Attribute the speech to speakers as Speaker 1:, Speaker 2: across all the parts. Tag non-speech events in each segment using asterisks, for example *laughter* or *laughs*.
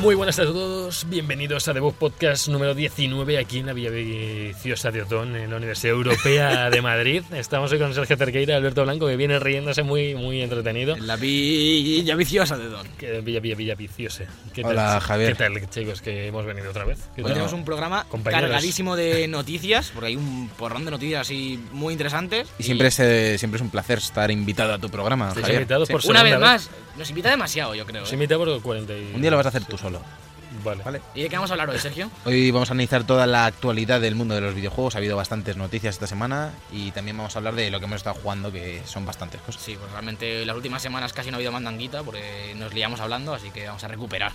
Speaker 1: Muy buenas a todos, bienvenidos a The Book Podcast número 19 aquí en la Villa Viciosa de Otón, en la Universidad Europea de Madrid. Estamos hoy con Sergio Cerqueira y Alberto Blanco, que viene riéndose muy, muy entretenido.
Speaker 2: En la villa viciosa de Don.
Speaker 1: Que- Villa, Villa, Villa Viciosa. ¿Qué
Speaker 3: Hola, Javier.
Speaker 1: ¿Qué tal, chicos? Que hemos venido otra vez. ¿Qué
Speaker 2: Hoy
Speaker 1: tal?
Speaker 2: tenemos un programa
Speaker 1: Compañeros.
Speaker 2: cargadísimo de noticias, porque hay un porrón de noticias así muy interesantes.
Speaker 3: Y siempre es, eh, siempre es un placer estar invitado a tu programa,
Speaker 1: Estáis
Speaker 3: Javier.
Speaker 1: invitados
Speaker 3: Sí.
Speaker 1: por
Speaker 2: Una vez
Speaker 1: segunda
Speaker 2: más, nos invita demasiado, yo creo.
Speaker 1: Os
Speaker 2: ¿eh?
Speaker 1: invita por 40 y...
Speaker 3: Un día lo vas a hacer tú solo.
Speaker 1: Vale.
Speaker 3: Vale.
Speaker 2: ¿Y de qué vamos a hablar hoy, Sergio?
Speaker 3: Hoy vamos a analizar toda la actualidad del mundo de los videojuegos. Ha habido bastantes noticias esta semana y también vamos a hablar de lo que hemos estado jugando, que son bastantes cosas.
Speaker 2: Sí, pues realmente las últimas semanas casi no ha habido mandanguita porque nos liamos hablando, así que vamos a recuperar.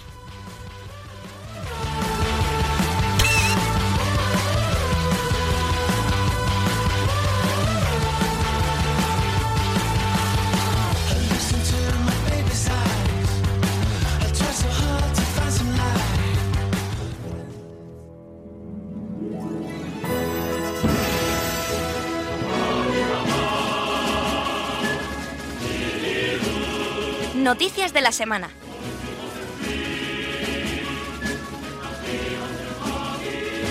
Speaker 4: Noticias de la semana.
Speaker 1: Eh,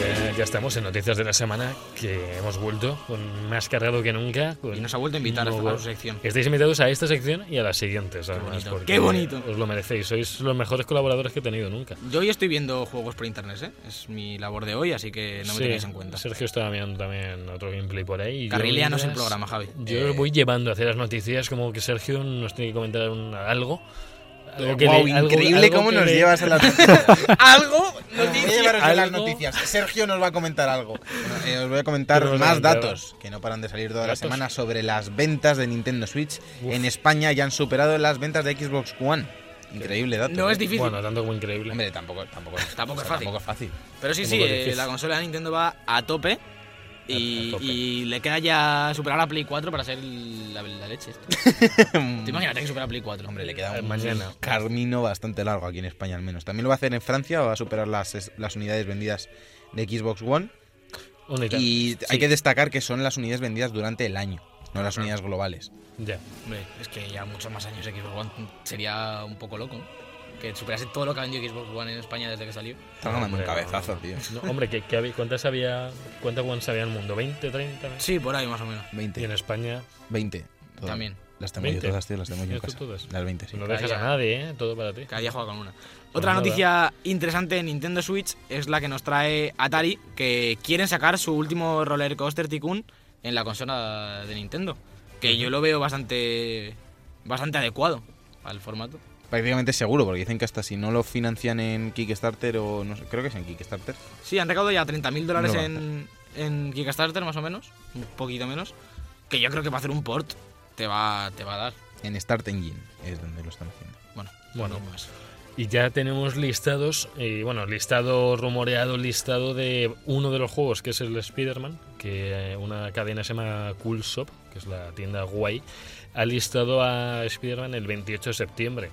Speaker 1: Ya, ya estamos en Noticias de la Semana, que hemos vuelto con más cargado que nunca. con
Speaker 2: Y nos ha vuelto a invitar a
Speaker 1: nuevo-
Speaker 2: esta- a su sección.
Speaker 1: Estáis invitados a esta sección y a las siguientes, además.
Speaker 2: bonito,
Speaker 1: porque
Speaker 2: qué bonito.
Speaker 1: Os lo merecéis, sois los mejores colaboradores que he tenido nunca.
Speaker 2: Yo hoy estoy viendo juegos por internet, ¿eh? Es mi labor de hoy, así que no me
Speaker 1: Sí,
Speaker 2: tengáis en cuenta.
Speaker 1: Sergio estaba mirando también otro gameplay por ahí. y yo
Speaker 2: Carrileanos el
Speaker 1: mientras-
Speaker 2: programa, Javi.
Speaker 1: Yo
Speaker 3: Eh,
Speaker 1: voy llevando hacia las noticias como que Sergio nos tiene que comentar un- algo.
Speaker 2: Eh,
Speaker 1: Algo que
Speaker 3: Guau,
Speaker 1: le- algo-
Speaker 3: increíble
Speaker 1: algo
Speaker 3: cómo
Speaker 1: que
Speaker 3: nos
Speaker 1: le-
Speaker 3: llevas
Speaker 1: *laughs*
Speaker 3: a las noticias.
Speaker 2: *laughs* Algo
Speaker 3: Voy a llevaros a las
Speaker 1: Algo.
Speaker 3: noticias. Sergio nos va a comentar algo. Bueno, eh, os voy a comentar
Speaker 1: Pero no
Speaker 3: más
Speaker 1: nos va a
Speaker 3: datos que no paran de salir toda
Speaker 1: Datos.
Speaker 3: la semana sobre las ventas de Nintendo Switch.
Speaker 1: Uf.
Speaker 3: En España ya han superado las ventas de Xbox One. Increíble dato.
Speaker 2: No
Speaker 3: ¿eh?
Speaker 2: es difícil.
Speaker 1: Bueno, tanto como increíble.
Speaker 3: Hombre, tampoco, tampoco,
Speaker 2: Tampoco es fácil.
Speaker 3: Tampoco es fácil.
Speaker 2: Pero sí,
Speaker 1: Un
Speaker 2: sí,
Speaker 1: poco
Speaker 2: eh,
Speaker 1: difícil.
Speaker 2: la consola de Nintendo va a tope. Y,
Speaker 1: A- a tope.
Speaker 2: y le queda ya superar a Play 4 para ser el- la, la *laughs* leche. esto. ¿Te imaginas que supera a Play 4?
Speaker 3: Hombre, le queda
Speaker 1: Eh,
Speaker 3: un
Speaker 1: mañana.
Speaker 3: camino bastante largo aquí en España al menos. También lo va a hacer en Francia, va a superar las, es- las unidades vendidas de Xbox One.
Speaker 1: Un y tal.
Speaker 3: Y
Speaker 1: Sí,
Speaker 3: hay que destacar que son las unidades vendidas durante el año, no las unidades globales.
Speaker 1: Ya.
Speaker 2: Hombre, es que ya muchos más años Xbox One sería un poco loco. ¿no? Que superase todo lo que ha vendido Xbox One en España desde que salió.
Speaker 3: Está ganando un
Speaker 1: Ah, Hombre,
Speaker 3: cabezazo,
Speaker 1: no,
Speaker 3: tío.
Speaker 1: no. No, hombre, ¿qué, qué había- ¿cuántas había cuántas ones había en el mundo? ¿20, 30? ¿no?
Speaker 2: Sí, por ahí más o menos.
Speaker 1: Y en
Speaker 3: 20.
Speaker 1: España
Speaker 3: 20. todas.
Speaker 2: También.
Speaker 3: Las tengo yo
Speaker 1: 20.
Speaker 3: todas, tío, las tengo yo en
Speaker 1: ¿Tienes tú
Speaker 3: casa.
Speaker 1: todas?
Speaker 3: Las 20, sí.
Speaker 1: no dejas a
Speaker 2: Calla.
Speaker 1: nadie, ¿eh? Todo para ti.
Speaker 2: Cada día juega con una. Otra
Speaker 1: Pues nada.
Speaker 2: noticia interesante de Nintendo Switch es la que nos trae Atari, que quieren sacar su último roller coaster Tycoon en la consola de Nintendo. Que yo lo veo bastante, bastante adecuado al formato.
Speaker 3: Prácticamente seguro, porque dicen que hasta si no lo financian en Kickstarter o no sé, creo que es en Kickstarter.
Speaker 2: Sí, han recaudado ya 30.000 dólares
Speaker 3: No va a
Speaker 2: en, en Kickstarter, más o menos. Un poquito menos. Que yo creo que para hacer un port te va, te va a dar.
Speaker 3: En Start Engine es donde lo están haciendo.
Speaker 2: Bueno, pues,
Speaker 1: Bueno.
Speaker 2: no más.
Speaker 1: Y ya tenemos listados, eh, bueno, listado rumoreado, listado de uno de los juegos, que es el Spider-Man, que eh, una cadena se llama Cool Shop, que es la tienda guay, ha listado a Spider-Man el 28 de septiembre.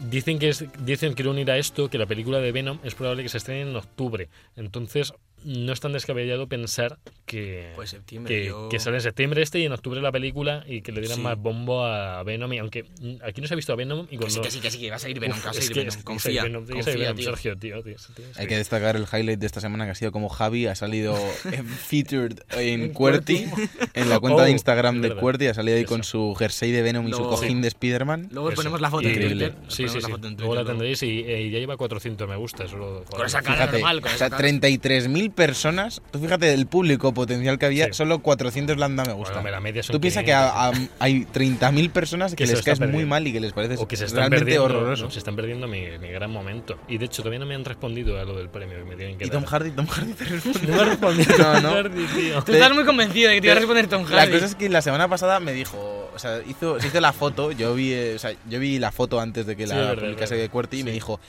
Speaker 1: Dicen que, es, dicen que unir a esto que la película de Venom es probable que se estrene en octubre. Entonces, no es tan descabellado pensar que,
Speaker 2: Pues septiembre,
Speaker 1: que,
Speaker 2: yo-
Speaker 1: que sale en septiembre este y en octubre la película y que le dieran
Speaker 2: Sí.
Speaker 1: más bombo a Venom. Y aunque mm, aquí no se ha visto a Venom y
Speaker 2: Que
Speaker 1: cuando
Speaker 2: sí, que sí, que sí, que va a salir Venom,
Speaker 1: Uf,
Speaker 2: que va a
Speaker 1: es
Speaker 2: salir
Speaker 1: que-
Speaker 2: Venom.
Speaker 1: es que
Speaker 2: Confía,
Speaker 1: Venom, tiene que salir
Speaker 2: confía,
Speaker 1: Venom,
Speaker 2: tío.
Speaker 1: Sergio, tío, tío, tío, es
Speaker 3: Hay que destacar el highlight de esta semana que ha sido como Javi
Speaker 1: *laughs*
Speaker 3: ha salido eh, featured en QWERTY, en la cuenta
Speaker 1: Oh,
Speaker 3: de Instagram
Speaker 1: es
Speaker 3: de
Speaker 1: verdad.
Speaker 3: QWERTY, ha salido ahí con
Speaker 1: Eso.
Speaker 3: su jersey de Venom y su
Speaker 2: Lo-
Speaker 3: cojín
Speaker 1: Sí.
Speaker 3: de Spider-Man.
Speaker 2: Luego os
Speaker 1: Eso.
Speaker 2: ponemos la foto en
Speaker 3: Increíble.
Speaker 2: Twitter. os
Speaker 1: Sí, sí,
Speaker 2: ponemos
Speaker 1: sí.
Speaker 2: La foto en
Speaker 1: Luego la
Speaker 2: Twitter, luego.
Speaker 1: tendréis y, eh, ya lleva 400 me gustas. solo-
Speaker 2: Con esa cara
Speaker 3: Fíjate,
Speaker 2: normal, con
Speaker 3: o
Speaker 2: esa
Speaker 3: sea,
Speaker 2: cara.
Speaker 3: 33.000 personas. Tú fíjate el público potencial que había,
Speaker 1: Sí.
Speaker 3: solo 400 le han dado me gusta.
Speaker 1: Bueno, la media son
Speaker 3: Tú piensas que
Speaker 1: 500,
Speaker 3: a- a- hay 30.000 personas que,
Speaker 1: Que se lo
Speaker 3: les
Speaker 1: está
Speaker 3: caes muy
Speaker 1: perdiendo.
Speaker 3: mal y que les parece
Speaker 1: O que se están
Speaker 3: realmente
Speaker 1: perdiendo,
Speaker 3: horroroso.
Speaker 1: no, se están perdiendo mi, mi gran momento. Y de hecho, todavía no me han respondido a lo del premio que me tienen que
Speaker 3: Y Tom
Speaker 1: dar.
Speaker 3: Hardy, Tom Hardy
Speaker 1: *laughs*
Speaker 3: te responde.
Speaker 1: No me ha respondido *laughs*
Speaker 3: No,
Speaker 1: Tom
Speaker 3: no.
Speaker 1: Hardy, tío.
Speaker 2: Tú estás muy convencido de que te iba a responder Tom Hardy.
Speaker 3: La cosa es que la semana pasada me dijo, o sea, hizo, se hizo la foto, yo vi, eh, o sea, yo vi la foto antes de
Speaker 1: Sí,
Speaker 3: que la
Speaker 1: es verdad,
Speaker 3: publicase
Speaker 1: es verdad.
Speaker 3: de Cuerti y me
Speaker 1: Sí.
Speaker 3: dijo,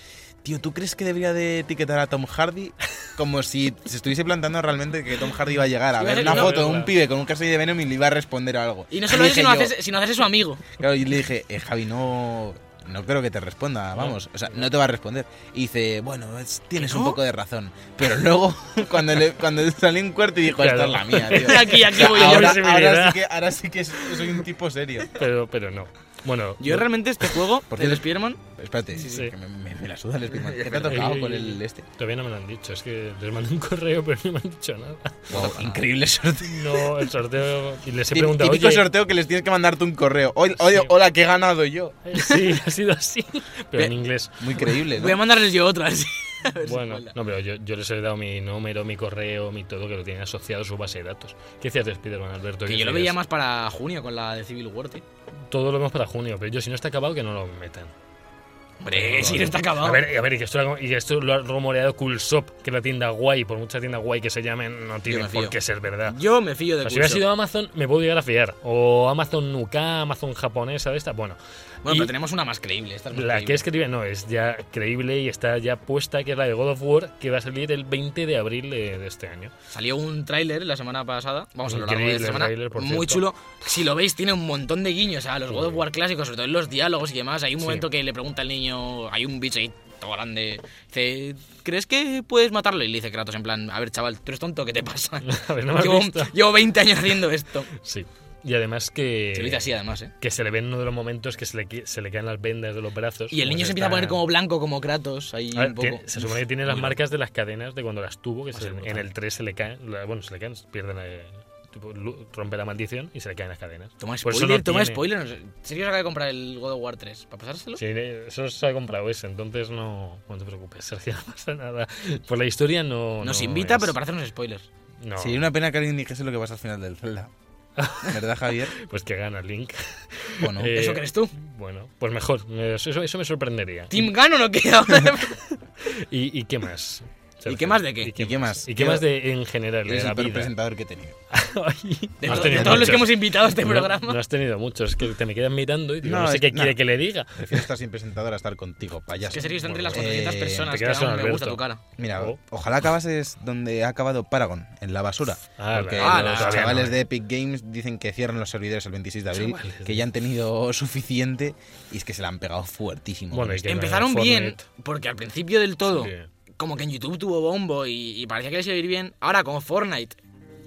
Speaker 3: Tío, ¿tú crees que debería de etiquetar a Tom Hardy como si se estuviese planteando realmente que Tom Hardy iba a llegar a
Speaker 2: Sí,
Speaker 3: ver
Speaker 2: sí,
Speaker 3: una
Speaker 2: no,
Speaker 3: foto de
Speaker 1: verdad.
Speaker 3: un pibe con un castillo de Venom y le iba a responder algo?
Speaker 2: Y no
Speaker 3: Le
Speaker 2: solo eso,
Speaker 3: dije
Speaker 2: sino,
Speaker 3: yo-
Speaker 2: hacerse, sino hacerse
Speaker 1: *laughs*
Speaker 2: su amigo.
Speaker 3: Claro, y le dije, eh, Javi, no, no creo que te responda, vamos, o sea, no te va a responder. Y dice, bueno, es- tienes un
Speaker 2: ¿No?
Speaker 3: poco de razón. Pero luego, *laughs* cuando, le, cuando salí en cuarto y dijo, esta es
Speaker 1: Claro.
Speaker 3: la mía,
Speaker 2: *laughs*
Speaker 3: tío.
Speaker 2: Aquí, aquí voy yo.
Speaker 3: Ahora, ahora
Speaker 1: visibilidad.
Speaker 3: sí que, ahora sí que soy un tipo serio.
Speaker 1: Pero, pero no. Bueno,
Speaker 2: Yo realmente este juego,
Speaker 3: Por
Speaker 2: el de
Speaker 3: cierto-
Speaker 2: Spider-Man,
Speaker 3: Espérate,
Speaker 1: Sí, sí.
Speaker 3: que me, me- me la suda
Speaker 2: *laughs*
Speaker 3: el Spiderman. ¿Qué te ha tocado con el este?
Speaker 1: Eh, todavía no me lo han dicho. Es que les mandé un correo, pero no me han dicho nada.
Speaker 3: Wow, increíble sorteo.
Speaker 1: No, el sorteo. Y les he preguntado.
Speaker 3: Típico
Speaker 1: "Oye,
Speaker 3: sorteo que les tienes que mandarte un correo. Oye, oye,
Speaker 1: Sí.
Speaker 3: hola, que he ganado yo.
Speaker 1: eh, *laughs* Sí, ha sido así. Pero en inglés.
Speaker 3: Muy creíble, ¿no?
Speaker 2: voy a mandarles yo otra. *laughs* así.
Speaker 1: Bueno, no, pero yo, yo les he dado mi número, mi correo, mi todo, que lo tienen asociado a su base de datos. ¿Qué decías de Spider-Man, Alberto?
Speaker 2: Que
Speaker 1: ¿Qué
Speaker 2: yo lo
Speaker 1: decías?
Speaker 2: veía más para junio con la de Civil War, tío.
Speaker 1: Todo lo vemos para junio, pero yo si no está acabado, que no lo metan.
Speaker 2: Hombre, *laughs* si no está acabado.
Speaker 1: A ver, a ver, y que esto, lo ha- y que esto lo ha rumoreado Cool Shop, que es la tienda guay, por mucha tienda guay que se llamen, no
Speaker 2: Yo
Speaker 1: tiene
Speaker 2: me fío.
Speaker 1: por qué ser verdad.
Speaker 2: Yo me fío de
Speaker 1: Pero si
Speaker 2: Cool
Speaker 1: hubiera
Speaker 2: Shop.
Speaker 1: sido Amazon, me puedo llegar a fiar. O Amazon Nuka, Amazon japonesa de esta. Bueno,
Speaker 2: Bueno,
Speaker 1: y
Speaker 2: pero tenemos una más creíble. Esta es más
Speaker 1: la
Speaker 2: creíble.
Speaker 1: que escribe no, es ya creíble y está ya puesta, que es la de God of War, que va a salir el 20 de abril de, de este año.
Speaker 2: Salió un tráiler la semana pasada. Vamos a lo largo de
Speaker 1: Increíble
Speaker 2: esta
Speaker 1: el
Speaker 2: semana.
Speaker 1: tráiler, por
Speaker 2: muy
Speaker 1: cierto.
Speaker 2: chulo. Si lo veis, tiene un montón de guiños a los God of
Speaker 1: Sí.
Speaker 2: War clásicos, sobre todo en los diálogos y demás. Hay un
Speaker 1: Sí.
Speaker 2: momento que le pregunta al niño, hay un bicho ahí todo grande. Dice, ¿crees que puedes matarlo? Y le dice Kratos, en plan, a ver, chaval, tú eres tonto, ¿qué te pasa?
Speaker 1: *laughs* A ver, no me has
Speaker 2: llevo,
Speaker 1: visto.
Speaker 2: llevo 20 años haciendo
Speaker 1: *laughs*
Speaker 2: esto.
Speaker 1: Sí. Y además que.
Speaker 2: Se lo dice así, además, ¿eh?
Speaker 1: Que se le ven uno de los momentos que se le, qui- se le caen las vendas de los brazos.
Speaker 2: Y
Speaker 1: Pues como
Speaker 2: el niño
Speaker 1: que
Speaker 2: se empieza a poner
Speaker 1: están-
Speaker 2: como blanco, como Kratos, ahí
Speaker 1: A ver,
Speaker 2: un poco.
Speaker 1: tiene- se supone que tiene las
Speaker 2: Muy
Speaker 1: marcas de las cadenas de cuando las tuvo, que
Speaker 2: Va a
Speaker 1: se-
Speaker 2: ser brutal.
Speaker 1: en el 3 se le caen, la- bueno, se le caen, pierden la- tipo, lu- rompe la maldición y se le caen las cadenas.
Speaker 2: Toma
Speaker 1: Por eso
Speaker 2: spoiler,
Speaker 1: no
Speaker 2: toma
Speaker 1: tiene-
Speaker 2: spoiler. no sé. ¿En serio se acaba de comprar el God of War 3? ¿Para pasárselo?
Speaker 1: Sí, eh, eso se ha comprado ese, entonces no, no te preocupes, *laughs* Sergio, no pasa nada. Por la historia no...
Speaker 2: Nos
Speaker 1: no
Speaker 2: invita,
Speaker 1: es-
Speaker 2: pero para hacernos spoilers.
Speaker 1: No,
Speaker 3: Sería una pena que alguien dijese lo que pasa al final del
Speaker 1: *laughs*
Speaker 3: Zelda. ¿Verdad, Javier?
Speaker 1: pues que gana Link. *laughs*
Speaker 3: Bueno,
Speaker 1: Eh,
Speaker 2: ¿Eso crees tú?
Speaker 1: Bueno, pues mejor, eso, eso me sorprendería.
Speaker 2: ¿Team Gano no queda?
Speaker 1: ¿Y, y qué más? Sergio?
Speaker 2: qué más de qué?
Speaker 3: ¿Y qué más?
Speaker 1: ¿Y qué más de en general? de
Speaker 3: eres
Speaker 1: la
Speaker 3: el peor
Speaker 1: vida?
Speaker 3: presentador que he tenido.
Speaker 1: Ay,
Speaker 2: De,
Speaker 1: no has
Speaker 2: to-
Speaker 1: tenido
Speaker 2: de todos los que
Speaker 1: muchos.
Speaker 2: hemos invitado a este
Speaker 1: No-
Speaker 2: programa.
Speaker 1: No has tenido muchos, es que te me quedas mirando y digo,
Speaker 3: No,
Speaker 1: no, sé
Speaker 3: es-
Speaker 1: qué
Speaker 3: no.
Speaker 1: quiere que le diga.
Speaker 3: Prefiero estar sin presentador a estar contigo, payaso.
Speaker 2: Es que serio, están entre las
Speaker 3: Eh,
Speaker 2: 400 personas
Speaker 1: te
Speaker 2: que
Speaker 1: quedas
Speaker 2: aún
Speaker 1: con
Speaker 2: me gusta
Speaker 1: Alberto.
Speaker 2: tu cara.
Speaker 3: Mira,
Speaker 1: Oh.
Speaker 3: ojalá acabases donde ha acabado Paragon, en la basura.
Speaker 1: Ah,
Speaker 3: porque
Speaker 1: la-
Speaker 2: ah,
Speaker 3: los
Speaker 2: la-
Speaker 3: chavales
Speaker 1: no,
Speaker 3: de
Speaker 1: eh.
Speaker 3: Epic Games dicen que cierran los servidores el 26 de abril,
Speaker 1: Chavales de-
Speaker 3: que ya han tenido *laughs* suficiente y es que se la han pegado fuertísimo.
Speaker 1: Bueno,
Speaker 3: con
Speaker 1: y
Speaker 3: esto.
Speaker 1: que-
Speaker 2: Empezaron
Speaker 1: Fortnite.
Speaker 2: bien, porque al principio del todo,
Speaker 1: Sí.
Speaker 2: como que en YouTube tuvo bombo y, y parecía que les iba a ir bien. Ahora, con Fortnite,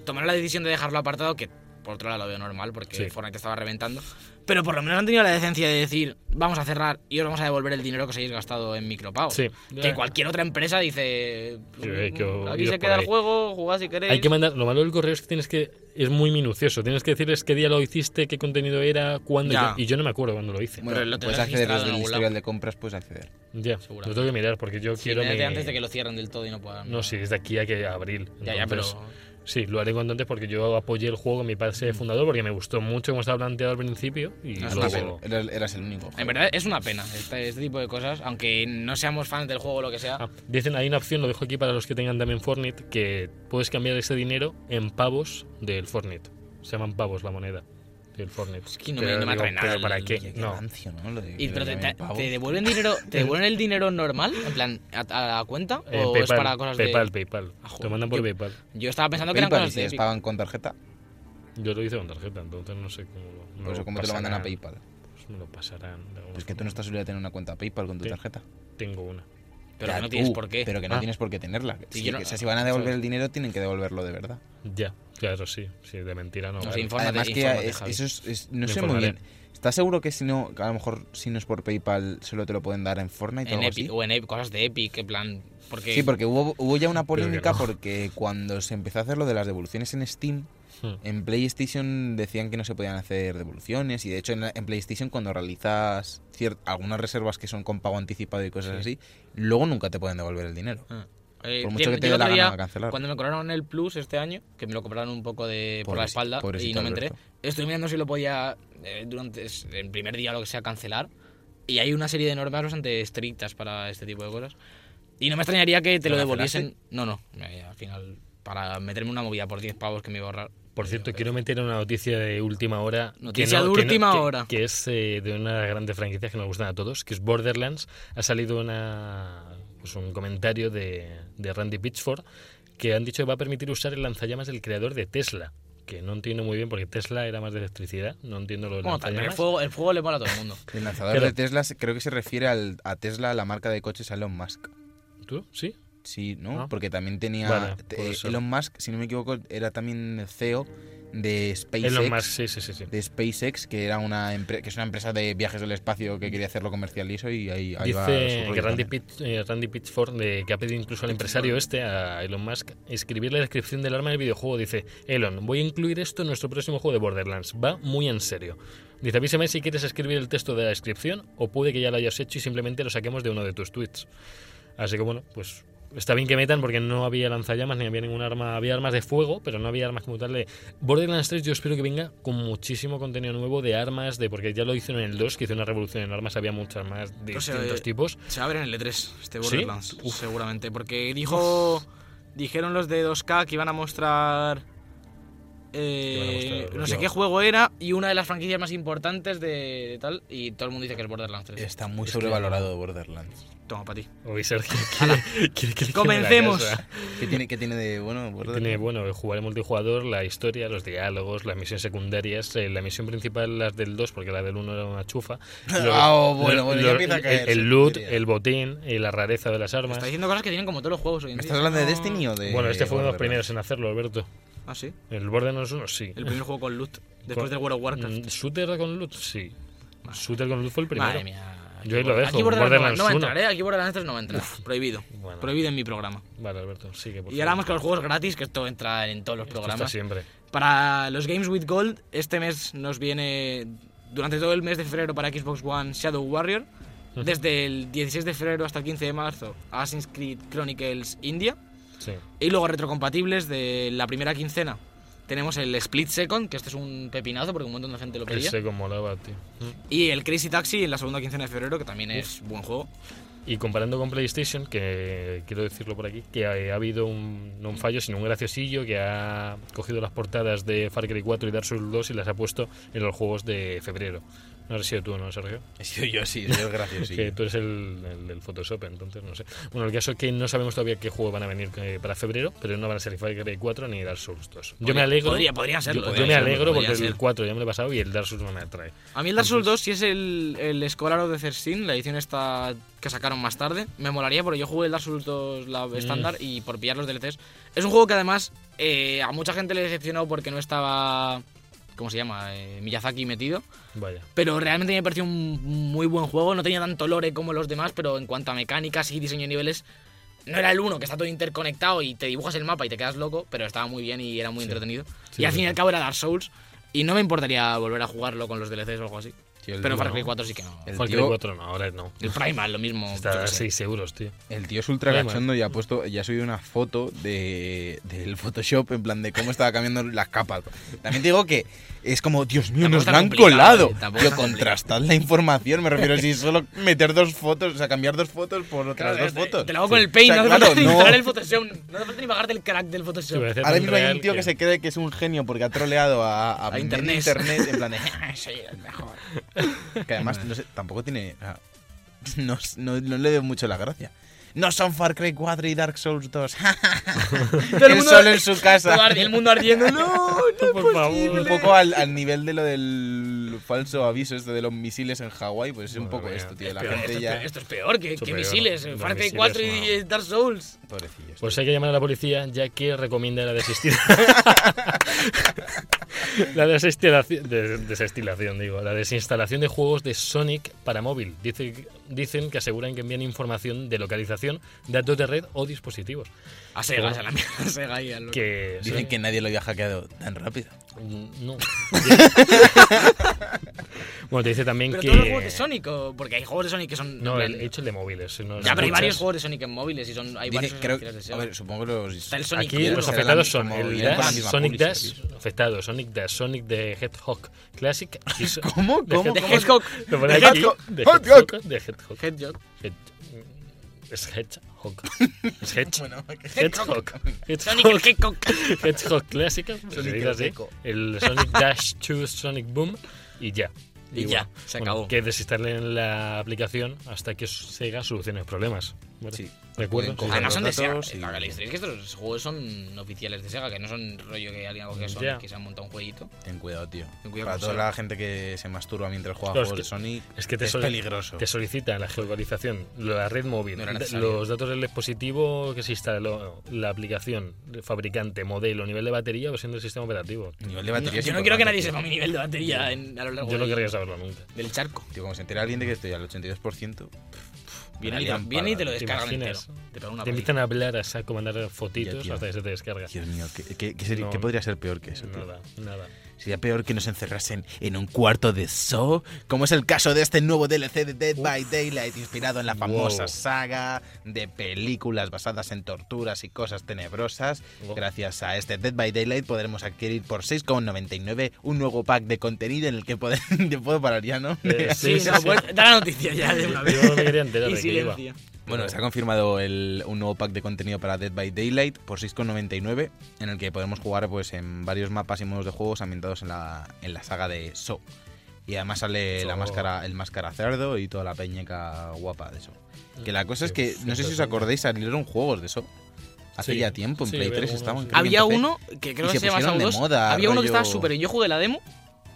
Speaker 2: tomaron la decisión de dejarlo apartado, que por otro lado lo veo normal, porque
Speaker 1: Sí.
Speaker 2: Fortnite estaba reventando. Pero por lo menos han tenido la decencia de decir, vamos a cerrar y os vamos a devolver el dinero que os hayáis gastado en micropagos.
Speaker 1: Sí.
Speaker 2: Que cualquier otra empresa dice, "Mm,
Speaker 1: Sí, hay que
Speaker 2: aquí
Speaker 1: ir
Speaker 2: se
Speaker 1: por
Speaker 2: queda el
Speaker 1: ahí".
Speaker 2: juego, jugad si queréis.
Speaker 1: Hay que mandar, lo malo del correo es que tienes que es muy minucioso, tienes que decirles qué día lo hiciste, qué contenido era, cuándo y
Speaker 2: Ya.
Speaker 1: yo- y yo no me acuerdo cuándo lo hice.
Speaker 3: Bueno,
Speaker 2: pero lo
Speaker 3: puedes
Speaker 2: tendrás
Speaker 3: acceder
Speaker 2: registrado en
Speaker 3: desde el
Speaker 2: algún
Speaker 3: historial
Speaker 2: lado.
Speaker 3: de compras, puedes acceder.
Speaker 1: ya,
Speaker 2: seguramente.
Speaker 1: lo tengo que mirar porque yo
Speaker 2: Sí,
Speaker 1: quiero
Speaker 2: métete
Speaker 1: mi-
Speaker 2: antes de que lo cierren del todo y no puedan.
Speaker 1: No, sí, es de aquí a que a abril.
Speaker 2: Ya, ya, pero.
Speaker 1: Entonces, Sí, lo haré cuanto antes porque yo apoyé el juego con mi padre
Speaker 2: Mm.
Speaker 1: fundador porque me gustó mucho como estaba planteado al principio y
Speaker 3: No, es una
Speaker 1: luego...
Speaker 3: pena, eras- Eras el único.
Speaker 2: En verdad es una pena este, este tipo de cosas, aunque no seamos fans del juego o lo que sea.
Speaker 1: Ah, dicen, hay una opción, lo dejo aquí para los que tengan también Fortnite, que puedes cambiar ese dinero en pavos del Fortnite. Se llaman pavos la moneda del Fortnite.
Speaker 2: que no me- no me atrae nada
Speaker 1: ¿Pero para
Speaker 2: el-
Speaker 1: qué?
Speaker 3: Oye, qué
Speaker 1: No.
Speaker 3: rancio, ¿no? Lo de-
Speaker 2: Y,
Speaker 3: lo
Speaker 2: pero
Speaker 3: de
Speaker 2: te,
Speaker 3: mi
Speaker 2: te-
Speaker 3: pavo.
Speaker 2: te
Speaker 1: *laughs*
Speaker 2: devuelven dinero, ¿te devuelven el dinero normal? En plan, a, a la cuenta,
Speaker 1: Eh,
Speaker 2: o es
Speaker 1: PayPal,
Speaker 2: para cosas
Speaker 1: PayPal,
Speaker 2: de.
Speaker 1: PayPal.
Speaker 2: Ah, joder,
Speaker 1: Te mandan por
Speaker 2: yo-
Speaker 1: PayPal.
Speaker 2: Yo estaba pensando que
Speaker 3: PayPal,
Speaker 2: eran
Speaker 3: y
Speaker 2: cosas
Speaker 3: si
Speaker 2: de.
Speaker 3: les
Speaker 2: Epic.
Speaker 3: pagan con tarjeta,
Speaker 1: Yo lo hice con tarjeta, entonces no sé cómo lo.
Speaker 3: por eso como Pues te lo mandan a PayPal.
Speaker 1: Pues me lo pasarán. de alguna
Speaker 3: Pues que tú
Speaker 1: forma.
Speaker 3: no estás obligado a tener una cuenta PayPal con tu
Speaker 1: Sí.
Speaker 3: tarjeta.
Speaker 1: Tengo una.
Speaker 2: Pero
Speaker 3: Ya
Speaker 2: que no
Speaker 3: tú,
Speaker 2: tienes por qué.
Speaker 3: Pero que no
Speaker 1: Ah.
Speaker 3: tienes por qué tenerla.
Speaker 2: Sí,
Speaker 3: Sí,
Speaker 2: yo no-
Speaker 3: o sea, si van a devolver
Speaker 1: ¿sabes?
Speaker 3: el dinero, tienen que devolverlo de verdad.
Speaker 1: Ya, claro, sí. Sí, de mentira no.
Speaker 2: No sé,
Speaker 1: vale.
Speaker 2: infórmate,
Speaker 3: Además que
Speaker 2: infórmate,
Speaker 3: es-
Speaker 2: Javi.
Speaker 3: eso es, es- no
Speaker 1: Me
Speaker 3: sé muy
Speaker 1: informaré.
Speaker 3: bien. ¿Estás seguro que si no, que a lo mejor si no es por PayPal, solo te lo pueden dar en Fortnite o
Speaker 2: En
Speaker 3: algo
Speaker 2: Epic,
Speaker 3: así?
Speaker 2: o en Epic, cosas de Epic, en plan. Porque.
Speaker 3: Sí, porque hubo, hubo ya una
Speaker 1: Creo que
Speaker 3: polémica
Speaker 1: no.
Speaker 3: porque cuando se empezó a hacer lo de las devoluciones en Steam,
Speaker 1: Hmm.
Speaker 3: en PlayStation decían que no se podían hacer devoluciones y de hecho en, la- en PlayStation cuando realizas cier- algunas reservas que son con pago anticipado y cosas así, luego nunca te pueden devolver el dinero.
Speaker 2: Ah. Eh, tío,
Speaker 3: Por mucho que te
Speaker 2: yo
Speaker 3: dé
Speaker 2: el
Speaker 3: la
Speaker 2: otro
Speaker 3: gana
Speaker 2: día,
Speaker 3: de cancelar.
Speaker 2: Cuando me cobraron el Plus este año, que me lo cobraron un poco de por la
Speaker 3: Pobrecito-
Speaker 2: espalda y
Speaker 3: pobrecito
Speaker 2: no me enteré,
Speaker 3: Alberto.
Speaker 2: estoy mirando si lo podía eh, durante es- el primer día o lo que sea cancelar. Y hay una serie de normas bastante estrictas para este tipo de cosas. Y no me extrañaría que te
Speaker 3: ¿Lo
Speaker 2: lo
Speaker 3: cancelaste?
Speaker 2: devolviesen. No, no. eh, Al final, para meterme una movida por 10 pavos que me iba a ahorrar.
Speaker 1: Por cierto, quiero meter una noticia de última hora. que
Speaker 2: pues. Noticia de
Speaker 1: que
Speaker 2: última
Speaker 1: que-
Speaker 2: hora.
Speaker 1: Que es eh, de una de las grandes franquicias que nos gustan a todos, que es Borderlands. Ha salido una es un comentario de, de Randy Pitchford, que han dicho que va a permitir usar el lanzallamas del creador de Tesla. Que no entiendo muy bien porque Tesla era más de electricidad. No entiendo lo
Speaker 3: Pues
Speaker 1: del
Speaker 2: Bueno, también el
Speaker 1: lanzallamas.
Speaker 2: fuego, el fuego le mola a todo el mundo.
Speaker 3: El lanzador
Speaker 1: Claro.
Speaker 3: de Tesla se- creo que se refiere al- a Tesla, la marca de coches Elon Musk.
Speaker 1: ¿Tú? ¿Sí?
Speaker 3: Sí, ¿no?
Speaker 1: Ah.
Speaker 3: Porque también tenía...
Speaker 1: Vale,
Speaker 3: te-
Speaker 1: puede ser.
Speaker 3: Elon Musk, si no me equivoco, era también CEO de SpaceX.
Speaker 1: Elon Musk, sí, sí, sí. sí.
Speaker 3: De SpaceX, que, era una empre- que es una empresa de viajes del espacio que quería hacerlo comercial y eso, y ahí, ahí va su
Speaker 1: Dice
Speaker 3: rollo
Speaker 1: que Randy,
Speaker 3: también.
Speaker 1: Pitch- eh, Randy Pitchford, de- que ha pedido incluso al empresario este, a Elon Musk, escribir la descripción del arma del videojuego. Dice, Elon, voy a incluir esto en nuestro próximo juego de Borderlands. Va muy en serio. Dice, avísame si quieres escribir el texto de la descripción o puede que ya lo hayas hecho y simplemente lo saquemos de uno de tus tweets. Así que bueno, pues está bien que metan porque no había lanzallamas ni había ningún arma. Había armas de fuego, pero no había armas como tal de. Borderlands 3 yo espero que venga con muchísimo contenido nuevo de armas, de porque ya lo hicieron en el 2, que hizo una revolución en armas, había muchas más de
Speaker 2: O sea,
Speaker 1: distintos
Speaker 2: eh,
Speaker 1: tipos.
Speaker 2: Se va a ver en el E3, este
Speaker 1: ¿Sí?
Speaker 2: Borderlands, seguramente. Porque dijo. Dijeron los de 2K que iban a mostrar. eh,
Speaker 1: Que iban a mostrar,
Speaker 2: no sé
Speaker 1: no.
Speaker 2: qué juego era y una de las franquicias más importantes de, de tal. Y todo el mundo dice que es Borderlands 3.
Speaker 3: Está
Speaker 1: Es
Speaker 3: muy
Speaker 1: que-
Speaker 3: sobrevalorado Borderlands.
Speaker 2: Toma, para ti.
Speaker 1: Oye,
Speaker 3: *laughs*
Speaker 1: Sergio, quiere, quiere que le queme la
Speaker 2: Comencemos.
Speaker 1: casa.
Speaker 3: ¿Qué tiene, qué tiene de bueno Borderlands?
Speaker 1: Tiene, bueno, jugar el multijugador, la historia, los diálogos, las misiones secundarias, eh, la misión principal, las del 2, porque la del 1 era una
Speaker 3: *laughs*
Speaker 1: chufa.
Speaker 3: Ah, oh, bueno, bueno, ya empieza a
Speaker 1: el-
Speaker 3: caer,
Speaker 1: El,
Speaker 3: sí,
Speaker 1: loot,
Speaker 3: diría.
Speaker 1: el botín, eh, la rareza de las armas.
Speaker 2: Está diciendo cosas que tienen como todos los juegos hoy en
Speaker 3: ¿Me
Speaker 2: día.
Speaker 3: estás hablando de
Speaker 2: No.
Speaker 3: Destiny o de.?
Speaker 1: Bueno, este fue uno de los
Speaker 3: Borderlands?
Speaker 1: primeros en hacerlo, Alberto.
Speaker 2: Ah, sí.
Speaker 1: El Borderlands 1, sí.
Speaker 2: El primer juego con loot. Después
Speaker 1: Con-
Speaker 2: del World of Warcraft.
Speaker 1: Mm, ¿Shooter con loot? Sí. Shooter con loot fue el Mm, primero.
Speaker 2: Madre mía.
Speaker 1: Yo ahí lo dejo,
Speaker 2: Aquí Borderlands,
Speaker 1: Borderlands
Speaker 2: no va a
Speaker 1: 1.
Speaker 2: entrar, ¿eh? Aquí Borderlands 3 no va a entrar. Prohibido.
Speaker 1: Bueno.
Speaker 2: Prohibido en mi programa.
Speaker 1: Vale, Alberto, sigue. Por
Speaker 2: Y ahora
Speaker 1: favor.
Speaker 2: vamos con los juegos gratis, que esto entra en todos los
Speaker 1: Esto está
Speaker 2: programas.
Speaker 1: siempre.
Speaker 2: Para los Games with Gold, este mes nos viene, durante todo el mes de febrero para Xbox One, Shadow Warrior. Desde el 16 de febrero hasta el 15 de marzo, Assassin's Creed Chronicles India.
Speaker 1: Sí.
Speaker 2: Y luego retrocompatibles de la primera quincena. Tenemos el Split Second, que este es un pepinazo porque un montón de gente lo pedía.
Speaker 1: Ese como molaba, tío. Mm.
Speaker 2: Y el Crazy Taxi en la segunda quincena de febrero, que también es buen juego.
Speaker 1: Y comparando con PlayStation, que quiero decirlo por aquí, que ha, ha habido un, no un fallo, sino un graciosillo que ha cogido las portadas de Far Cry 4 y Dark Souls 2 y las ha puesto en los juegos de febrero. No has sido tú, ¿no, Sergio?
Speaker 3: He sido *laughs* yo, sí, yo
Speaker 1: *laughs*
Speaker 3: gracioso.
Speaker 1: Que tú eres el, el del Photoshop, entonces no sé. Bueno, el caso es que no sabemos todavía qué juegos van a venir eh, para febrero, pero no van a ser Far Cry 4 ni Dark Souls 2. Yo me
Speaker 2: Podría-
Speaker 1: alegro.
Speaker 2: podría- podría serlo,
Speaker 1: Yo,
Speaker 2: podría
Speaker 1: yo me
Speaker 2: serlo,
Speaker 1: alegro
Speaker 2: podría
Speaker 1: porque
Speaker 2: ser.
Speaker 1: el 4 ya me lo he pasado y el Dark Souls no me atrae.
Speaker 2: A mí el Dark Souls 2, si es el, el Scholar of the Thirteen, la edición esta que sacaron más tarde, me molaría porque yo jugué el Dark Souls 2 la
Speaker 1: Mm.
Speaker 2: estándar y por pillar los DLCs. Es un juego que además eh, a mucha gente le decepcionó porque no estaba, ¿cómo se llama? Eh, Miyazaki metido.
Speaker 1: Vaya.
Speaker 2: Pero realmente me pareció un muy buen juego, no tenía tanto lore como los demás, pero en cuanto a mecánicas y diseño de niveles, no era el uno, que está todo interconectado y te dibujas el mapa y te quedas loco, pero estaba muy bien y era muy entretenido.
Speaker 1: Sí,
Speaker 2: y al fin y
Speaker 1: verdad.
Speaker 2: al cabo era Dark Souls. Y no me importaría volver a jugarlo con los DLCs o algo así.
Speaker 3: Tío, el
Speaker 2: Pero Far
Speaker 3: no.
Speaker 2: Cry 4 sí que no.
Speaker 3: El
Speaker 1: Far Cry
Speaker 3: tío-
Speaker 1: 4 no, ahora no.
Speaker 2: El Primal, lo mismo. yo
Speaker 1: Está
Speaker 2: qué
Speaker 1: a
Speaker 2: sé.
Speaker 1: 6 euros, tío.
Speaker 3: El tío es ultra
Speaker 1: Además.
Speaker 3: cachondo y ha puesto, ya ha subido una foto de, del Photoshop en plan de cómo estaba cambiando las capas. También te digo que es como, Dios mío,
Speaker 2: Tampoco
Speaker 3: nos
Speaker 2: está
Speaker 3: la han
Speaker 2: complicado,
Speaker 3: colado.
Speaker 2: eh, tampoco
Speaker 3: Yo
Speaker 2: está
Speaker 3: contrastad la información, me refiero si solo meter dos fotos, o sea, cambiar dos fotos por otras
Speaker 2: Claro,
Speaker 3: dos
Speaker 2: te-
Speaker 3: fotos.
Speaker 2: Te lo hago con el Paint,
Speaker 3: O sea,
Speaker 2: no *laughs* hace falta
Speaker 3: claro,
Speaker 2: ni
Speaker 3: no.
Speaker 2: instalar el Photoshop. No hace falta ni bajarte el crack del Photoshop. *laughs*
Speaker 1: Me parece
Speaker 3: Ahora
Speaker 1: tan
Speaker 3: mismo hay
Speaker 1: real
Speaker 3: un tío que se cree que es un genio porque ha troleado a, a medio
Speaker 2: internet.
Speaker 3: internet en plan de...
Speaker 2: *laughs* Soy el mejor.
Speaker 3: Que además, no sé, tampoco tiene. o sea, *laughs* no, no- no le veo mucho la gracia. No son Far Cry 4 y Dark Souls *laughs* 2.
Speaker 2: Todo
Speaker 3: Él solo en su casa.
Speaker 2: todo ardi- El mundo ardiendo. No, no.
Speaker 1: Por
Speaker 3: Un
Speaker 1: favor.
Speaker 3: poco al, al nivel de lo del falso aviso este de los misiles en Hawái, pues es un
Speaker 1: Madre
Speaker 3: poco
Speaker 1: mía.
Speaker 3: esto, tío. La
Speaker 2: Pero esto,
Speaker 3: gente
Speaker 2: es
Speaker 3: ya.
Speaker 2: peor- esto es peor que,
Speaker 1: Esto
Speaker 2: que
Speaker 1: peor.
Speaker 2: misiles.
Speaker 1: Los
Speaker 2: Far Cry
Speaker 1: misiles,
Speaker 2: 4 y
Speaker 1: no.
Speaker 2: eh, Dark Souls.
Speaker 3: Pobrecillos.
Speaker 1: Pues hay que llamar a la policía, ya que recomienda la desestil...
Speaker 3: *laughs*
Speaker 1: la desestilaci- de- desestilación, digo, la desinstalación de juegos de Sonic para móvil. Dice, dicen que aseguran que envían información de localización, datos de red o dispositivos.
Speaker 2: A Sega,
Speaker 1: Bueno.
Speaker 2: a la mierda. A Sega y al-
Speaker 1: Que
Speaker 3: Dicen que nadie lo había hackeado tan rápido.
Speaker 1: Mm,
Speaker 3: *laughs*
Speaker 1: no. bueno, te dice también
Speaker 2: Pero
Speaker 1: que
Speaker 2: todos los juegos de Sonic, o- porque hay juegos de Sonic que son.
Speaker 1: no,
Speaker 2: en
Speaker 1: el,
Speaker 2: plan-
Speaker 1: he hecho el de móviles. no
Speaker 2: ya,
Speaker 1: sé,
Speaker 2: pero hay
Speaker 1: muchas.
Speaker 2: varios juegos de Sonic en móviles y son. Hay
Speaker 3: Dicen-
Speaker 2: varios
Speaker 3: creo,
Speaker 2: que
Speaker 3: a ver, supongo que los.
Speaker 2: Está el Sonic
Speaker 1: Aquí
Speaker 2: Hero.
Speaker 1: los
Speaker 3: será
Speaker 1: afectados
Speaker 3: la
Speaker 1: son
Speaker 3: misma
Speaker 1: el
Speaker 3: movilidad
Speaker 1: Dash,
Speaker 3: con la misma
Speaker 1: Sonic Dash,
Speaker 3: publisher,
Speaker 1: afectado, Sonic Dash, Sonic de Hedgehog
Speaker 3: *laughs*
Speaker 1: Classic. y so-
Speaker 3: ¿Cómo?
Speaker 1: de
Speaker 3: ¿Cómo?
Speaker 1: Hed-
Speaker 2: De Hedgehog.
Speaker 3: ¿Cómo?
Speaker 1: Lo pone
Speaker 3: De
Speaker 1: aquí,
Speaker 3: Hedgehog.
Speaker 1: de
Speaker 3: Hedgehog.
Speaker 1: Hedgehog, de Hedgehog.
Speaker 2: Hedgehog.
Speaker 1: Hed- Es Hedgehog. Es Hedge-
Speaker 3: Bueno, ok.
Speaker 1: Hedgehog.
Speaker 2: Sonic el
Speaker 1: Hedgehog.
Speaker 2: Hedgehog.
Speaker 1: Hedgehog
Speaker 3: *laughs*
Speaker 1: clásico. se
Speaker 3: Sonic
Speaker 1: dice
Speaker 3: el
Speaker 1: así.
Speaker 3: Gecko.
Speaker 1: El Sonic Dash 2 Sonic Boom y ya.
Speaker 2: Y ya, se acabó.
Speaker 1: Que desinstalen la aplicación hasta que Sega solucione problemas. ¿verdad?
Speaker 3: Sí.
Speaker 1: ¿Recuerdas?
Speaker 3: Pueden coger
Speaker 1: Sí,
Speaker 2: Además
Speaker 3: los
Speaker 2: son de Sega.
Speaker 3: datos y-
Speaker 2: La realidad es que estos juegos son oficiales de Sega, que no son rollo que alguien ha cogido Sonic,
Speaker 1: Ya.
Speaker 2: que se ha montado un jueguito.
Speaker 3: Ten cuidado, tío.
Speaker 2: Ten cuidado
Speaker 3: Para
Speaker 2: con
Speaker 3: toda
Speaker 2: Sonic.
Speaker 3: la gente que se masturba mientras juega a
Speaker 1: Claro, es
Speaker 3: juegos de
Speaker 1: que-
Speaker 3: Sonic,
Speaker 1: es que te soli-
Speaker 3: peligroso.
Speaker 1: Te solicita la geolocalización, la red móvil,
Speaker 2: No era
Speaker 1: da-
Speaker 2: necesario.
Speaker 1: los datos del dispositivo que se instaló, la aplicación, el fabricante, modelo, nivel de batería, versión del sistema operativo.
Speaker 3: Nivel de
Speaker 2: No,
Speaker 3: batería es
Speaker 2: yo no quiero que nadie
Speaker 3: importante,
Speaker 2: sepa mi nivel de batería en- a lo largo
Speaker 1: Yo no
Speaker 2: del-
Speaker 1: querría saberlo nunca.
Speaker 2: del charco.
Speaker 3: Tío, como se entera alguien de que estoy al 82%,
Speaker 2: Viene, y
Speaker 3: Harían
Speaker 2: te, viene y
Speaker 3: parada.
Speaker 2: te lo
Speaker 3: ¿Te
Speaker 2: descargan entero.
Speaker 1: imaginas?
Speaker 2: Te pegan una
Speaker 1: Te
Speaker 2: paliza.
Speaker 1: invitan a hablar, a sa- comandar fotitos
Speaker 3: tío.
Speaker 1: hasta que se te descarga.
Speaker 3: Dios mío, ¿qué, qué- qué sería-
Speaker 1: No,
Speaker 3: qué podría ser peor que eso? tío?
Speaker 1: Nada, nada.
Speaker 3: Sería peor que nos encerrasen en un cuarto de zoo, como es el caso de este nuevo DLC de Dead by Daylight, inspirado en la famosa
Speaker 1: Wow.
Speaker 3: saga de películas basadas en torturas y cosas tenebrosas.
Speaker 1: Wow.
Speaker 3: Gracias a este Dead by Daylight podremos adquirir por 6,99 un nuevo pack de contenido en el que poder... *laughs* Yo puedo parar ya, ¿no?
Speaker 1: Eh,
Speaker 2: Sí, *laughs* no, pues, da la noticia ya
Speaker 1: *laughs*
Speaker 2: de una vez.
Speaker 1: Yo no me quería enterar
Speaker 2: Y
Speaker 1: de que iba.
Speaker 2: silencio.
Speaker 3: Bueno, se ha confirmado el- un nuevo pack de contenido para Dead by Daylight por 6,99 en el que podemos jugar pues, en varios mapas y modos de juegos ambientados en la, en la saga de So. Y además sale la
Speaker 1: Saw.
Speaker 3: máscara, el máscara cerdo y toda la peñeca guapa de So. Que la cosa es
Speaker 1: Qué
Speaker 3: que, no sé si os
Speaker 1: fantasía.
Speaker 3: acordáis, salieron juegos de So. Hace
Speaker 1: Sí.
Speaker 3: ya tiempo, en
Speaker 1: Sí,
Speaker 3: Play
Speaker 1: veo
Speaker 3: 3
Speaker 1: uno,
Speaker 3: estaban.
Speaker 1: sí.
Speaker 3: creo que
Speaker 2: Había
Speaker 3: en PC.
Speaker 2: uno que creo
Speaker 3: Y
Speaker 2: que
Speaker 3: se
Speaker 2: se llama
Speaker 3: pusieron de
Speaker 2: Saw 2.
Speaker 3: moda,
Speaker 2: Había uno que estaba
Speaker 3: rollo-
Speaker 2: súper. bien. Yo jugué la demo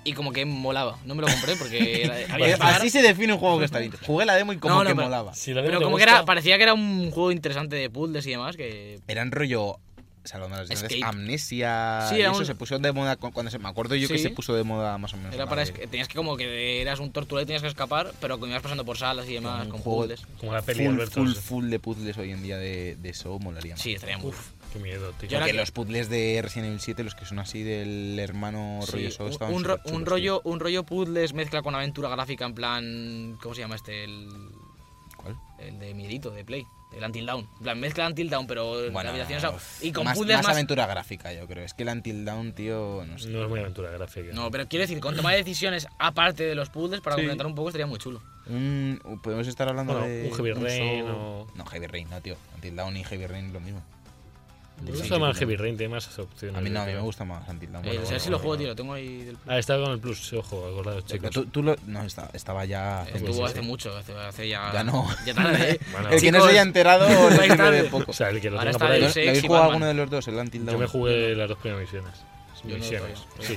Speaker 2: y como que molaba. No me lo compré
Speaker 1: *laughs*
Speaker 2: porque era- había que
Speaker 3: Pues
Speaker 2: pagar.
Speaker 3: así se define un juego que está bien. Jugué la demo y como
Speaker 2: No, no,
Speaker 3: que
Speaker 2: pero-
Speaker 3: molaba.
Speaker 1: Si la demo
Speaker 2: Pero
Speaker 1: te
Speaker 2: como que
Speaker 1: gusta,
Speaker 2: era, parecía que era un juego interesante de puzzles y demás. Que
Speaker 3: Eran rollo Salón de las Grandes,
Speaker 2: Escape.
Speaker 3: amnesia
Speaker 2: Sí,
Speaker 3: y
Speaker 2: era
Speaker 3: eso
Speaker 2: un-
Speaker 3: se puso de moda cu- cuando se me acuerdo yo que
Speaker 2: Sí.
Speaker 3: se puso de moda más o menos
Speaker 2: era
Speaker 3: la
Speaker 2: para.
Speaker 3: de-
Speaker 2: esca- Tenías que como que eras un torturador y tenías que escapar, pero como ibas pasando por salas y demás
Speaker 3: Un
Speaker 2: con
Speaker 3: juego-
Speaker 2: puzzles.
Speaker 1: Como la peli de
Speaker 3: full,
Speaker 1: Alberto.
Speaker 3: full,
Speaker 1: sí.
Speaker 3: full de puzzles hoy en día de, de eso molaría más.
Speaker 2: Sí, estaría muy.
Speaker 1: Uf, qué miedo, tío.
Speaker 2: Yo ahora
Speaker 3: Porque
Speaker 2: que-
Speaker 3: los puzzles de Resident Evil 7, los que son así del hermano
Speaker 2: Sí,
Speaker 3: rollo Saw,
Speaker 2: un-
Speaker 3: estaban
Speaker 2: un, ro-
Speaker 3: superchulos,
Speaker 2: un
Speaker 3: tío.
Speaker 2: rollo un rollo puzzles mezcla con aventura gráfica en plan cómo se llama este el,
Speaker 3: ¿Cuál?
Speaker 2: el de miedito de play el Until Down en plan mezcla Until Down pero en
Speaker 3: Bueno,
Speaker 2: habitaciones a- y con
Speaker 3: más,
Speaker 2: puzzles
Speaker 3: más
Speaker 2: más,
Speaker 3: aventura gráfica, yo creo. Es que el Until Down, tío, no sé.
Speaker 1: No es muy aventura gráfica.
Speaker 2: no pero quiero decir con toma de decisiones aparte de los puzzles para complementar un poco estaría muy chulo
Speaker 3: Un- podemos estar hablando
Speaker 1: Bueno,
Speaker 3: de
Speaker 1: un Heavy Rain
Speaker 3: Saw-
Speaker 1: o-
Speaker 3: No, Heavy Rain, no, tío. Until Down y Heavy Rain lo mismo.
Speaker 1: Me gusta más Heavy Rain, tiene más opciones.
Speaker 3: A mí no,
Speaker 1: yo
Speaker 3: a mí me
Speaker 1: creo.
Speaker 3: gusta más Until Dawn.
Speaker 2: Eh,
Speaker 3: pero
Speaker 2: o sea,
Speaker 3: bueno,
Speaker 2: si lo
Speaker 3: bueno,
Speaker 2: juego
Speaker 3: bueno.
Speaker 2: tío lo tengo ahí del
Speaker 1: Ah, estaba con el plus, ojo, acordados,
Speaker 3: Pero
Speaker 1: chicos.
Speaker 3: tú, tú lo... No, estaba, estaba ya... hace
Speaker 2: estuvo
Speaker 3: meses,
Speaker 2: hace
Speaker 3: ¿eh?
Speaker 2: mucho hace, hace ya
Speaker 3: Ya no.
Speaker 2: *laughs* ya tarde ¿eh?
Speaker 1: Bueno,
Speaker 3: *laughs* El que no se
Speaker 2: Chicos, *laughs*
Speaker 3: haya enterado o le
Speaker 2: vais
Speaker 3: sirve de
Speaker 2: tarde.
Speaker 3: poco.
Speaker 1: O sea, el que lo
Speaker 2: Ahora
Speaker 1: tenga
Speaker 2: está
Speaker 1: por
Speaker 2: el
Speaker 1: ahí.
Speaker 3: ¿No-
Speaker 2: Sex
Speaker 3: ¿Le habéis
Speaker 2: y
Speaker 3: jugado
Speaker 2: Batman.
Speaker 3: alguno de los dos, el Until Dawn?
Speaker 1: Yo me jugué las dos primeras misiones.
Speaker 2: Yo no
Speaker 1: Misiones,
Speaker 2: lo
Speaker 1: sí.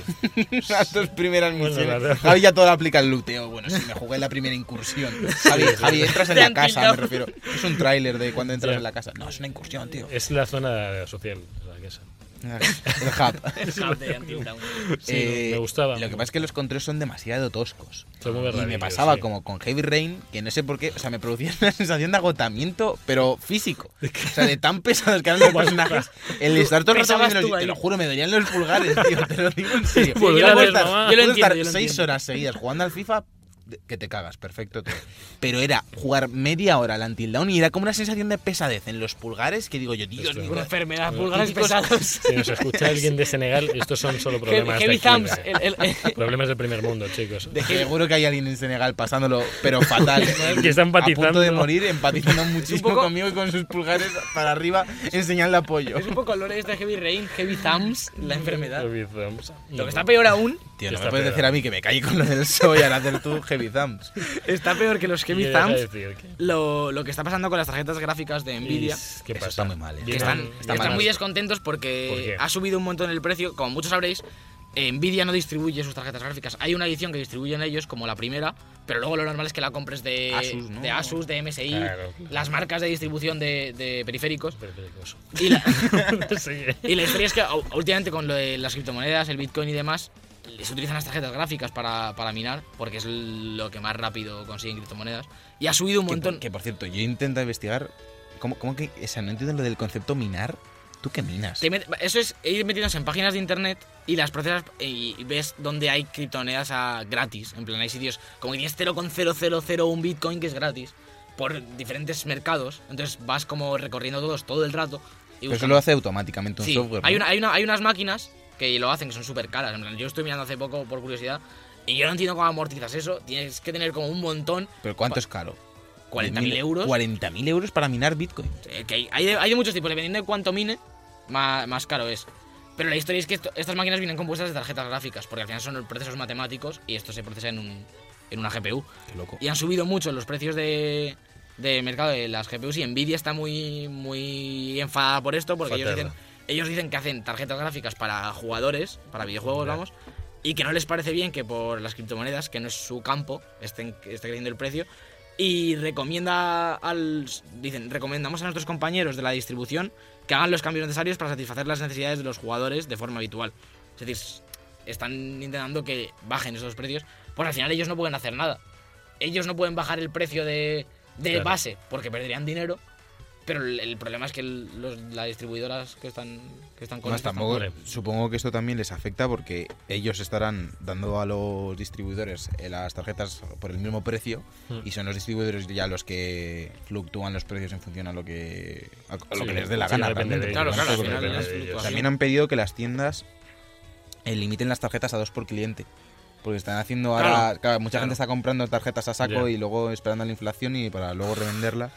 Speaker 3: *laughs* Las dos primeras
Speaker 1: Bueno,
Speaker 3: misiones.
Speaker 1: la-
Speaker 3: Javi ya todo lo aplica el luteo. Bueno, sí, me jugué la primera incursión. Javi, Javi, entras en la
Speaker 2: Te han
Speaker 3: casa, me
Speaker 2: pillado.
Speaker 3: refiero. Es un tráiler de cuando entras
Speaker 1: Ya. Eh.
Speaker 3: en la casa. No, es una incursión, tío.
Speaker 1: Es la zona social, la que esa.
Speaker 3: El
Speaker 1: *laughs*
Speaker 3: hub.
Speaker 2: Hub de Until Dawn.
Speaker 1: Sí,
Speaker 3: Eh,
Speaker 1: me gustaba.
Speaker 3: Lo que pasa es que los controles son demasiado toscos.
Speaker 1: Son muy
Speaker 3: Y me
Speaker 1: berraquillos,
Speaker 3: pasaba
Speaker 1: sí.
Speaker 3: como con Heavy Rain, que no sé por qué, o sea, me producía *laughs* una sensación de agotamiento, pero físico. O sea, de tan pesados que eran los personajes. El estar todo el rato
Speaker 2: pesabas
Speaker 3: viendo los-
Speaker 2: tú ahí.
Speaker 3: Te lo juro, me dolían los pulgares, tío, te lo digo en serio.
Speaker 1: Pulgares,
Speaker 3: yo puedo estar,
Speaker 1: mamá.
Speaker 3: yo puedo
Speaker 2: Yo lo
Speaker 3: estar
Speaker 2: entiendo, yo lo
Speaker 3: seis
Speaker 2: entiendo.
Speaker 3: horas seguidas jugando al FIFA de- que te cagas, perfecto todo. Pero era jugar media hora al Until Dawn y era como una sensación de pesadez en los pulgares que digo yo, Dios
Speaker 1: Esto-
Speaker 3: mío,
Speaker 2: una enfermedad
Speaker 1: Bueno,
Speaker 2: pulgares
Speaker 3: típicos-
Speaker 1: *laughs*
Speaker 2: pesados
Speaker 1: Si nos
Speaker 2: *laughs*
Speaker 1: escucha alguien de Senegal, estos son solo problemas de
Speaker 2: Heavy
Speaker 1: aquí,
Speaker 2: thumbs
Speaker 1: ¿eh?
Speaker 2: el- el-
Speaker 1: *laughs* Problemas del primer mundo, chicos.
Speaker 2: *laughs*
Speaker 3: Seguro que hay alguien en Senegal pasándolo, pero fatal.
Speaker 1: Que está
Speaker 3: A punto de
Speaker 1: empatizando.
Speaker 2: *laughs*
Speaker 3: morir, empatizando
Speaker 2: un
Speaker 3: muchísimo
Speaker 2: poco-
Speaker 3: conmigo y con sus pulgares para arriba en señal de apoyo.
Speaker 2: Es un poco el lore de este Heavy Rain, Heavy Thumbs,
Speaker 1: *laughs*
Speaker 2: la enfermedad.
Speaker 1: Heavy thumbs. Mm.
Speaker 2: Lo que está peor aún,
Speaker 3: Tío, no
Speaker 1: Está
Speaker 3: me puedes
Speaker 1: peor.
Speaker 3: decir a mí que me caí con lo del show y ahora hacer tú heavy thumbs.
Speaker 2: está peor que los
Speaker 1: Yo
Speaker 2: Heavy
Speaker 1: iba a
Speaker 2: Thumbs,
Speaker 1: decir que-
Speaker 2: lo, lo que está pasando con las tarjetas gráficas de Nvidia.
Speaker 1: Is- ¿Qué
Speaker 3: Eso
Speaker 1: pasa?
Speaker 3: está muy mal, ¿eh?
Speaker 2: Que
Speaker 1: Vienen-
Speaker 2: están,
Speaker 1: vienen
Speaker 2: están
Speaker 1: mal.
Speaker 2: muy descontentos
Speaker 1: ¿Por
Speaker 2: porque
Speaker 1: qué?
Speaker 2: ha subido un montón el precio. Como muchos sabréis, eh, Nvidia no distribuye sus tarjetas gráficas. Hay una edición que distribuyen ellos, como la primera, pero luego lo normal es que la compres de
Speaker 3: Asus, ¿no?
Speaker 2: de, Asus, de MSI,
Speaker 1: Claro.
Speaker 2: las marcas de distribución de, de periféricos.
Speaker 1: Pero, pero,
Speaker 2: *laughs*
Speaker 1: ¿qué pasó?
Speaker 2: Y
Speaker 1: *laughs*
Speaker 2: la,
Speaker 1: Sigue.
Speaker 2: Y la historia es que au- últimamente con lo de las criptomonedas, el Bitcoin y demás, les utilizan las tarjetas gráficas para, para minar, porque es lo que más rápido consiguen criptomonedas. Y ha subido un
Speaker 3: Que,
Speaker 2: montón.
Speaker 3: por- que, por cierto, yo intento investigar. ¿Cómo, cómo que.? O sea, no entiendo lo del concepto minar. ¿Tú qué minas?
Speaker 2: Te met- eso es ir metiéndose en páginas de internet y las procesas y y ves donde hay criptomonedas a- gratis. En plan, hay sitios como que tienes 0,0001 Bitcoin que es gratis por diferentes mercados. Entonces vas como recorriendo todos todo el rato. Y
Speaker 3: Pero eso
Speaker 2: buscando.
Speaker 3: lo hace automáticamente un
Speaker 2: Sí,
Speaker 3: software.
Speaker 2: hay,
Speaker 3: ¿no?
Speaker 2: una, hay, una- hay unas máquinas que lo hacen, que son súper caras. En plan, yo estuve mirando hace poco por curiosidad y yo no entiendo cómo amortizas eso. Tienes que tener como un montón,
Speaker 3: Pero ¿cuánto es caro?
Speaker 2: 40.000
Speaker 3: 10.000
Speaker 2: euros.
Speaker 3: 40.000 euros para minar Bitcoin.
Speaker 2: eh, que hay, hay de, hay de muchos tipos, dependiendo de cuánto mine, más, más caro es. Pero la historia es que esto- estas máquinas vienen compuestas de tarjetas gráficas, porque al final son procesos matemáticos y esto se procesa en, un, en una GPU.
Speaker 3: Qué loco.
Speaker 2: Y han subido mucho los precios de, de mercado de las GPUs y Nvidia está muy, muy enfadada por esto porque ellos
Speaker 1: Fatal.
Speaker 2: dicen, ellos dicen que hacen tarjetas gráficas para jugadores, para videojuegos,
Speaker 1: Ya.
Speaker 2: vamos, y que no les parece bien que por las criptomonedas, que no es su campo, estén, esté creciendo el precio. Y recomienda al. Dicen, recomendamos a nuestros compañeros de la distribución que hagan los cambios necesarios para satisfacer las necesidades de los jugadores de forma habitual. Es decir, s- están intentando que bajen esos precios, pues al final ellos no pueden hacer nada. Ellos no pueden bajar el precio de, de
Speaker 1: Claro.
Speaker 2: base porque perderían dinero. Pero el, el problema es que el- los- las distribuidoras que están, que están con
Speaker 3: Más
Speaker 2: esto están-
Speaker 3: tampoco,
Speaker 1: Hombre.
Speaker 3: supongo que esto también les afecta porque ellos estarán dando a los distribuidores eh, las tarjetas por el mismo precio
Speaker 1: Mm.
Speaker 3: y son los distribuidores ya los que fluctúan los precios en función a lo que, a lo
Speaker 1: Sí,
Speaker 3: que les dé la
Speaker 1: sí,
Speaker 3: gana.
Speaker 1: depende
Speaker 3: realmente,
Speaker 1: de
Speaker 2: Claro,
Speaker 3: porque
Speaker 1: ellos,
Speaker 2: claro,
Speaker 1: depende
Speaker 2: al
Speaker 3: tampoco-
Speaker 2: final
Speaker 1: de
Speaker 2: las
Speaker 1: ellos.
Speaker 2: fluctuaciones-
Speaker 3: También han pedido que las tiendas eh, limiten las tarjetas a dos por cliente. Porque están haciendo ahora.
Speaker 2: Claro,
Speaker 3: claro, mucha
Speaker 2: claro.
Speaker 3: gente está comprando tarjetas a saco
Speaker 1: Ya.
Speaker 3: y luego esperando la inflación y para luego
Speaker 1: *laughs*
Speaker 3: revenderla.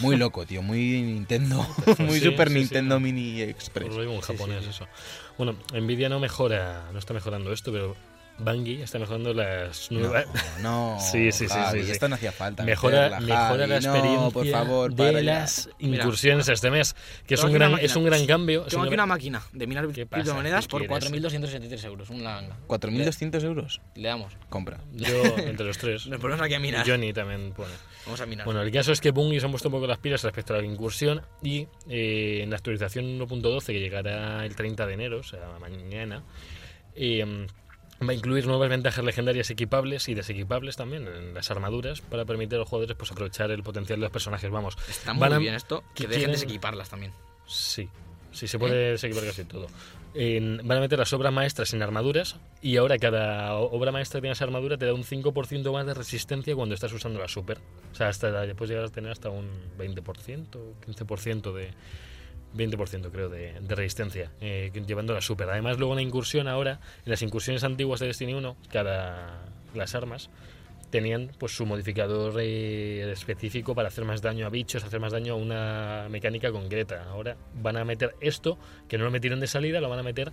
Speaker 3: Muy loco, tío. Muy Nintendo. muy
Speaker 1: Pues Sí,
Speaker 3: Super
Speaker 1: sí, sí,
Speaker 3: Nintendo
Speaker 1: no. Pues
Speaker 3: Mini
Speaker 1: Por
Speaker 3: Express.
Speaker 1: lo mismo, un
Speaker 2: Sí, sí,
Speaker 1: japonés,
Speaker 2: sí.
Speaker 1: eso. Bueno, Nvidia no mejora, no está mejorando esto, pero Bungie está mejorando las nuevas.
Speaker 3: No,
Speaker 1: *laughs*
Speaker 3: no,
Speaker 1: Sí, sí, sí,
Speaker 3: Javi,
Speaker 1: sí, sí.
Speaker 3: Esto no hacía falta.
Speaker 1: Mejora,
Speaker 3: meterla,
Speaker 1: mejora
Speaker 3: Javi,
Speaker 1: la experiencia
Speaker 3: No, por favor, para
Speaker 1: de
Speaker 3: ya.
Speaker 1: las incursiones este mes, que es un,
Speaker 2: tengo aquí una
Speaker 1: gran,
Speaker 2: máquina.
Speaker 1: es un gran cambio. es
Speaker 2: Tengo
Speaker 1: un
Speaker 2: aquí
Speaker 1: gran-
Speaker 2: una máquina de minar
Speaker 1: ¿Qué pasa?
Speaker 2: criptomonedas
Speaker 1: ¿Qué
Speaker 2: por
Speaker 1: quieres?
Speaker 2: 4.273 euros. Un langa.
Speaker 3: 4.200 euros.
Speaker 2: Le damos.
Speaker 3: Compra.
Speaker 1: Yo, entre los
Speaker 2: *laughs*
Speaker 1: tres.
Speaker 2: Nos ponemos aquí a minar.
Speaker 1: Y Johnny también pone.
Speaker 2: Vamos a minar.
Speaker 1: Bueno, el caso es que Bungie se han puesto un poco las pilas respecto a la incursión y eh, en la actualización 1.12 que llegará el 30 de enero, o sea, mañana, eh, va a incluir nuevas ventajas legendarias equipables y desequipables también en las armaduras para permitir a los jugadores pues, aprovechar el potencial de los personajes. Vamos,
Speaker 2: Está muy
Speaker 1: van a-
Speaker 2: bien esto. Que
Speaker 1: que
Speaker 2: dejen
Speaker 1: quieren-
Speaker 2: desequiparlas también.
Speaker 1: Sí, sí, se puede desequipar casi todo. En- van a meter las obras maestras en armaduras y ahora cada o- obra maestra que tienes armadura te da un 5% más de resistencia cuando estás usando la super. O sea, hasta después llegar a tener hasta un 20%, 15% de... 20% creo de, de resistencia eh, que- llevando la super. Además luego en la incursión ahora, en las incursiones antiguas de Destiny 1, cada las armas tenían pues su modificador eh, específico para hacer más daño a bichos, hacer más daño a una mecánica concreta. Ahora van a meter esto, que no lo metieron de salida, lo van a meter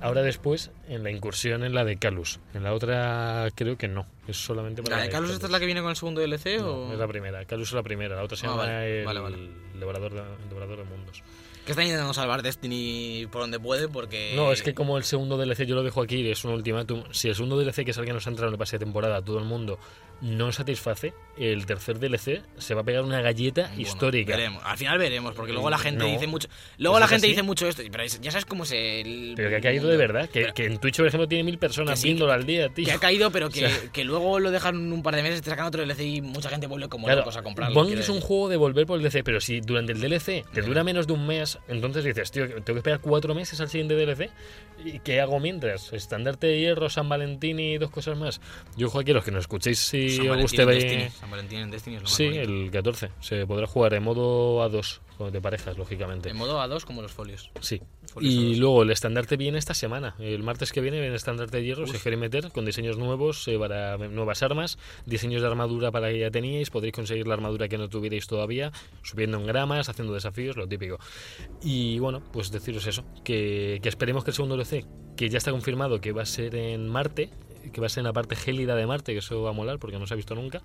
Speaker 1: ahora después en la incursión en la de Calus. En la otra creo que no, es solamente para
Speaker 2: ¿La de Carlos esta es la que viene con el segundo DLC
Speaker 1: No,
Speaker 2: o.?
Speaker 1: es la primera, Calus es la primera, la otra se
Speaker 2: Ah,
Speaker 1: llama
Speaker 2: vale,
Speaker 1: el,
Speaker 2: vale, vale.
Speaker 1: el Devorador de, el Devorador de Mundos.
Speaker 2: Que están intentando salvar Destiny por donde puede porque.
Speaker 1: No, es que como el segundo DLC, yo lo dejo aquí, es un ultimátum. Si el segundo DLC, que es el que nos ha entrado en el pase de temporada a todo el mundo, no satisface, el tercer DLC se va a pegar una galleta
Speaker 2: Bueno,
Speaker 1: histórica.
Speaker 2: veremos. Al final veremos, porque luego la gente
Speaker 1: No.
Speaker 2: dice mucho. Luego
Speaker 1: ¿Eso
Speaker 2: la
Speaker 1: es
Speaker 2: gente
Speaker 1: así?
Speaker 2: dice mucho esto. Pero es- ya sabes cómo es el.
Speaker 1: Pero que ha caído de verdad, que,
Speaker 2: Pero-
Speaker 1: que en Twitch, por ejemplo, tiene mil personas
Speaker 2: Que sí,
Speaker 1: viéndolo al día, tío.
Speaker 2: Que ha caído, pero
Speaker 1: *laughs*
Speaker 2: que,
Speaker 1: O sea-
Speaker 2: que luego lo dejan un par de meses, te sacan otro DLC y mucha gente vuelve como
Speaker 1: Claro,
Speaker 2: locos a comprarlo.
Speaker 1: Bond
Speaker 2: quiero
Speaker 1: es un
Speaker 2: decir.
Speaker 1: juego de volver por el DLC, pero si durante el DLC te dura menos de un mes, entonces dices, tío, tengo que esperar cuatro meses al siguiente DLC. ¿Y qué hago mientras? Estandarte de hierro, San Valentín y dos cosas más. Yo, Joaquín, los que nos escuchéis,
Speaker 2: San
Speaker 1: si os
Speaker 2: Valentín
Speaker 1: guste,
Speaker 2: en
Speaker 1: ve-
Speaker 2: Destiny, San Valentín en Destiny es lo más
Speaker 1: Sí,
Speaker 2: bonito.
Speaker 1: el 14. Se podrá jugar en modo A2, con- de parejas, lógicamente.
Speaker 2: En modo A2 como los folios.
Speaker 1: Sí.
Speaker 2: Folios
Speaker 1: Y
Speaker 2: A2.
Speaker 1: luego el estandarte viene esta semana. El martes que viene viene el estandarte de hierro, si os queréis meter, con diseños nuevos eh, para nuevas armas, diseños de armadura para que ya teníais, podréis conseguir la armadura que no tuvierais todavía, subiendo en gramas, haciendo desafíos, lo típico. Y bueno, pues deciros eso, que, que esperemos que el segundo DLC, que ya está confirmado que va a ser en Marte, que va a ser en la parte gélida de Marte, que eso va a molar porque no se ha visto nunca.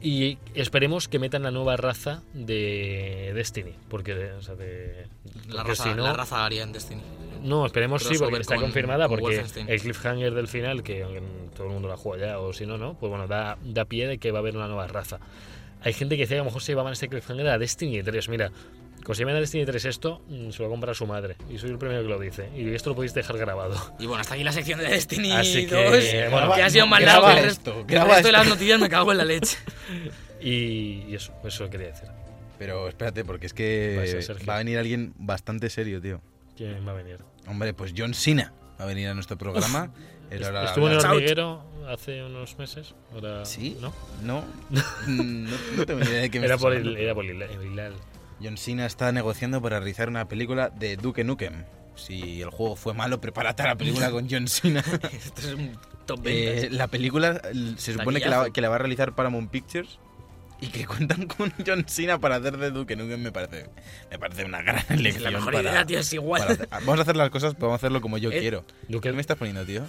Speaker 1: Y esperemos que metan la nueva raza de Destiny, porque o sea, de-
Speaker 2: La
Speaker 1: porque
Speaker 2: raza,
Speaker 1: si no-
Speaker 2: la raza aria en Destiny.
Speaker 1: no, esperemos sí, porque
Speaker 2: crossover
Speaker 1: está
Speaker 2: con-
Speaker 1: confirmada,
Speaker 2: con
Speaker 1: porque
Speaker 2: Wolfenstein.
Speaker 1: el cliffhanger del final, que aunque todo el mundo la juega ya, o si no, no, pues bueno, da, da pie de que va a haber una nueva raza. Hay gente que dice que a lo mejor se llevaban este cliffhanger a Destiny 3. Mira, cuando se llaman a Destiny 3 esto, mm, se lo compra su madre. Y soy el primero que lo dice. Y esto lo podéis dejar grabado. *laughs*
Speaker 2: Y bueno, hasta aquí la sección de Destiny
Speaker 1: Así
Speaker 2: 2.
Speaker 1: que,
Speaker 2: Que,
Speaker 1: bueno,
Speaker 2: ha sido más
Speaker 3: graba
Speaker 2: largo. El
Speaker 3: esto,
Speaker 2: resto,
Speaker 3: graba
Speaker 2: el resto de
Speaker 3: esto.
Speaker 2: las noticias me cago en
Speaker 1: *laughs*
Speaker 2: la leche.
Speaker 1: Y, y eso, eso quería decir.
Speaker 3: Pero espérate, porque es
Speaker 1: Pasa,
Speaker 3: que
Speaker 1: Sergio.
Speaker 3: va a venir alguien bastante serio, tío.
Speaker 1: ¿Quién va a venir?
Speaker 3: Hombre, pues John Cena va a venir a nuestro programa. El hora-
Speaker 1: Estuvo en el
Speaker 3: la-
Speaker 1: hormiguero hace unos meses. Ahora,
Speaker 3: ¿Sí?
Speaker 1: ¿No? *laughs*
Speaker 3: No, no, no tengo ni idea de qué me
Speaker 1: Era
Speaker 3: estás
Speaker 1: por, el, eh.
Speaker 3: hablando.
Speaker 1: era por el, el Hilal.
Speaker 3: John Cena está negociando para realizar una película de Duke Nukem. Si el juego fue malo, prepárate a la película con
Speaker 1: *laughs*
Speaker 3: John Cena.
Speaker 2: Esto es un top 20.
Speaker 3: Eh, la película l- se supone que la, que la va a realizar Paramount Pictures y que cuentan con John Cena para hacer de Duke Nukem me parece, me parece una gran
Speaker 2: es
Speaker 3: elección.
Speaker 2: la mejor
Speaker 3: para-
Speaker 2: idea, tío, es igual.
Speaker 3: para ah, hacer- vamos a hacer las cosas, pero vamos a hacerlo como yo
Speaker 2: Eh,
Speaker 3: quiero.
Speaker 1: Duque-
Speaker 3: ¿Qué me estás poniendo, tío?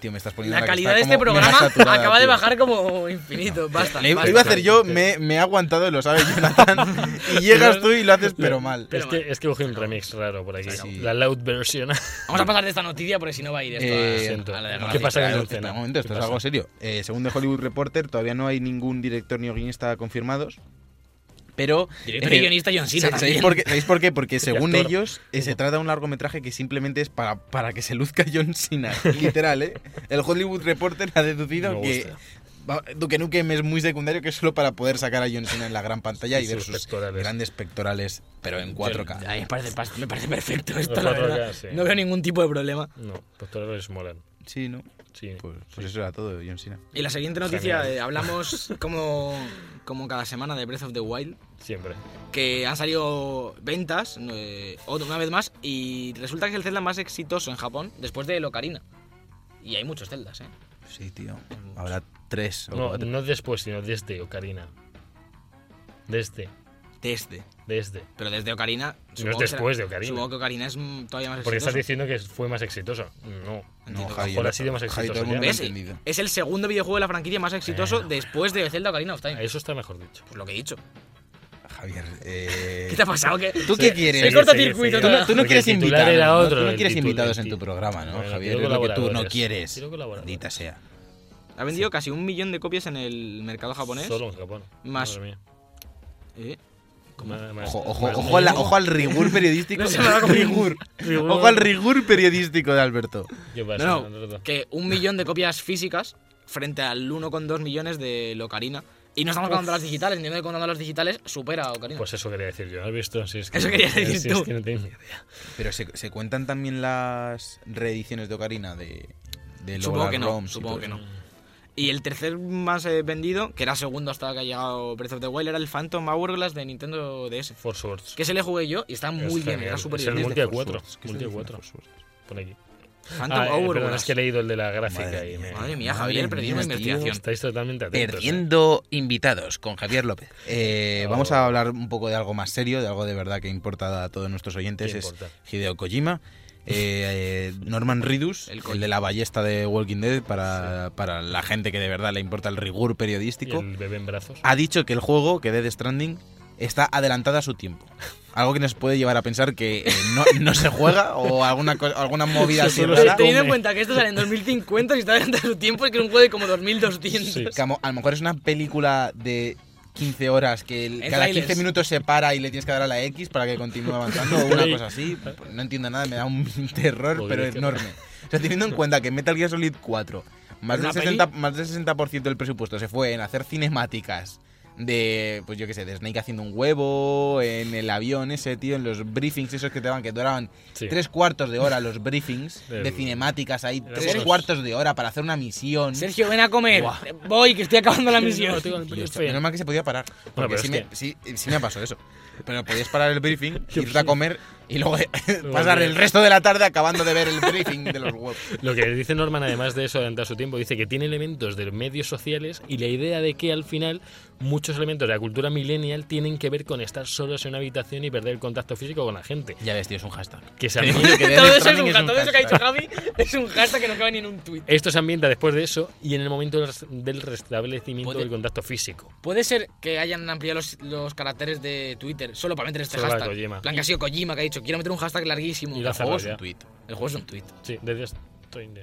Speaker 3: Tío, me estás poniendo
Speaker 2: La
Speaker 3: que
Speaker 2: calidad
Speaker 3: está
Speaker 2: de este
Speaker 3: como
Speaker 2: programa
Speaker 3: más saturada,
Speaker 2: *laughs* acaba de
Speaker 3: tío.
Speaker 2: bajar como infinito. Basta.
Speaker 3: Le-
Speaker 2: basta.
Speaker 3: lo iba a hacer yo, me, me he aguantado, lo sabes,
Speaker 2: *laughs*
Speaker 3: Jonathan. y llegas tú y lo haces, pero mal.
Speaker 2: Pero
Speaker 1: es, que, es que cogí un remix raro por aquí.
Speaker 3: Sí.
Speaker 1: La loud version.
Speaker 2: Vamos a pasar de esta noticia porque si no va a ir esto
Speaker 3: Eh,
Speaker 2: a-
Speaker 1: siento.
Speaker 2: a, la
Speaker 1: ¿Qué
Speaker 2: demás.
Speaker 1: ¿Qué pasa con
Speaker 3: Espera,
Speaker 1: el
Speaker 3: espera,
Speaker 1: Lucena?
Speaker 3: un momento, esto
Speaker 1: ¿Qué
Speaker 3: es
Speaker 1: pasa?
Speaker 3: algo serio. Eh, según The Hollywood Reporter, todavía no hay ningún director ni guionista confirmados. Pero.
Speaker 2: Director y guionista John Cena
Speaker 3: eh, ¿sabéis- ¿Sabéis
Speaker 2: también.
Speaker 3: por qué? ¿Sabéis por qué? Porque según
Speaker 1: actor.
Speaker 3: ellos, eh, se trata de un largometraje que simplemente es para, para que se luzca John Cena. Literal, ¿eh? El Hollywood Reporter ha deducido
Speaker 1: Me
Speaker 3: que.
Speaker 1: gusta.
Speaker 3: va- Duke Nukem es muy secundario que es solo para poder sacar a John Cena en la gran pantalla y
Speaker 1: Y
Speaker 3: ver
Speaker 1: sus
Speaker 3: sus
Speaker 1: pectorales.
Speaker 3: grandes pectorales, pero en 4K.
Speaker 2: Ay, me, parece, pas- me parece perfecto esto,
Speaker 1: Los
Speaker 2: la
Speaker 1: cuatro K,
Speaker 2: verdad.
Speaker 1: sí.
Speaker 2: No veo ningún tipo de problema.
Speaker 1: No, pues todos les molan.
Speaker 3: Sí, ¿no?
Speaker 1: Sí.
Speaker 3: Pues, pues eso era todo de John Cena.
Speaker 2: Y la
Speaker 5: Siguiente noticia, eh, hablamos como, como cada semana de Breath of the Wild,
Speaker 1: Siempre.
Speaker 5: que han salido ventas, eh, otra- una vez más, y resulta que es el Zelda más exitoso en Japón después de Locarina. Y hay muchos Zeldas, ¿eh?
Speaker 3: Sí, tío. Habrá tres o
Speaker 1: No,
Speaker 3: cuatro.
Speaker 1: no después, sino desde Ocarina. este, Desde.
Speaker 5: Desde.
Speaker 1: Desde.
Speaker 5: Pero desde Ocarina.
Speaker 1: No
Speaker 5: que
Speaker 1: es
Speaker 5: será-
Speaker 1: después de Ocarina.
Speaker 5: Supongo que Ocarina es mm, todavía más
Speaker 1: Porque estás
Speaker 5: exitoso.
Speaker 1: diciendo que fue más exitoso. No.
Speaker 3: No,
Speaker 5: Entiendo.
Speaker 3: Javi,
Speaker 1: Ojalá
Speaker 3: el-
Speaker 1: ha sido más
Speaker 3: Javi, todo el
Speaker 1: exitoso,
Speaker 3: mundo
Speaker 1: ya.
Speaker 3: lo ha
Speaker 5: ¿Ves?
Speaker 3: entendido.
Speaker 5: Es el segundo videojuego de la franquicia más exitoso
Speaker 1: Bueno,
Speaker 5: después de Zelda Ocarina of Time.
Speaker 1: Eso está mejor dicho.
Speaker 5: Pues lo que he dicho.
Speaker 3: Javier, eh,
Speaker 2: ¿Qué te ha pasado? ¿Qué?
Speaker 3: ¿tú qué quieres?
Speaker 2: se
Speaker 1: Sí,
Speaker 2: corta
Speaker 1: sí,
Speaker 2: circuito.
Speaker 1: sí.
Speaker 3: Tú no, tú no
Speaker 1: Porque
Speaker 3: quieres
Speaker 1: el titular
Speaker 3: invitados,
Speaker 1: era
Speaker 3: ¿no?
Speaker 1: otro,
Speaker 3: Tú no
Speaker 1: el
Speaker 3: quieres
Speaker 1: titul-
Speaker 3: invitados
Speaker 1: el
Speaker 3: en tu
Speaker 1: ti-
Speaker 3: programa, ¿no,
Speaker 1: Bueno,
Speaker 3: Javier?
Speaker 1: quiero
Speaker 3: Es lo que tú no
Speaker 1: colaboradores.
Speaker 3: quieres.
Speaker 1: Quiero colaboradores.
Speaker 3: Maldita sea.
Speaker 5: Ha vendido casi un millón de copias en el mercado japonés.
Speaker 1: Solo en Japón.
Speaker 5: Más-
Speaker 1: Madre mía.
Speaker 5: Eh,
Speaker 1: Más- más-
Speaker 3: Ojo, ojo,
Speaker 1: más-
Speaker 3: ojo, a la- ojo al rigor periodístico.
Speaker 2: No se me haga
Speaker 3: *laughs*
Speaker 2: como-
Speaker 3: Rigor. Ojo al rigor periodístico de Alberto.
Speaker 1: ¿Qué pasa,
Speaker 5: No,
Speaker 1: Alberto?
Speaker 5: no, que un millón de copias físicas frente al 1,2 millones de Locarina. Y no estamos contando las digitales, entiendo que contando las digitales supera a Ocarina.
Speaker 1: Pues eso quería decir yo. ¿Has visto? Si es que,
Speaker 5: Eso quería
Speaker 1: si
Speaker 5: decir
Speaker 1: Es
Speaker 5: tú.
Speaker 1: que no tengo ni idea.
Speaker 3: Pero se, se cuentan también las reediciones de Ocarina de, de luego
Speaker 5: Supongo
Speaker 3: las
Speaker 5: que no,
Speaker 3: ROMs y
Speaker 5: supongo
Speaker 3: todo
Speaker 5: que
Speaker 3: eso.
Speaker 5: no. Y el tercer más eh, vendido, que era segundo hasta que ha llegado Breath of the Wild, era el Phantom Hourglass de Nintendo DS.
Speaker 1: Four Swords.
Speaker 5: Que se le jugué yo y está muy
Speaker 1: Es
Speaker 5: bien,
Speaker 1: genial.
Speaker 5: era súper
Speaker 1: Es el
Speaker 5: bien.
Speaker 1: multi a
Speaker 3: Four
Speaker 1: 4.
Speaker 3: Swords. ¿Qué
Speaker 1: Multi a
Speaker 3: estoy
Speaker 1: 4. Pon aquí.
Speaker 5: Phantom
Speaker 1: Ah, eh, perdón,
Speaker 5: Hourglass.
Speaker 1: es que he leído el de la gráfica
Speaker 3: Madre
Speaker 1: y
Speaker 3: mía.
Speaker 1: me...
Speaker 5: Madre mía,
Speaker 3: Madre
Speaker 5: Javier, perdiendo
Speaker 3: mía, tío.
Speaker 5: investigación.
Speaker 1: Estáis totalmente atentos. ¿eh?
Speaker 3: Perdiendo invitados con Javier López. Eh,
Speaker 1: Oh.
Speaker 3: Vamos a hablar un poco de algo más serio, de algo de verdad que importa a todos nuestros oyentes.
Speaker 1: ¿Qué
Speaker 3: Es
Speaker 1: importa?
Speaker 3: Hideo Kojima. eh, eh, Norman Reedus,
Speaker 5: El
Speaker 3: el,
Speaker 5: Koji.
Speaker 3: de la ballesta de Walking Dead, para, para la gente que de verdad le importa el rigor
Speaker 1: Y
Speaker 3: periodístico,
Speaker 1: el bebé en brazos.
Speaker 3: ha dicho que el juego, que Dead Stranding, está adelantada a su tiempo. Algo que nos puede llevar a pensar que eh, no, no se juega o alguna, co- alguna movida así
Speaker 1: Solo *laughs*
Speaker 3: rara.
Speaker 1: se
Speaker 2: Teniendo en
Speaker 1: Come.
Speaker 2: cuenta que esto sale en 2050 y está adelantado su tiempo, es que era un juego de como 2200.
Speaker 1: Sí.
Speaker 3: Que a, mo- a lo mejor es una película de 15 horas que el-
Speaker 2: En
Speaker 3: cada
Speaker 2: trailers.
Speaker 3: 15 minutos se para y le tienes que dar a la X para que continúe avanzando o una cosa así. Pues No entiendo nada, me da un *laughs* terror,
Speaker 1: Joder,
Speaker 3: pero
Speaker 1: es que-
Speaker 3: enorme. O sea, teniendo en cuenta que Metal Gear Solid 4, más
Speaker 2: ¿Una
Speaker 3: del, 60, más del 60% del presupuesto se fue en hacer cinemáticas de, pues yo qué sé, de Snake haciendo un huevo, en el avión ese, tío, en los briefings esos que te daban, que duraban
Speaker 1: Sí.
Speaker 3: tres cuartos de hora los briefings
Speaker 1: El-
Speaker 3: de cinemáticas ahí,
Speaker 1: Eran
Speaker 3: tres
Speaker 1: buenos.
Speaker 3: cuartos de hora para hacer una misión.
Speaker 2: Sergio, ven a comer. Eh, Voy, que estoy acabando la misión.
Speaker 1: No, tengo el
Speaker 3: Yo, hostia,
Speaker 1: briefing.
Speaker 3: Pues menos mal que se podía parar. Porque
Speaker 1: pero
Speaker 3: sí,
Speaker 1: es
Speaker 3: me,
Speaker 1: que-
Speaker 3: sí, sí me ha pasado eso. Pero podías parar el briefing, irte a comer y luego *laughs* pasar
Speaker 1: Volver.
Speaker 3: el resto de la tarde acabando de ver el briefing de los huevos.
Speaker 1: Lo que dice Norman, además de eso, adelantar su tiempo, dice que tiene elementos de medios sociales y la idea de que al final muchos elementos de la cultura millennial tienen que ver con estar solos en una habitación y perder el contacto físico con la gente.
Speaker 3: *laughs* Ya ves, tío, es un hashtag.
Speaker 1: Que se *laughs*
Speaker 3: Te digo
Speaker 1: ambi-
Speaker 3: *laughs* yo que
Speaker 2: *laughs*
Speaker 3: Death
Speaker 2: todo eso, es
Speaker 3: Stranding
Speaker 2: un,
Speaker 3: es un
Speaker 2: todo eso que ha dicho
Speaker 3: hashtag.
Speaker 2: Javi *laughs* es un hashtag que no cabe ni en un tuit.
Speaker 1: Esto se ambienta después de eso y en el momento del res- del restablecimiento
Speaker 2: Puede-
Speaker 1: del contacto físico.
Speaker 2: Puede ser que hayan ampliado los, los caracteres de Twitter solo para meter este
Speaker 1: Solo para
Speaker 2: hashtag.
Speaker 1: Kojima.
Speaker 2: En plan que ha sido Kojima que ha dicho, quiero meter un hashtag larguísimo.
Speaker 1: Y lo ha
Speaker 2: el, juego es
Speaker 1: cerrado
Speaker 2: un
Speaker 1: ya.
Speaker 2: tuit. El juego es un tweet.
Speaker 1: Sí, desde estoy en-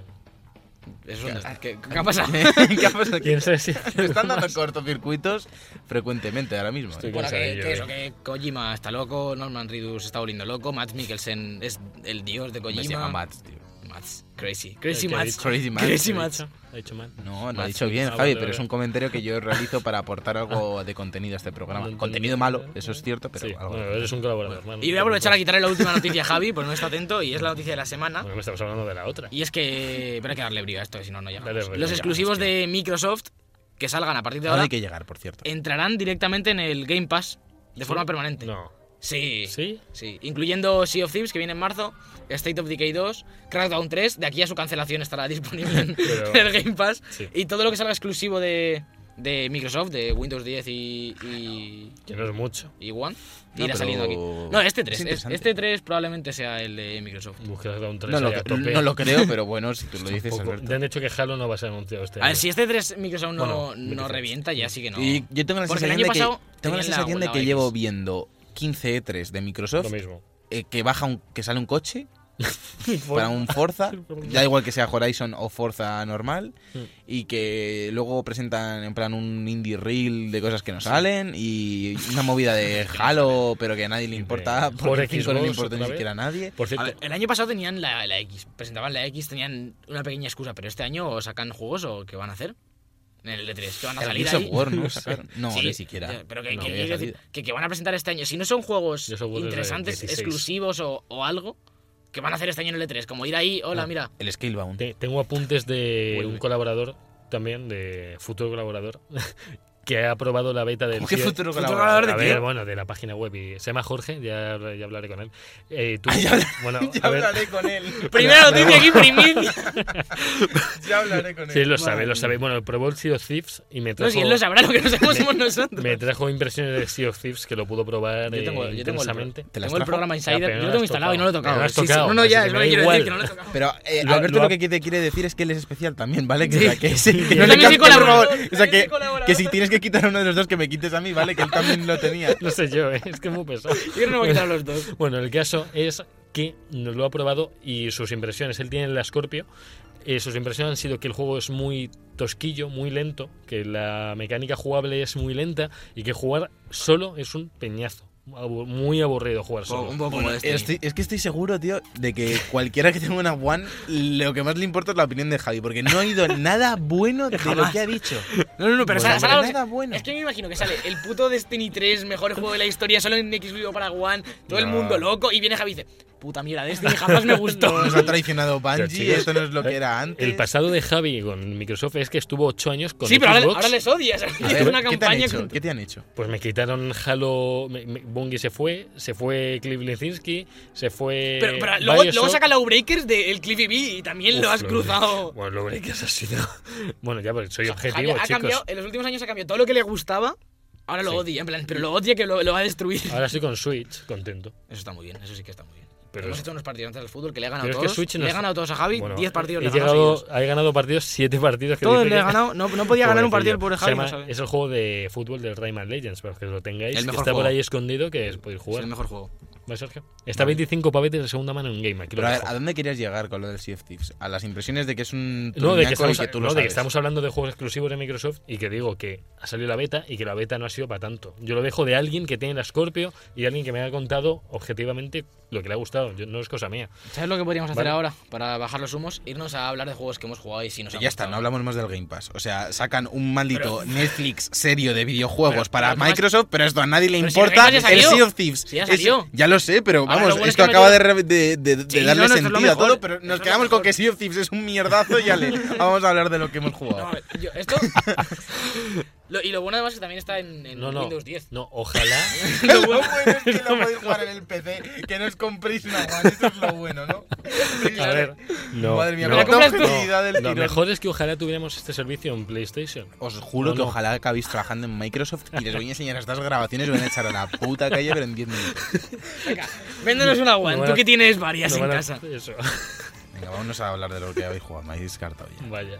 Speaker 2: Eso es un- ¿Qué, qué ha pasado?
Speaker 3: *laughs* ¿Qué ha pasado aquí?
Speaker 1: ¿Quién sabe *laughs* si-
Speaker 3: Me están dando cortocircuitos frecuentemente ahora mismo.
Speaker 1: Estoy-
Speaker 2: Bueno,
Speaker 1: quién sabe
Speaker 2: que,
Speaker 1: yo,
Speaker 2: que
Speaker 1: eh.
Speaker 2: eso, que Kojima está loco, Norman Reedus está volviendo loco, Matt Mikkelsen es el dios de
Speaker 3: Me
Speaker 2: Kojima.
Speaker 3: se llama Mats, tío.
Speaker 2: Mats, crazy. Crazy
Speaker 1: ¿Qué ha
Speaker 2: Mats.
Speaker 1: dicho?
Speaker 3: Crazy Mats.
Speaker 2: Crazy
Speaker 1: ¿Lo he
Speaker 2: Mats.
Speaker 1: dicho? ¿Lo he dicho mal?
Speaker 3: No, lo
Speaker 1: Mats,
Speaker 3: he dicho bien,
Speaker 1: ah,
Speaker 3: Javi,
Speaker 1: vale,
Speaker 3: pero
Speaker 1: vale.
Speaker 3: es un comentario que yo realizo para aportar algo de contenido a este programa.
Speaker 1: Contenido. ¿eh?
Speaker 3: Contenido malo, eso es cierto, pero
Speaker 1: Sí,
Speaker 3: algo.
Speaker 1: bueno, eres un colaborador. Bueno,
Speaker 2: Y voy a aprovechar a quitarle la última
Speaker 1: *laughs*
Speaker 2: noticia a Javi, porque no está atento, y es la noticia de la semana.
Speaker 1: Bueno, estamos hablando de la otra.
Speaker 2: Y es que. Pero hay que darle brío a esto, que si no, no llegamos.
Speaker 1: Dale pues, brío,
Speaker 2: Los
Speaker 1: ya,
Speaker 2: exclusivos de Microsoft que salgan a partir de
Speaker 3: Ahora
Speaker 2: ahora
Speaker 3: hay que llegar, por cierto.
Speaker 2: entrarán directamente en el Game Pass de forma permanente.
Speaker 1: No.
Speaker 2: Sí.
Speaker 1: ¿Sí?
Speaker 2: Sí, incluyendo Sea of Thieves que viene en marzo, State of Decay 2, Crackdown 3, de aquí a su cancelación estará *laughs* disponible en
Speaker 1: Pero-
Speaker 2: el Game Pass
Speaker 1: Sí.
Speaker 2: y todo lo que salga exclusivo de, de Microsoft, de Windows 10 y, y,
Speaker 1: Que no es mucho.
Speaker 2: y One.
Speaker 3: No,
Speaker 2: irá
Speaker 3: pero
Speaker 2: saliendo aquí. No, este
Speaker 3: es
Speaker 2: 3.
Speaker 3: interesante.
Speaker 2: este 3 probablemente sea el de Microsoft.
Speaker 1: Buscas un 3
Speaker 3: No lo,
Speaker 1: ahí a
Speaker 3: cre-
Speaker 1: tope.
Speaker 3: no lo creo, pero bueno, si
Speaker 1: *laughs*
Speaker 3: tú lo dices,
Speaker 1: Poco.
Speaker 3: Alberto.
Speaker 1: Te han dicho que Halo no va a ser anunciado este
Speaker 3: Ah,
Speaker 2: A ver,
Speaker 1: año.
Speaker 2: si este 3 Microsoft no,
Speaker 1: Bueno,
Speaker 2: no
Speaker 1: Microsoft.
Speaker 2: revienta, ya sí que no.
Speaker 3: Y yo tengo la
Speaker 2: Porque el
Speaker 3: sensación
Speaker 2: año
Speaker 3: de que,
Speaker 2: pasado
Speaker 3: tengo la
Speaker 2: tenían la-
Speaker 3: sensación de
Speaker 2: la
Speaker 3: que
Speaker 2: X.
Speaker 3: llevo viendo 15 E3 de Microsoft,
Speaker 1: Lo
Speaker 3: *laughs*
Speaker 1: mismo.
Speaker 3: eh, que baja un, que sale un coche para un Forza, da igual que sea Horizon o Forza normal,
Speaker 1: Hmm.
Speaker 3: y que luego presentan en plan un indie reel de cosas que no salen y una movida de Halo, pero que a nadie le
Speaker 1: Y de-
Speaker 3: importa,
Speaker 1: por
Speaker 3: porque cinco no le
Speaker 1: Xbox
Speaker 3: importa ni
Speaker 1: otra vez.
Speaker 3: siquiera a nadie.
Speaker 1: Por
Speaker 2: A
Speaker 1: cierto,
Speaker 2: ver, el año pasado tenían la, la X, presentaban la X, tenían una pequeña excusa, pero este año o sacan juegos o qué van a hacer en el E3, que van a
Speaker 3: El
Speaker 2: salir
Speaker 3: Ah, Gears of
Speaker 2: ahí.
Speaker 3: War, ¿no? Sacaron- No,
Speaker 2: Sí,
Speaker 3: ni siquiera.
Speaker 2: ya, Pero que,
Speaker 3: No,
Speaker 2: que-
Speaker 3: había
Speaker 2: quiero decir,
Speaker 3: salido.
Speaker 2: que- que van a presentar este año. Si no son juegos
Speaker 1: Gears of War es de
Speaker 2: interesantes,
Speaker 1: 16.
Speaker 2: exclusivos o, o algo, que van a hacer este año en el E3, como ir ahí, hola,
Speaker 3: Ah,
Speaker 2: mira.
Speaker 3: El Scalebound.
Speaker 1: te- tengo apuntes de
Speaker 2: Vuelve.
Speaker 1: un colaborador también, de futuro colaborador, *laughs* que ha probado la beta del
Speaker 3: ¿Qué
Speaker 1: Gears-
Speaker 3: futuro
Speaker 5: colaborador
Speaker 3: colaborador?
Speaker 5: de
Speaker 1: a
Speaker 5: quién?
Speaker 1: ver, bueno, de la página web. Y se llama Jorge, ya, ya hablaré con él. Eh, tú-
Speaker 3: *laughs* ya hablaré-
Speaker 1: bueno,
Speaker 3: Ya
Speaker 1: a ver,
Speaker 3: hablaré con *laughs* él.
Speaker 2: Primera noticia aquí, *laughs* primicia.
Speaker 3: Ya hablaré con él.
Speaker 1: sí, lo sabe, lo sabe. Bueno, probó el Sea of Thieves y me
Speaker 2: No,
Speaker 1: trajo,
Speaker 2: si él lo sabrá, lo que no sabemos somos nosotros.
Speaker 1: me trajo impresiones de Sea of Thieves que lo pudo probar eh,
Speaker 2: Yo tengo- yo tengo el-
Speaker 1: intensamente.
Speaker 3: ¿Te las
Speaker 2: Tengo el
Speaker 3: trajo?
Speaker 2: programa
Speaker 1: Ya, pero
Speaker 2: Insider,
Speaker 1: no lo
Speaker 2: yo lo tengo
Speaker 1: has
Speaker 2: instalado y no
Speaker 1: tocado.
Speaker 2: lo he
Speaker 1: No
Speaker 2: tocado.
Speaker 1: lo has
Speaker 2: Sí, sí,
Speaker 1: tocado,
Speaker 2: No, no,
Speaker 1: así
Speaker 2: ya,
Speaker 1: que me
Speaker 2: es lo que
Speaker 1: da
Speaker 2: quiero
Speaker 1: igual.
Speaker 2: decir, que no lo he tocado.
Speaker 3: Pero eh,
Speaker 1: Lo-
Speaker 3: Alberto
Speaker 1: lo
Speaker 3: lo,
Speaker 1: ha-
Speaker 3: que quiere, quiere decir es que él es especial también, ¿vale? Que, o sea, que, sí, que
Speaker 2: Yo también soy
Speaker 3: cambie, por
Speaker 2: colaborador,
Speaker 3: favor.
Speaker 2: yo
Speaker 3: O sea,
Speaker 2: también soy
Speaker 3: que,
Speaker 2: colaborador.
Speaker 3: que si tienes que quitar a uno de los dos, que me quites a mí, ¿vale? Que él también lo tenía.
Speaker 1: No sé yo, eh, es que es muy pesado.
Speaker 3: *laughs*
Speaker 2: Yo creo que no voy a quitar a los dos.
Speaker 1: Bueno, el caso es que nos lo ha probado y sus impresiones. Él tiene la Scorpio. eh, sus impresiones han sido que el juego es muy tosquillo, muy lento, que la mecánica jugable es muy lenta y que jugar solo es un peñazo. Abu- muy aburrido jugar solo.
Speaker 2: Un poco como este.
Speaker 3: Estoy- es que estoy seguro, tío, de que cualquiera que tenga una One, lo que más le importa es la opinión de Javi, porque no ha oído nada bueno de lo que ha dicho.
Speaker 2: No, no, pues no, pero sal-
Speaker 3: Bueno,
Speaker 2: salga-
Speaker 3: nada bueno.
Speaker 2: Es que me imagino que sale el puto Destiny 3, mejor juego de la historia, solo en Xvideos para One, todo el
Speaker 3: No.
Speaker 2: mundo loco, y viene Javi y dice, puta mierda, Destiny
Speaker 1: *laughs*
Speaker 2: jamás me gustó.
Speaker 3: Nos ha traicionado
Speaker 1: Pero,
Speaker 3: Bungie,
Speaker 1: chicos,
Speaker 3: esto no es lo que era antes.
Speaker 1: El pasado de Javi con Microsoft es que estuvo 8 años con
Speaker 2: sí, pero ahora,
Speaker 1: Xbox.
Speaker 2: ahora les odias.
Speaker 3: A
Speaker 2: *laughs* Es
Speaker 3: ver,
Speaker 2: una
Speaker 3: ¿qué, te han
Speaker 2: campaña
Speaker 3: hecho?
Speaker 2: con-
Speaker 3: ¿Qué te han hecho?
Speaker 1: Pues me quitaron Halo. me- me- Bungie se fue, se fue Cliff Lezinski, se fue.
Speaker 2: Pero, pero luego,
Speaker 1: Bioshock.
Speaker 2: luego saca la Breakers del Cliffy B y también lo
Speaker 1: Uf,
Speaker 2: has
Speaker 1: lo-
Speaker 2: cruzado.
Speaker 1: Bueno, lo veré que es así, ¿no? *laughs* Bueno, ya, porque soy
Speaker 2: Javi
Speaker 1: objetivo,
Speaker 2: ha
Speaker 1: chicos.
Speaker 2: cambiado, en los últimos años ha cambiado todo lo que le gustaba, ahora lo
Speaker 1: Sí.
Speaker 2: odia, en plan, pero lo odia que lo, lo va a destruir. Eso
Speaker 1: Ahora estoy con Switch, contento.
Speaker 2: está muy bien, eso sí que está muy bien.
Speaker 1: Pero-
Speaker 2: Hemos hecho unos partidos antes del fútbol que le ha ganado a
Speaker 1: Pero es
Speaker 2: todos.
Speaker 1: que Switch no
Speaker 2: le ha
Speaker 1: es-
Speaker 2: ganado a todos a Javi, 10
Speaker 1: Bueno,
Speaker 2: partidos
Speaker 1: he
Speaker 2: le ha ganado
Speaker 1: llegado-
Speaker 2: seguidos.
Speaker 1: he ganado partidos, 7 partidos. Que
Speaker 2: Todos
Speaker 1: dice
Speaker 2: le
Speaker 1: que-
Speaker 2: ha ganado, no, no podía ganar un partido
Speaker 1: *laughs*
Speaker 2: el
Speaker 1: Pobrecillo. Se
Speaker 2: pobre Javi.
Speaker 1: llama-
Speaker 2: no sabe.
Speaker 1: Es el juego de fútbol del Rayman Legends, para que lo tengáis.
Speaker 2: El
Speaker 1: que
Speaker 2: mejor
Speaker 1: está por
Speaker 2: juego.
Speaker 1: ahí escondido que es podéis
Speaker 2: Es
Speaker 1: jugar.
Speaker 2: el mejor juego.
Speaker 1: ¿Vale, Sergio? Está 25 pavetes de segunda mano en Game. Aquí lo
Speaker 3: Pero a,
Speaker 1: dejo.
Speaker 3: ¿a dónde querías llegar con lo del Sea of Thieves? A las impresiones de que es un
Speaker 1: No, de que,
Speaker 3: truñaco y
Speaker 1: estamos,
Speaker 3: tú
Speaker 1: no,
Speaker 3: lo
Speaker 1: de que
Speaker 3: sabes.
Speaker 1: estamos hablando de juegos exclusivos de Microsoft y que digo que ha salido la beta y que la beta no ha sido para tanto. Yo lo dejo de alguien que tiene la Scorpio y de alguien que me ha contado objetivamente lo que le ha gustado. Yo- no es cosa mía.
Speaker 2: ¿Sabes lo que podríamos hacer
Speaker 1: Vale.
Speaker 2: ahora para bajar los humos? Irnos a hablar de juegos que hemos jugado y si nos han
Speaker 3: Ya está, no
Speaker 2: gustado.
Speaker 3: hablamos más del Game Pass. O sea, sacan un maldito Netflix serio de videojuegos para
Speaker 2: pero además-
Speaker 3: Microsoft, pero esto a nadie le
Speaker 2: Pero si
Speaker 3: importa.
Speaker 2: el Game Pass ya
Speaker 3: el
Speaker 2: salió.
Speaker 3: Sea of Thieves.
Speaker 2: Si ya
Speaker 3: Es-
Speaker 2: salió.
Speaker 3: ya lo sé, pero
Speaker 2: Ahora, lo
Speaker 3: vamos,
Speaker 2: bueno es
Speaker 3: esto
Speaker 2: que me
Speaker 3: acaba de,
Speaker 2: tengo-
Speaker 3: re- de- de- de
Speaker 2: Sí,
Speaker 3: darle
Speaker 2: no, no, esto es lo
Speaker 3: sentido a
Speaker 2: mejor.
Speaker 3: todo, pero
Speaker 2: Esto es
Speaker 3: nos
Speaker 2: lo
Speaker 3: quedamos con
Speaker 2: mejor.
Speaker 3: que Sea of Thieves es un mierdazo y
Speaker 2: *laughs*
Speaker 3: ale. Vamos a hablar de lo que hemos
Speaker 2: No, a
Speaker 3: jugado.
Speaker 2: ver, yo-
Speaker 3: *laughs*
Speaker 2: esto. Lo- y lo bueno además es que también está en, en
Speaker 1: No, no.
Speaker 2: Windows 10.
Speaker 1: No, ojalá.
Speaker 3: *laughs* Lo bueno es que lo podéis jugar en el PC, que no os compréis una One, eso es lo bueno, ¿no?
Speaker 1: A ver, no.
Speaker 3: Madre mía,
Speaker 1: no,
Speaker 2: ¿me la compras tú?
Speaker 3: objetividad del
Speaker 1: Lo
Speaker 3: tirón.
Speaker 1: mejor es que ojalá tuviéramos este servicio en PlayStation.
Speaker 3: Os juro
Speaker 1: No,
Speaker 3: que
Speaker 1: no.
Speaker 3: ojalá acabéis trabajando en Microsoft y les voy a enseñar estas grabaciones y van a echar a la puta calle, pero en 10 minutos.
Speaker 2: Véndenos una One,
Speaker 1: No van
Speaker 2: tú
Speaker 1: a-
Speaker 2: que tienes varias
Speaker 1: No
Speaker 2: en
Speaker 1: van a-
Speaker 2: casa.
Speaker 1: Eso. *laughs*
Speaker 3: Venga, vámonos a hablar de lo que habéis jugado, me habéis descartado ya.
Speaker 1: Vaya.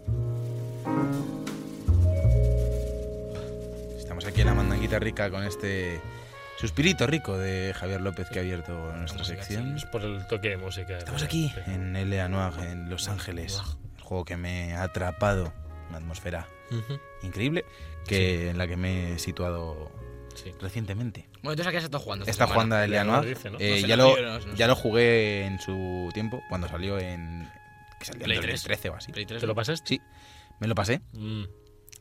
Speaker 3: Estamos aquí en la mandanguita rica con este suspirito rico de Javier López que ha abierto nuestra sección.
Speaker 1: Es por el toque de música.
Speaker 3: Estamos aquí en L.A. Noire, en Los Ángeles. El juego que me ha atrapado. Una atmósfera
Speaker 1: Ujú.
Speaker 3: increíble que en la que me he situado
Speaker 1: Sí.
Speaker 3: recientemente.
Speaker 2: Bueno, entonces aquí has estado jugando. esta
Speaker 3: Está
Speaker 2: semana?
Speaker 3: jugando a
Speaker 1: ya
Speaker 3: Elia
Speaker 1: no
Speaker 3: Noir.
Speaker 1: lo dice, ¿no?
Speaker 3: Eh,
Speaker 2: No sé,
Speaker 3: ya,
Speaker 2: no,
Speaker 3: lo,
Speaker 2: yo no- no
Speaker 3: ya
Speaker 2: sé.
Speaker 3: lo jugué en su tiempo, cuando salió en. Que salió en
Speaker 2: Play
Speaker 3: 2013
Speaker 2: 3.
Speaker 3: o así.
Speaker 2: Play tres,
Speaker 1: ¿Te lo
Speaker 2: ¿no?
Speaker 1: pasaste?
Speaker 3: Sí, me lo pasé.
Speaker 1: Mm,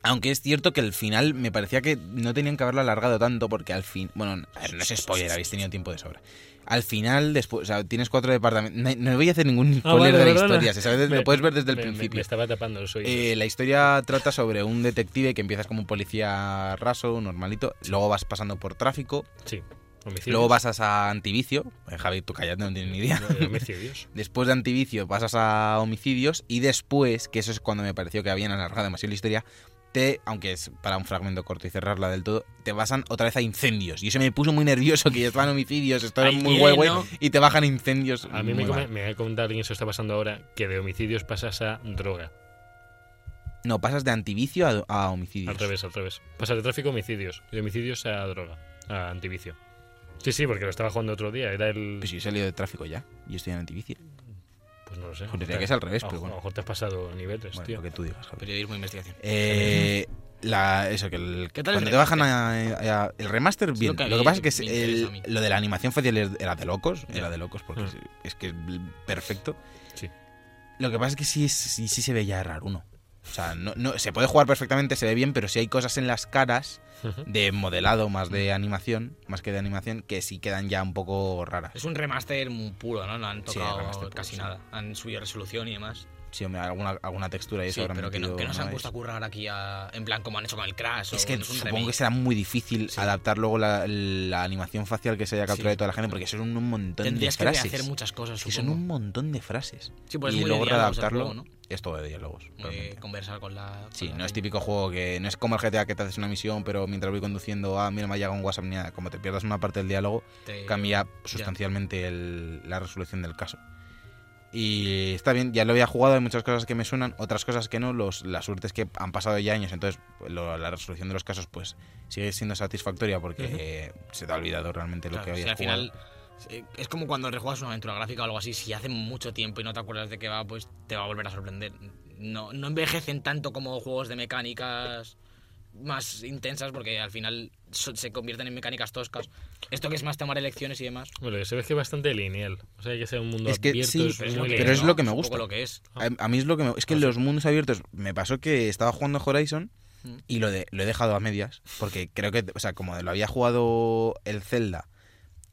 Speaker 3: Aunque es cierto que el final me parecía que no tenían que haberlo alargado tanto porque al fin... Bueno, a ver, no es spoiler, habéis tenido tiempo de sobra. Al final, después, o sea, tienes cuatro departamentos... No, no voy a hacer ningún spoiler
Speaker 1: Ah, vale,
Speaker 3: de la
Speaker 1: perdona.
Speaker 3: historia, se sabe desde-
Speaker 1: Me-
Speaker 3: lo puedes ver desde el
Speaker 1: me- me- Me,
Speaker 3: principio.
Speaker 1: estaba tapando los oídos.
Speaker 3: Eh, la historia trata sobre un detective que empiezas como un policía raso, normalito, luego vas pasando por tráfico,
Speaker 1: sí. Homicidios.
Speaker 3: luego vas a antivicio, Eh, Javi, tú cállate, no tienes ni idea.
Speaker 1: Eh, Homicidios.
Speaker 3: Después de antivicio pasas a homicidios y después, que eso es cuando me pareció que habían alargado demasiado la historia, te, aunque es para un fragmento corto y cerrarla del todo, te basan otra vez a incendios. Y eso me puso muy nervioso, que ya estaban homicidios, esto era
Speaker 2: Ay,
Speaker 3: muy
Speaker 2: bien,
Speaker 3: guay, guay,
Speaker 2: ¿no?
Speaker 3: y te bajan incendios.
Speaker 1: A mí
Speaker 3: Muy
Speaker 1: me, come-
Speaker 3: mal.
Speaker 1: me ha comentado alguien, eso está pasando ahora, que de homicidios pasas a droga.
Speaker 3: No, pasas de antivicio a, a homicidios.
Speaker 1: Al revés, al revés. Pasas de tráfico a homicidios. Y de homicidios a droga. A antivicio. Sí, sí, porque lo estaba jugando otro día. Era el.
Speaker 3: Pues yo he salido de tráfico ya, yo estoy en antivicio.
Speaker 1: Pues no lo sé.
Speaker 3: Juraría que es al revés,
Speaker 1: A- A
Speaker 3: pero
Speaker 1: lo
Speaker 3: bueno.
Speaker 1: mejor te has pasado niveles,
Speaker 3: Bueno,
Speaker 1: tío.
Speaker 3: lo que tú digas, Javier.
Speaker 2: Periodismo e investigación.
Speaker 3: Eh, la, eso, que el,
Speaker 2: ¿Qué tal el
Speaker 3: cuando te bajan a- a- el remaster, bien. Lo
Speaker 2: que a
Speaker 3: que,
Speaker 2: mí
Speaker 3: pasa es
Speaker 2: me-
Speaker 3: que es
Speaker 2: me interesa a
Speaker 3: el-
Speaker 2: mí.
Speaker 3: lo de la animación facial es- era de locos,
Speaker 1: Ya.
Speaker 3: era de locos, porque
Speaker 1: Mm.
Speaker 3: es, es que es perfecto.
Speaker 1: Sí.
Speaker 3: Lo que pasa es que sí, es- sí, sí se ve ya raro uno. O sea, no, no, se puede jugar perfectamente, se ve bien, pero si hay cosas en las caras
Speaker 1: *laughs* Ujú.
Speaker 3: de modelado más
Speaker 2: Mm.
Speaker 3: de animación, más que de animación, que sí quedan ya un poco raras.
Speaker 2: Es un remaster muy puro, ¿no? No han
Speaker 3: Sí,
Speaker 2: tocado
Speaker 3: remaster puro,
Speaker 2: casi
Speaker 3: sí.
Speaker 2: nada. Han subido resolución y demás.
Speaker 3: Sí, hombre, alguna, alguna textura y eso
Speaker 2: Sí,
Speaker 3: habrán
Speaker 2: pero que no,
Speaker 3: metido
Speaker 2: que no se han
Speaker 3: más.
Speaker 2: puesto a currar aquí a- en plan como han hecho con el Crash.
Speaker 3: Es
Speaker 2: o
Speaker 3: que
Speaker 2: un- un
Speaker 3: supongo
Speaker 2: remake.
Speaker 3: que será muy difícil adaptar luego la, la animación facial que se haya
Speaker 2: Sí.
Speaker 3: capturado de toda la gente, porque son un montón
Speaker 2: Tendrías
Speaker 3: de
Speaker 2: que
Speaker 3: frases.
Speaker 2: hacer muchas cosas,
Speaker 3: que son un
Speaker 2: supongo.
Speaker 3: montón de frases.
Speaker 2: Sí, pues es
Speaker 3: y
Speaker 2: muy de
Speaker 3: luego
Speaker 2: diálogos el
Speaker 3: readaptarlo
Speaker 2: juego,
Speaker 3: es todo de diálogos.
Speaker 2: Muy de
Speaker 3: realmente.
Speaker 2: conversar Eh, con la. con
Speaker 3: Sí,
Speaker 2: la
Speaker 3: no es
Speaker 2: peña.
Speaker 3: típico juego que no es como el GTA que te haces una misión, pero mientras voy conduciendo, ah, mira, me ha llegado un WhatsApp ni nada. Como te pierdas una parte del diálogo,
Speaker 2: Te-
Speaker 3: cambia sustancialmente el- la resolución del caso. Y está bien, ya lo había jugado, hay muchas cosas que me suenan, otras cosas que no. Los, la suerte es que han pasado ya años, entonces lo- la resolución de los casos pues sigue siendo satisfactoria porque eh, se te ha olvidado realmente lo
Speaker 2: Claro,
Speaker 3: que
Speaker 2: si
Speaker 3: habías
Speaker 2: al
Speaker 3: jugado.
Speaker 2: final. eh, Es como cuando rejuegas una aventura gráfica o algo así. Si hace mucho tiempo y no te acuerdas de qué va, pues te va a volver a sorprender. No, no envejecen tanto como juegos de mecánicas más intensas porque al final so- se convierten en mecánicas toscas. Esto que es más tomar elecciones y demás.
Speaker 1: Bueno, se ve que es bastante lineal. O sea, que sea un mundo
Speaker 3: Es que
Speaker 1: abierto.
Speaker 3: sí,
Speaker 1: es
Speaker 3: pero
Speaker 1: muy
Speaker 3: es lo que-
Speaker 1: lineal.
Speaker 3: pero es lo que me
Speaker 2: un poco
Speaker 3: gusta.
Speaker 2: lo que es.
Speaker 3: A, a mí es lo que me, es que los mundos abiertos me pasó que estaba jugando Horizon y lo de, lo he dejado a medias porque creo que o sea como lo había jugado el Zelda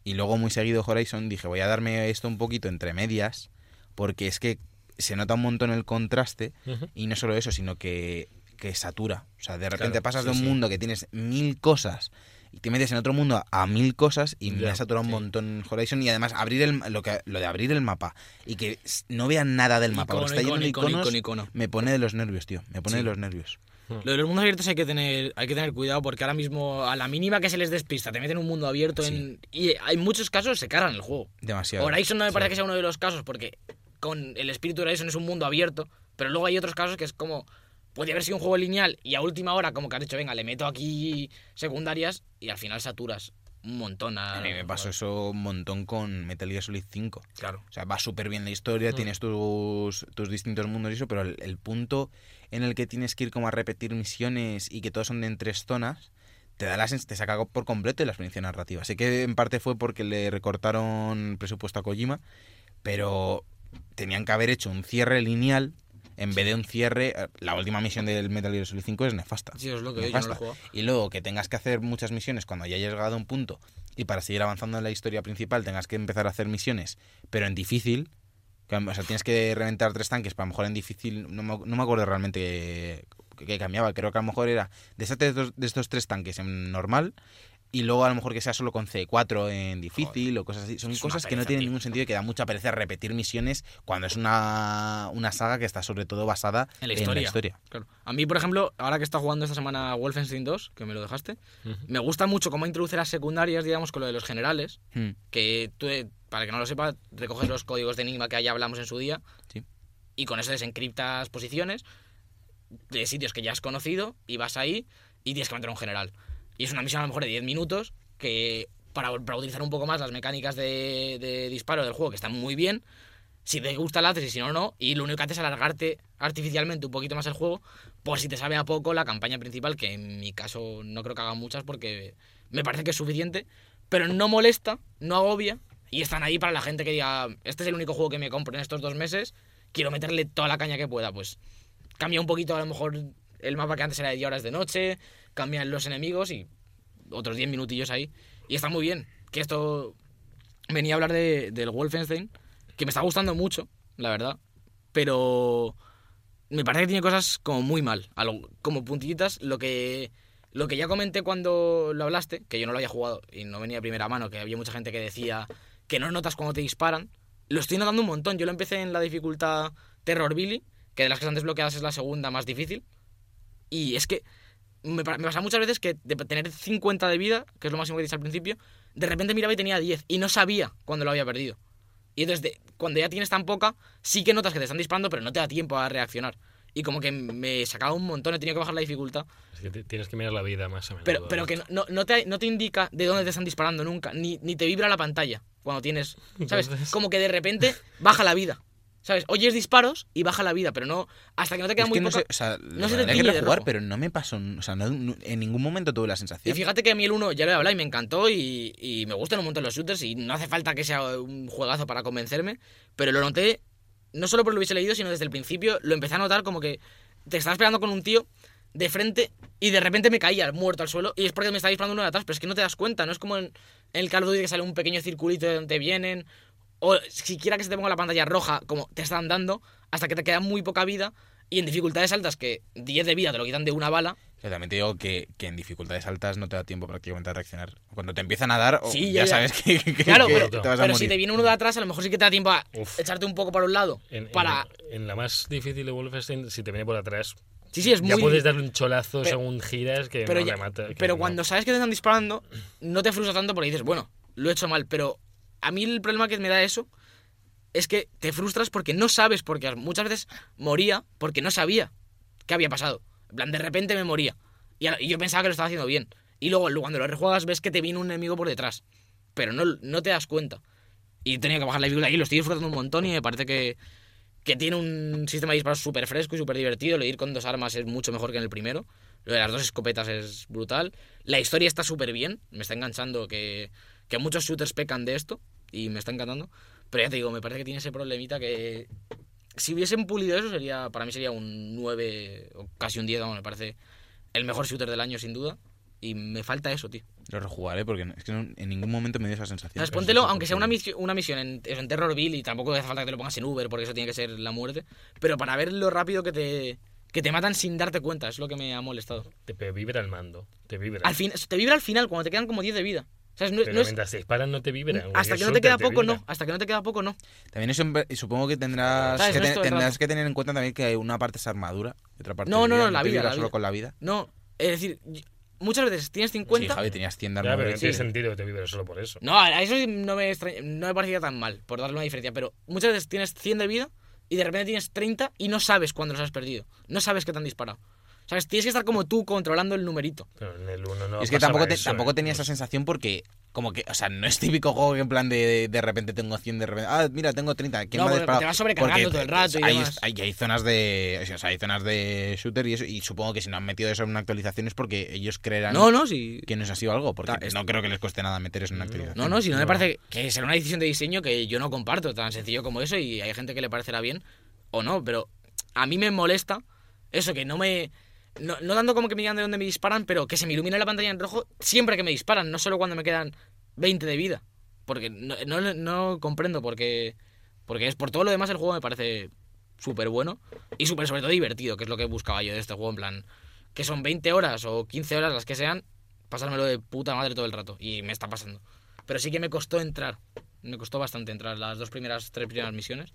Speaker 3: y luego muy seguido Horizon dije voy a darme esto un poquito entre medias porque es que se nota un montón el contraste
Speaker 1: Ujú.
Speaker 3: y no solo eso sino que, que satura o sea de repente
Speaker 2: Claro,
Speaker 3: pasas de
Speaker 2: sí,
Speaker 3: un
Speaker 2: sí.
Speaker 3: mundo que tienes mil cosas y te metes en otro mundo a mil cosas y me
Speaker 1: Ya,
Speaker 3: ha saturado
Speaker 2: sí.
Speaker 3: un montón Horizon y además abrir el lo que lo de abrir el mapa y que s- no vean nada del mapa,
Speaker 2: Icono,
Speaker 3: porque está lleno
Speaker 2: icono, icono,
Speaker 3: de iconos,
Speaker 2: icono, icono.
Speaker 3: me pone de los nervios, tío, me pone
Speaker 2: Sí.
Speaker 3: de los nervios.
Speaker 2: Lo de los mundos abiertos hay que tener hay que tener cuidado porque ahora mismo a la mínima que se les despista te meten un mundo abierto
Speaker 3: Sí.
Speaker 2: en y hay muchos casos se cargan el juego.
Speaker 3: Demasiado.
Speaker 2: Horizon no me parece que sea uno de los casos porque con el espíritu de Horizon es un mundo abierto, pero luego hay otros casos que es como puede haber sido un juego lineal y a última hora como que has dicho, venga, le meto aquí secundarias y al final saturas un montón a,
Speaker 3: a mí me pasó eso un montón con Metal Gear Solid 5.
Speaker 2: Claro.
Speaker 3: O sea, va súper bien la historia, tienes tus, tus distintos mundos y eso, pero el, el punto en el que tienes que ir como a repetir misiones y que todos son en tres zonas, te da la sens- te saca por completo de la experiencia narrativa. Sé que en parte fue porque le recortaron presupuesto a Kojima, pero tenían que haber hecho un cierre lineal en vez de un cierre. La última misión del Metal Gear Solid 5 es nefasta.
Speaker 2: Sí, es lo que yo, yo no
Speaker 3: Nefasta.
Speaker 2: lo juego.
Speaker 3: Y luego que tengas que hacer muchas misiones cuando ya hayas llegado a un punto y para seguir avanzando en la historia principal tengas que empezar a hacer misiones, pero en difícil. que, O sea, tienes que reventar tres tanques, pero a lo mejor en difícil, no me, no me acuerdo realmente qué qué cambiaba, creo que a lo mejor era deshazte de estos, de estos tres tanques en normal y luego a lo mejor que sea solo con C4 en difícil o cosas así. Son
Speaker 2: Es una
Speaker 3: cosas que no
Speaker 2: pereza,
Speaker 3: tienen
Speaker 2: tío.
Speaker 3: ningún sentido y que da mucha pereza repetir misiones cuando es una, una saga que está sobre todo basada
Speaker 2: En la historia.
Speaker 3: En la historia.
Speaker 2: Claro. A mí, por ejemplo, ahora que está jugando esta semana Wolfenstein 2, que me lo dejaste,
Speaker 1: Ujú.
Speaker 2: me gusta mucho cómo introduce las secundarias, digamos, con lo de los generales,
Speaker 3: Hmm.
Speaker 2: que tú, eh, para el que no lo sepa, recoges los códigos de Enigma que ya hablamos en su día,
Speaker 3: Sí.
Speaker 2: y con eso desencriptas posiciones de sitios que ya has conocido, y vas ahí y tienes que matar a un general. Y es una misión a lo mejor de 10 minutos, que para, para utilizar un poco más las mecánicas de, de disparo del juego, que están muy bien, Si te gusta la haces y si no, no. Y lo único que haces es alargarte artificialmente un poquito más el juego por si te sabe a poco la campaña principal, que en mi caso no creo que haga muchas porque me parece que es suficiente, pero no molesta, no agobia y están ahí para la gente que diga, este es el único juego que me compro en estos dos meses, quiero meterle toda la caña que pueda, pues cambia un poquito a lo mejor el mapa que antes era de 10 horas de noche, cambian los enemigos y otros 10 minutillos ahí. Y está muy bien. Que esto venía a hablar de, del Wolfenstein, que me está gustando mucho, la verdad. Pero me parece que tiene cosas como muy mal, algo- como puntillitas, lo que lo que ya comenté cuando lo hablaste, que yo no lo había jugado y no venía de primera mano, que había mucha gente que decía que no notas cuando te disparan, lo estoy notando un montón. Yo lo empecé en la dificultad Terror Billy, que de las que están desbloqueadas es la segunda más difícil. Y es que me, pa- me pasa muchas veces que de tener 50 de vida, que es lo máximo que dices al principio, de repente miraba y tenía 10 y no sabía cuándo lo había perdido. Y desde cuando ya tienes tan poca, sí que notas que te están disparando, pero no te da tiempo a reaccionar. Y como que me sacaba un montón, he tenido que bajar la dificultad.
Speaker 1: Es que te- tienes que mirar la vida más o menos.
Speaker 2: Pero, pero que no- no, no, te, no te indica de dónde te están disparando nunca, ni, ni te vibra la pantalla cuando tienes,
Speaker 3: *laughs*
Speaker 2: ¿sabes?
Speaker 1: Entonces-
Speaker 2: Como que de repente baja la vida, ¿sabes? Oyes disparos y baja la vida, pero no, hasta que no te queda
Speaker 3: Es
Speaker 2: muy
Speaker 3: que no
Speaker 2: poca.
Speaker 3: sé, o sea,
Speaker 2: se te
Speaker 3: tendría que
Speaker 2: tiñe de
Speaker 3: rejugar,
Speaker 2: rojo.
Speaker 3: pero no me pasó, o sea, no- no- en ningún momento tuve la
Speaker 2: Y
Speaker 3: sensación.
Speaker 2: fíjate que a mí el 1 ya lo he hablado y me encantó y, y me gustan un montón los shooters y no hace falta que sea un juegazo para convencerme, pero lo noté no solo por lo que hubiese leído, sino desde el principio lo empecé a notar como que te estabas pegando con un tío de frente y de repente me caía muerto al suelo y es porque me estaba disparando uno de atrás, pero es que no te das cuenta, no es como en, en el Call of Duty que sale un pequeño circulito de donde vienen o siquiera que se te ponga la pantalla roja como te están dando hasta que te queda muy poca vida y en dificultades altas que 10 de vida te lo quitan de una bala
Speaker 3: Pero también te digo que, que en dificultades altas no te da tiempo prácticamente a reaccionar. Cuando te empiezan a dar, o-
Speaker 2: Sí,
Speaker 3: ya,
Speaker 2: ya, ya.
Speaker 3: sabes que, que-
Speaker 2: Claro,
Speaker 3: que
Speaker 2: pero,
Speaker 3: te vas a
Speaker 2: pero
Speaker 3: morir.
Speaker 2: si te viene uno de atrás, a lo mejor sí que te da tiempo a
Speaker 1: Uf.
Speaker 2: echarte un poco para un lado.
Speaker 1: En, en-
Speaker 2: para...
Speaker 1: en la más difícil de Wolfenstein, si te viene por atrás,
Speaker 2: Sí, sí, es
Speaker 1: ya
Speaker 2: muy...
Speaker 1: puedes darle un cholazo
Speaker 2: Pero-
Speaker 1: según giras que
Speaker 2: pero
Speaker 1: no
Speaker 2: ya-
Speaker 1: le mata. que
Speaker 2: pero
Speaker 1: no.
Speaker 2: cuando sabes que te están disparando, no te frustra tanto porque dices, bueno, lo he hecho mal. Pero a mí el problema que me da eso es que te frustras porque no sabes, porque muchas veces moría porque no sabía qué había pasado. En plan, de repente me moría. Y a- y yo pensaba que lo estaba haciendo bien. Y luego, luego cuando lo rejuegas, ves que te viene un enemigo por detrás. Pero no, no te das cuenta. Y tenía que bajar la película y lo estoy disfrutando un montón y me parece que, que tiene un sistema de disparos súper fresco y súper divertido. El ir con dos armas es mucho mejor que en el primero. Lo de las dos escopetas es brutal. La historia está súper bien. Me está enganchando que, que muchos shooters pecan de esto y me está encantando. Pero ya te digo, me parece que tiene ese problemita que si hubiesen pulido eso sería para mí sería un 9 o casi un 10, vamos, me parece el mejor shooter del año sin duda. Y me falta eso, tío.
Speaker 3: Lo rejugaré porque no- es que no- en ningún momento me dio esa sensación.
Speaker 2: ¿Sabes? Póntelo, aunque sea una, misi- una misión en, eso, en Terrorville y tampoco hace falta que te lo pongas en Uber porque eso tiene que ser la muerte. Pero para ver lo rápido que te, que te matan sin darte cuenta, es lo que me ha molestado.
Speaker 1: Te pe- vibra el mando, te vibra.
Speaker 2: Al fin, te vibra al final, cuando te quedan como 10 de vida. ¿Sabes? No,
Speaker 1: pero
Speaker 2: no es- Mm,
Speaker 1: mientras te disparan no te vibra. en
Speaker 2: hasta
Speaker 1: cualquier
Speaker 2: que no te queda
Speaker 1: shooter
Speaker 2: poco,
Speaker 1: vibra.
Speaker 2: no. Hasta que no te queda poco, no.
Speaker 3: También eso, empe- supongo que tendrás,
Speaker 2: ¿Sabes?
Speaker 3: que,
Speaker 2: No
Speaker 3: te-
Speaker 2: es todo el
Speaker 3: tendrás
Speaker 2: rato.
Speaker 3: que tener en cuenta también que una parte es armadura y otra parte
Speaker 2: No,
Speaker 3: es
Speaker 2: no, no,
Speaker 3: vida.
Speaker 2: la
Speaker 3: te
Speaker 2: vida,
Speaker 3: vibras
Speaker 2: la
Speaker 3: solo
Speaker 2: vida.
Speaker 3: con la vida.
Speaker 2: No, es decir, y- muchas veces tienes
Speaker 3: Sí,
Speaker 2: 50.
Speaker 3: Javi, tenías 100 de
Speaker 1: Ya, pero
Speaker 3: armadura.
Speaker 1: no tiene sentido que te vibra solo por eso.
Speaker 2: no, a eso sí no me, extra- no me parecía tan mal, por darle una diferencia. Pero muchas veces tienes 100 de vida y de repente tienes 30 y no sabes cuándo los has perdido. No sabes que te han disparado. ¿Sabes? Tienes que estar como tú controlando el numerito.
Speaker 1: Pero en el 1 no.
Speaker 3: es que
Speaker 1: pasaba
Speaker 3: tampoco, te-
Speaker 1: eso,
Speaker 3: tampoco
Speaker 1: ¿eh?
Speaker 3: tenía esa sensación porque, como que, o sea, no es típico juego que en plan de de, de repente tengo 100, de repente, ah, mira, tengo 30. ¿Quién
Speaker 2: No,
Speaker 3: me ha
Speaker 2: porque
Speaker 3: disparado?
Speaker 2: te vas sobrecargando
Speaker 3: Porque
Speaker 2: todo el rato y
Speaker 3: hay,
Speaker 2: demás.
Speaker 3: hay, hay zonas de, o sea, hay zonas de shooter y eso, y supongo que si no han metido eso en una actualización es porque ellos creerán
Speaker 2: No, no, sí.
Speaker 3: que no es así o algo, porque
Speaker 2: Ta- es-
Speaker 3: no creo que les cueste nada meter eso en una actualización.
Speaker 2: No, no, si no, me
Speaker 1: No.
Speaker 2: parece que será una decisión de diseño que yo no comparto, tan sencillo como eso, y hay gente que le parecerá bien o no, pero a mí me molesta eso, que no me... No, no tanto como que me digan de dónde me disparan, pero que se me ilumine la pantalla en rojo siempre que me disparan, no solo cuando me quedan 20 de vida, porque no, no, no comprendo porque Porque es por todo lo demás el juego me parece súper bueno y súper sobre todo divertido, que es lo que buscaba yo de este juego, en plan, que son 20 horas o 15 horas las que sean, pasármelo de puta madre todo el rato. Y me está pasando. Pero sí que me costó entrar. Me costó bastante entrar las dos primeras, tres primeras misiones.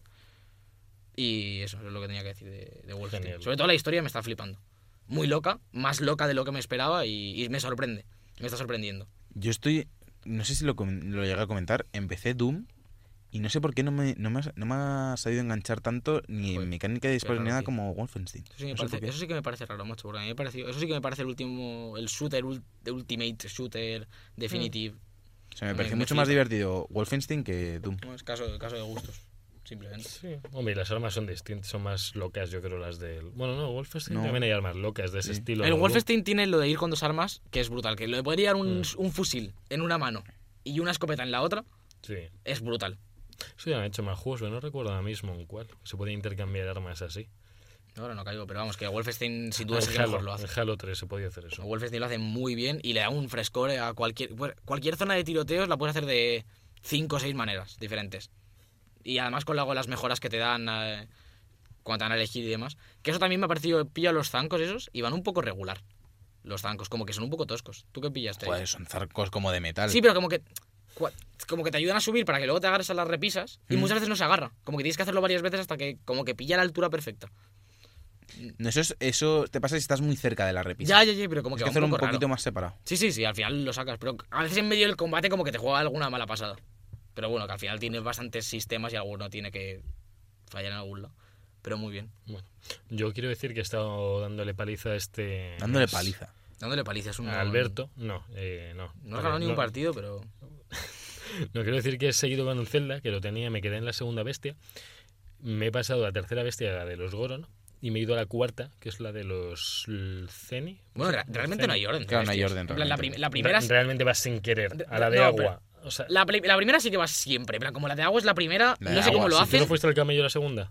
Speaker 2: Y eso es lo que tenía que decir de, de Wolfenstein.
Speaker 1: Genial.
Speaker 2: Sobre todo la historia me está flipando. Muy loca, más loca de lo que me esperaba y, y me sorprende. Me está sorprendiendo.
Speaker 3: Yo estoy. No sé si lo, com- lo llegué a comentar. Empecé Doom y no sé por qué no me, no me, ha, no me ha sabido enganchar tanto ni
Speaker 2: Joder,
Speaker 3: en mecánica de disparos
Speaker 2: raro,
Speaker 3: ni nada
Speaker 2: tío.
Speaker 3: como Wolfenstein.
Speaker 2: Eso sí, me
Speaker 3: No sé por
Speaker 2: parece,
Speaker 3: qué.
Speaker 2: eso sí que me parece raro, macho, porque a mí me pareció, eso sí que me parece el último, el shooter, ul- the ultimate shooter, definitive.
Speaker 3: O sea, me
Speaker 2: me-
Speaker 3: pareció
Speaker 2: me
Speaker 3: mucho más
Speaker 2: flipa.
Speaker 3: divertido Wolfenstein que Mm. Doom.
Speaker 2: No, es caso, caso de gustos. simplemente.
Speaker 1: Sí. Hombre, y las armas son distintas, son más locas, yo creo, las del. Bueno, no, Wolfenstein
Speaker 3: No.
Speaker 1: también hay armas locas de ese
Speaker 3: Sí.
Speaker 1: estilo.
Speaker 2: el
Speaker 1: ¿no?
Speaker 2: Wolfenstein tiene lo de ir con dos armas, que es brutal. Que lo de poder llevar
Speaker 3: Mm.
Speaker 2: un, un fusil en una mano y una escopeta en la otra,
Speaker 1: Sí.
Speaker 2: es brutal.
Speaker 1: Eso ya han hecho más juegos, pero no recuerdo ahora mismo en cuál. Se puede intercambiar armas así.
Speaker 2: Ahora no caigo, pero vamos, que Wolfenstein, si tú
Speaker 1: Ah,
Speaker 2: ves
Speaker 1: en
Speaker 2: el que mejor
Speaker 1: Halo,
Speaker 2: lo hace.
Speaker 1: en Halo 3 se podía hacer eso.
Speaker 2: Wolfenstein lo hace muy bien y le da un frescor a cualquier. bueno, Cualquier zona de tiroteos la puedes hacer de cinco o seis maneras diferentes. Y además con luego las mejoras que te dan eh, cuando te dan a elegir y demás. Que eso también me ha parecido. Pillo a los zancos esos y van un poco regular. Los zancos, como que son un poco toscos. ¿Tú qué pillaste?
Speaker 3: Joder, son zarcos como de metal.
Speaker 2: Sí, pero como que cua- como que te ayudan a subir para que luego te agarres a las repisas y muchas veces no se agarra. Como que tienes que hacerlo varias veces hasta que como que pilla la altura perfecta.
Speaker 3: No, eso, es- eso te pasa si estás muy cerca de la repisa.
Speaker 2: Ya, ya, ya, pero como que,
Speaker 3: Tienes que
Speaker 2: va
Speaker 3: hacerlo
Speaker 2: un
Speaker 3: un
Speaker 2: poco raro.
Speaker 3: poquito más separado.
Speaker 2: Sí, sí, sí, al final lo sacas, pero a veces en medio del combate como que te juega alguna mala pasada. Pero bueno, que al final tienes bastantes sistemas y alguno tiene que fallar en algún lado. Pero muy bien.
Speaker 1: Bueno, yo quiero decir que he estado dándole paliza a este.
Speaker 3: Dándole
Speaker 2: Pues,
Speaker 3: paliza.
Speaker 2: Dándole palizas un
Speaker 1: A Alberto, no, eh, no.
Speaker 2: No has ganado ni un partido, pero
Speaker 1: No quiero decir que he seguido con Zelda, que lo tenía, me quedé en la segunda bestia. Me he pasado a la tercera bestia, la de los Goron, y me he ido a la cuarta, que es la de los l- Zeni.
Speaker 2: bueno, re- realmente no hay orden.
Speaker 3: Claro, no hay
Speaker 2: hostias.
Speaker 3: orden,
Speaker 2: En plan, la,
Speaker 3: realmente.
Speaker 2: prim- la primera
Speaker 1: Re- realmente vas sin querer, a la de
Speaker 2: No,
Speaker 1: agua. O sea,
Speaker 2: la, pri- la primera sí que va siempre, en plan, como la de agua es la primera,
Speaker 3: La de
Speaker 2: no sé cómo
Speaker 3: agua,
Speaker 2: lo
Speaker 3: sí,
Speaker 1: ¿Tú
Speaker 2: hacen.
Speaker 1: no fuiste al camello a la segunda?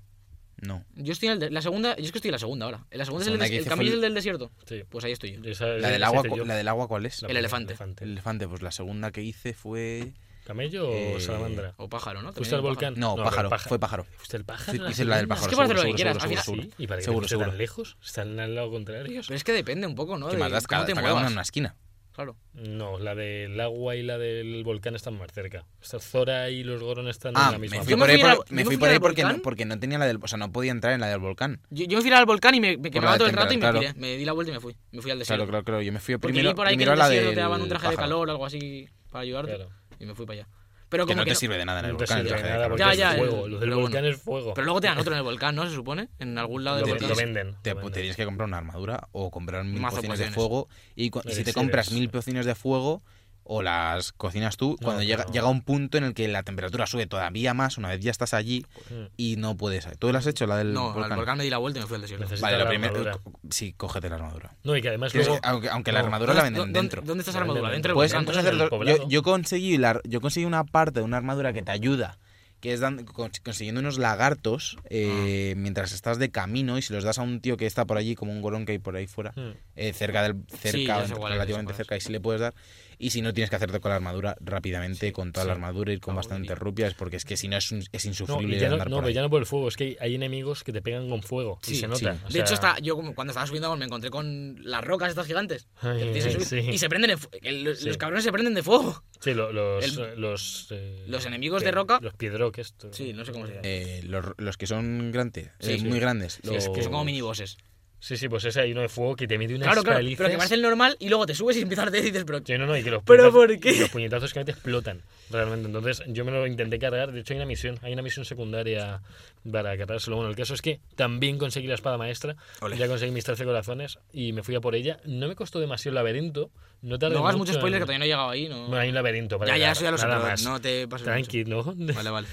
Speaker 3: No.
Speaker 2: Yo estoy en el de- la segunda, yo es que estoy en la segunda ahora. En la segunda,
Speaker 3: La segunda
Speaker 2: es el,
Speaker 3: que
Speaker 2: des-
Speaker 3: hice
Speaker 2: el camino
Speaker 3: fue
Speaker 2: es el
Speaker 3: el-
Speaker 2: del desierto.
Speaker 1: Sí.
Speaker 2: Pues ahí estoy yo.
Speaker 1: Esa-
Speaker 3: La del,
Speaker 1: esa
Speaker 3: agua,
Speaker 1: hice
Speaker 3: cu-
Speaker 1: yo.
Speaker 3: ¿La del agua cuál es?
Speaker 1: La
Speaker 2: el
Speaker 1: primera,
Speaker 2: elefante.
Speaker 3: El elefante, pues la segunda que hice fue.
Speaker 1: ¿Camello o
Speaker 3: Eh,
Speaker 1: salamandra?
Speaker 2: O pájaro, ¿no?
Speaker 1: ¿Fuiste al
Speaker 2: También el
Speaker 1: volcán?
Speaker 3: No,
Speaker 1: pero
Speaker 3: pájaro,
Speaker 1: paja-
Speaker 3: fue pájaro.
Speaker 1: ¿Fuiste el pájaro?
Speaker 3: Sí,
Speaker 1: la
Speaker 3: hice la del
Speaker 1: segunda?
Speaker 3: pájaro.
Speaker 2: Es que puedes hacer lo
Speaker 3: seguro,
Speaker 2: que quieras,
Speaker 3: seguro,
Speaker 2: al
Speaker 3: seguro,
Speaker 1: Sí, y para que
Speaker 3: seguro,
Speaker 1: fuiste
Speaker 3: seguro.
Speaker 1: tan lejos, están al lado contrario.
Speaker 2: pájaro. Pero es que depende un poco, ¿no?
Speaker 3: Que
Speaker 2: De
Speaker 3: más das,
Speaker 2: cómo
Speaker 3: cada,
Speaker 2: te
Speaker 3: cada una
Speaker 2: muevas.
Speaker 3: en una esquina.
Speaker 2: Claro.
Speaker 1: No, la del agua y la del volcán están más cerca. O sea, Zora y los Goron están en
Speaker 3: Ah,
Speaker 1: la
Speaker 3: me
Speaker 1: misma.
Speaker 3: fui
Speaker 2: Yo me
Speaker 3: por ahí,
Speaker 2: fui a la-
Speaker 3: por-
Speaker 2: yo
Speaker 3: me
Speaker 2: me
Speaker 3: fui
Speaker 2: fui
Speaker 3: por
Speaker 2: a la
Speaker 3: ahí
Speaker 2: del
Speaker 3: porque, no,
Speaker 2: volcán.
Speaker 3: porque no tenía la del. O sea, no podía entrar en la del volcán.
Speaker 2: Yo, yo me fui al volcán y me, me
Speaker 3: la
Speaker 2: quemaba
Speaker 3: de
Speaker 2: todo el rato y me
Speaker 3: temperatura.
Speaker 2: piré. Me di la vuelta y me fui. Me fui al desierto.
Speaker 3: Claro, claro, claro. Yo me fui
Speaker 2: Porque
Speaker 3: primero,
Speaker 2: vi por ahí que en
Speaker 3: primero
Speaker 2: el
Speaker 3: a la
Speaker 2: desierto
Speaker 3: del.
Speaker 2: te daban un traje de
Speaker 3: pájaro,
Speaker 2: calor o algo así para ayudarte.
Speaker 1: Claro.
Speaker 2: Y me fui para allá. Pero
Speaker 3: Que
Speaker 2: como
Speaker 3: no
Speaker 2: que
Speaker 3: te
Speaker 2: no-
Speaker 3: sirve de nada en el
Speaker 1: No te
Speaker 3: volcán. el
Speaker 1: sirve
Speaker 3: traje de
Speaker 1: nada
Speaker 3: calor.
Speaker 1: porque
Speaker 2: Ya,
Speaker 1: es
Speaker 2: ya,
Speaker 1: fuego.
Speaker 2: el-
Speaker 1: Lo del
Speaker 2: pero
Speaker 1: volcán
Speaker 2: bueno.
Speaker 1: es fuego.
Speaker 2: Pero luego te dan otro en el volcán, ¿no? Se supone. En algún lado
Speaker 1: Lo
Speaker 2: del
Speaker 1: ven- lo
Speaker 2: volcán.
Speaker 1: venden.
Speaker 3: Te
Speaker 1: lo
Speaker 3: pu-
Speaker 1: venden.
Speaker 3: tenías que comprar una armadura o comprar mil
Speaker 2: Mazo
Speaker 3: pociones de
Speaker 2: pociones.
Speaker 3: fuego. Y, cu- y si te
Speaker 1: Elixires.
Speaker 3: compras mil pociones de fuego o las cocinas tú,
Speaker 1: No,
Speaker 3: cuando llega,
Speaker 1: pero-
Speaker 3: llega un punto en el que la temperatura sube todavía más, una vez ya estás allí
Speaker 1: Mm.
Speaker 3: y no puedes. ¿Tú lo has hecho, la del
Speaker 2: No, al
Speaker 3: volcán?
Speaker 2: volcán me di la vuelta y me fui al desierto.
Speaker 1: Necesitas
Speaker 3: Vale, lo
Speaker 1: la
Speaker 3: primero.
Speaker 1: armadura.
Speaker 3: co- Sí, cógete la armadura.
Speaker 1: No, y que además
Speaker 3: Tienes
Speaker 1: luego...
Speaker 3: que- aunque aunque la
Speaker 1: no,
Speaker 3: armadura la venden
Speaker 2: ¿Dónde-
Speaker 3: dentro.
Speaker 2: ¿Dónde está esa
Speaker 1: La venden
Speaker 2: armadura?
Speaker 1: dentro.
Speaker 2: ¿Dentro del
Speaker 3: Puedes,
Speaker 2: volcán?
Speaker 3: puedes
Speaker 1: en
Speaker 3: hacer
Speaker 1: el
Speaker 3: dos-
Speaker 1: poblado.
Speaker 3: yo, yo conseguí la, yo conseguí una parte de una armadura que te ayuda, que es dan- cons- consiguiendo unos lagartos
Speaker 1: Ah.
Speaker 3: eh, mientras estás de camino y si los das a un tío que está por allí, como un gorón que hay por ahí fuera,
Speaker 1: Mm.
Speaker 3: eh, cerca del
Speaker 2: Sí,
Speaker 3: cerca
Speaker 2: ya sé
Speaker 3: entre-
Speaker 2: cuál es,
Speaker 3: relativamente
Speaker 2: ya sé cuál
Speaker 3: cerca y si le puedes dar y si no tienes que hacerte con la armadura rápidamente con toda la
Speaker 1: sí.
Speaker 3: armadura ir con
Speaker 2: Ah,
Speaker 3: bastantes
Speaker 2: bien.
Speaker 3: rupias porque es que si no es, un- es
Speaker 1: No,
Speaker 3: insufrible
Speaker 1: y
Speaker 3: de
Speaker 1: ya no,
Speaker 3: andar
Speaker 1: no,
Speaker 3: por
Speaker 1: pero
Speaker 3: ahí.
Speaker 1: ya no por el fuego, es que hay enemigos que te pegan con fuego y
Speaker 2: Sí,
Speaker 1: se
Speaker 3: sí.
Speaker 1: nota. o
Speaker 2: De
Speaker 1: sea,
Speaker 2: hecho, está, yo como- cuando estaba subiendo me encontré con las rocas estas gigantes. que
Speaker 1: Ay,
Speaker 2: tienes que subir,
Speaker 1: sí.
Speaker 2: Y se prenden en fu- el- los-
Speaker 1: Sí.
Speaker 2: Los cabrones se prenden de fuego.
Speaker 1: Sí, lo- los...
Speaker 2: el-
Speaker 1: eh, los, eh,
Speaker 2: los enemigos de
Speaker 1: pe-
Speaker 2: roca-
Speaker 1: Los piedroques. tú-
Speaker 2: Sí, no sé cómo se llama.
Speaker 3: Eh, los, los que son grandes,
Speaker 2: Sí,
Speaker 3: eh,
Speaker 2: sí.
Speaker 3: muy grandes.
Speaker 1: Sí, es
Speaker 3: los-
Speaker 1: que
Speaker 2: Son como minibosses.
Speaker 1: Sí, sí, pues ese hay uno de fuego que te mete unas
Speaker 2: Claro, claro.
Speaker 1: palizas.
Speaker 2: Pero que parece el normal y luego te subes y empiezas a decir, dices, pero
Speaker 1: Sí, no, no, y que los puñetazos-
Speaker 2: ¿Pero por qué?
Speaker 1: y los puñetazos que te explotan realmente. Entonces, yo me lo intenté cargar. De hecho, hay una misión, hay una misión secundaria para cargárselo. Bueno, el caso es que también conseguí la espada maestra.
Speaker 3: Ole.
Speaker 1: Ya conseguí mis 13 corazones y me fui a por ella. No me costó demasiado el laberinto. No tardé
Speaker 2: no hagas
Speaker 1: mucho
Speaker 2: mucho spoiler
Speaker 1: en-
Speaker 2: que todavía no he llegado ahí. No...
Speaker 1: Bueno, hay un laberinto para
Speaker 2: ya, ya,
Speaker 1: llegar,
Speaker 2: eso ya lo sé,
Speaker 1: nada
Speaker 2: pero
Speaker 1: más.
Speaker 2: no te pases
Speaker 1: Tranqui, ¿no?
Speaker 2: mucho.
Speaker 1: *laughs*
Speaker 2: Vale, vale.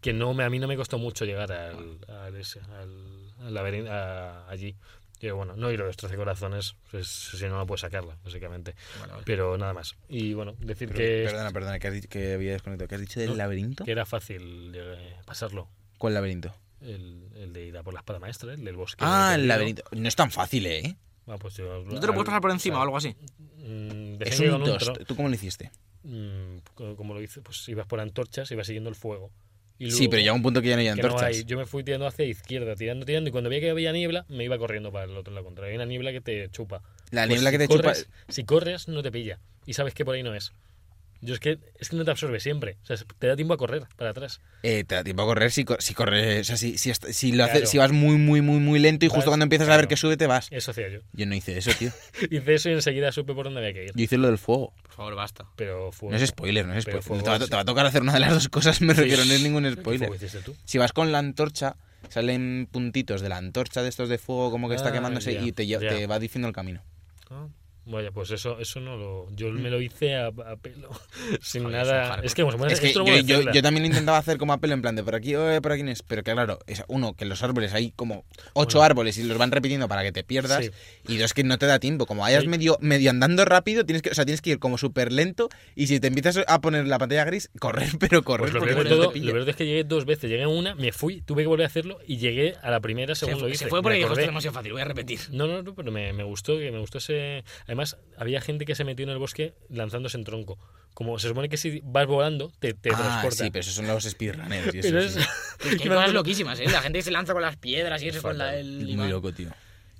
Speaker 1: que no me, a mí no me costó mucho llegar al, al ese- al- al laberinto, a- allí. Que bueno, no, y lo de los 13 corazones, pues, si no, no puedes sacarla, básicamente.
Speaker 2: Vale, vale.
Speaker 1: Pero nada más. Y bueno, decir
Speaker 3: pero-
Speaker 1: que...
Speaker 3: Perdona, perdona, que, has dicho- que había desconectado. ¿Qué has dicho del
Speaker 1: No,
Speaker 3: laberinto?
Speaker 1: Que era fácil eh, pasarlo.
Speaker 3: ¿Cuál laberinto?
Speaker 1: El, el de ir a por la espada maestra, el del bosque.
Speaker 3: Ah, el
Speaker 1: perdido.
Speaker 3: laberinto. No es tan fácil, ¿eh?
Speaker 1: Ah, pues yo-
Speaker 2: ¿No te lo
Speaker 1: al-
Speaker 2: puedes pasar por encima o
Speaker 1: al-
Speaker 2: algo así?
Speaker 1: Mm, dejé
Speaker 3: Es
Speaker 1: que
Speaker 3: un
Speaker 1: con un
Speaker 3: tost.
Speaker 1: tro-
Speaker 3: ¿Tú cómo lo hiciste?
Speaker 1: mm, co- como lo hice, pues ibas por antorchas, ibas siguiendo el fuego. Y
Speaker 3: Sí,
Speaker 1: luego-
Speaker 3: pero llega un punto que ya no hay
Speaker 1: que no
Speaker 3: antorchas.
Speaker 1: hay. Yo me fui tirando hacia izquierda, tirando, tirando, y cuando veía que había niebla, me iba corriendo para el otro lado contrario. Hay una niebla que te chupa.
Speaker 3: La
Speaker 1: Pues
Speaker 3: niebla
Speaker 1: si
Speaker 3: que te
Speaker 1: corres-
Speaker 3: chupa.
Speaker 1: Si corres, no te pilla. Y sabes que por ahí no es. Yo es que, es que no te absorbe siempre. O sea, te da tiempo a correr para atrás.
Speaker 3: Eh, te da tiempo a correr si, co- si corres. O sea, si, si, est- si lo haces-
Speaker 1: Claro.
Speaker 3: si vas muy, muy, muy, muy lento y justo
Speaker 1: Vas-
Speaker 3: cuando empiezas a ver
Speaker 1: claro.
Speaker 3: que sube te vas.
Speaker 1: Eso hacía yo. *laughs*
Speaker 3: Yo no hice eso, tío.
Speaker 1: Hice eso y enseguida supe por dónde había que ir.
Speaker 3: Yo hice lo
Speaker 1: *laughs*
Speaker 3: del fuego.
Speaker 2: Por favor, basta.
Speaker 1: Pero fue.
Speaker 3: No es spoiler, no
Speaker 1: Pues
Speaker 3: es
Speaker 1: Pero
Speaker 3: spoiler.
Speaker 1: fuego,
Speaker 3: te, va,
Speaker 1: sí.
Speaker 3: te va a tocar hacer una de las dos cosas, me refiero, no es ningún
Speaker 1: ¿Qué
Speaker 3: spoiler.
Speaker 1: fuego hiciste tú?
Speaker 3: Si vas con la antorcha, salen puntitos de la antorcha de estos de fuego como que
Speaker 1: Ah,
Speaker 3: está quemándose
Speaker 1: ya,
Speaker 3: y te,
Speaker 1: ya.
Speaker 3: lle- te va diciendo el camino.
Speaker 1: Ah, Vaya, pues eso, eso no lo. Yo
Speaker 3: Mm.
Speaker 1: me lo hice a, a pelo. *laughs* Sin
Speaker 2: Joder, es un
Speaker 1: nada.
Speaker 2: hardcore.
Speaker 1: Es que, vamos,
Speaker 3: Es que
Speaker 1: esto
Speaker 3: yo,
Speaker 1: lo voy a
Speaker 3: yo-
Speaker 1: hacerla.
Speaker 3: yo también intentaba hacer como apelo en plan de por aquí, eh, por aquí, no es. pero que claro, es, uno, que los árboles hay como ocho
Speaker 1: Bueno.
Speaker 3: árboles y los van repitiendo para que te pierdas,
Speaker 1: Sí.
Speaker 3: y dos, que no te da tiempo, como vayas
Speaker 1: Sí.
Speaker 3: medio, medio andando rápido, tienes que, o sea, tienes que ir como súper lento, y si te empiezas a poner la pantalla gris, correr, pero
Speaker 1: Pues
Speaker 3: correr,
Speaker 1: lo
Speaker 3: porque
Speaker 1: peor, de
Speaker 3: si no te
Speaker 1: todo-
Speaker 3: pilla.
Speaker 1: lo peor es que llegué dos veces. Llegué a una, me fui, tuve que volver a hacerlo y llegué a la primera
Speaker 2: Se,
Speaker 1: según lo hice.
Speaker 2: se fue por
Speaker 1: Me
Speaker 2: ahí, dijo, esto
Speaker 1: acordé.
Speaker 2: es demasiado fácil, voy
Speaker 1: *laughs*
Speaker 2: a repetir.
Speaker 1: No, no, no, pero me, me gustó, que me gustó ese... Además, había gente que se metió en el bosque lanzándose en tronco. Como se supone que si vas volando, te, te
Speaker 3: Ah,
Speaker 1: transporta.
Speaker 3: sí, pero esos son los
Speaker 1: *laughs*
Speaker 3: speedrunners. y eso
Speaker 1: Pero es-
Speaker 2: Es
Speaker 3: sí.
Speaker 2: que hay
Speaker 1: me
Speaker 2: cosas
Speaker 1: acuerdo-
Speaker 2: loquísimas, ¿eh? La gente que se lanza con las piedras y eso, con la, el
Speaker 3: Muy
Speaker 2: imán.
Speaker 3: loco, tío.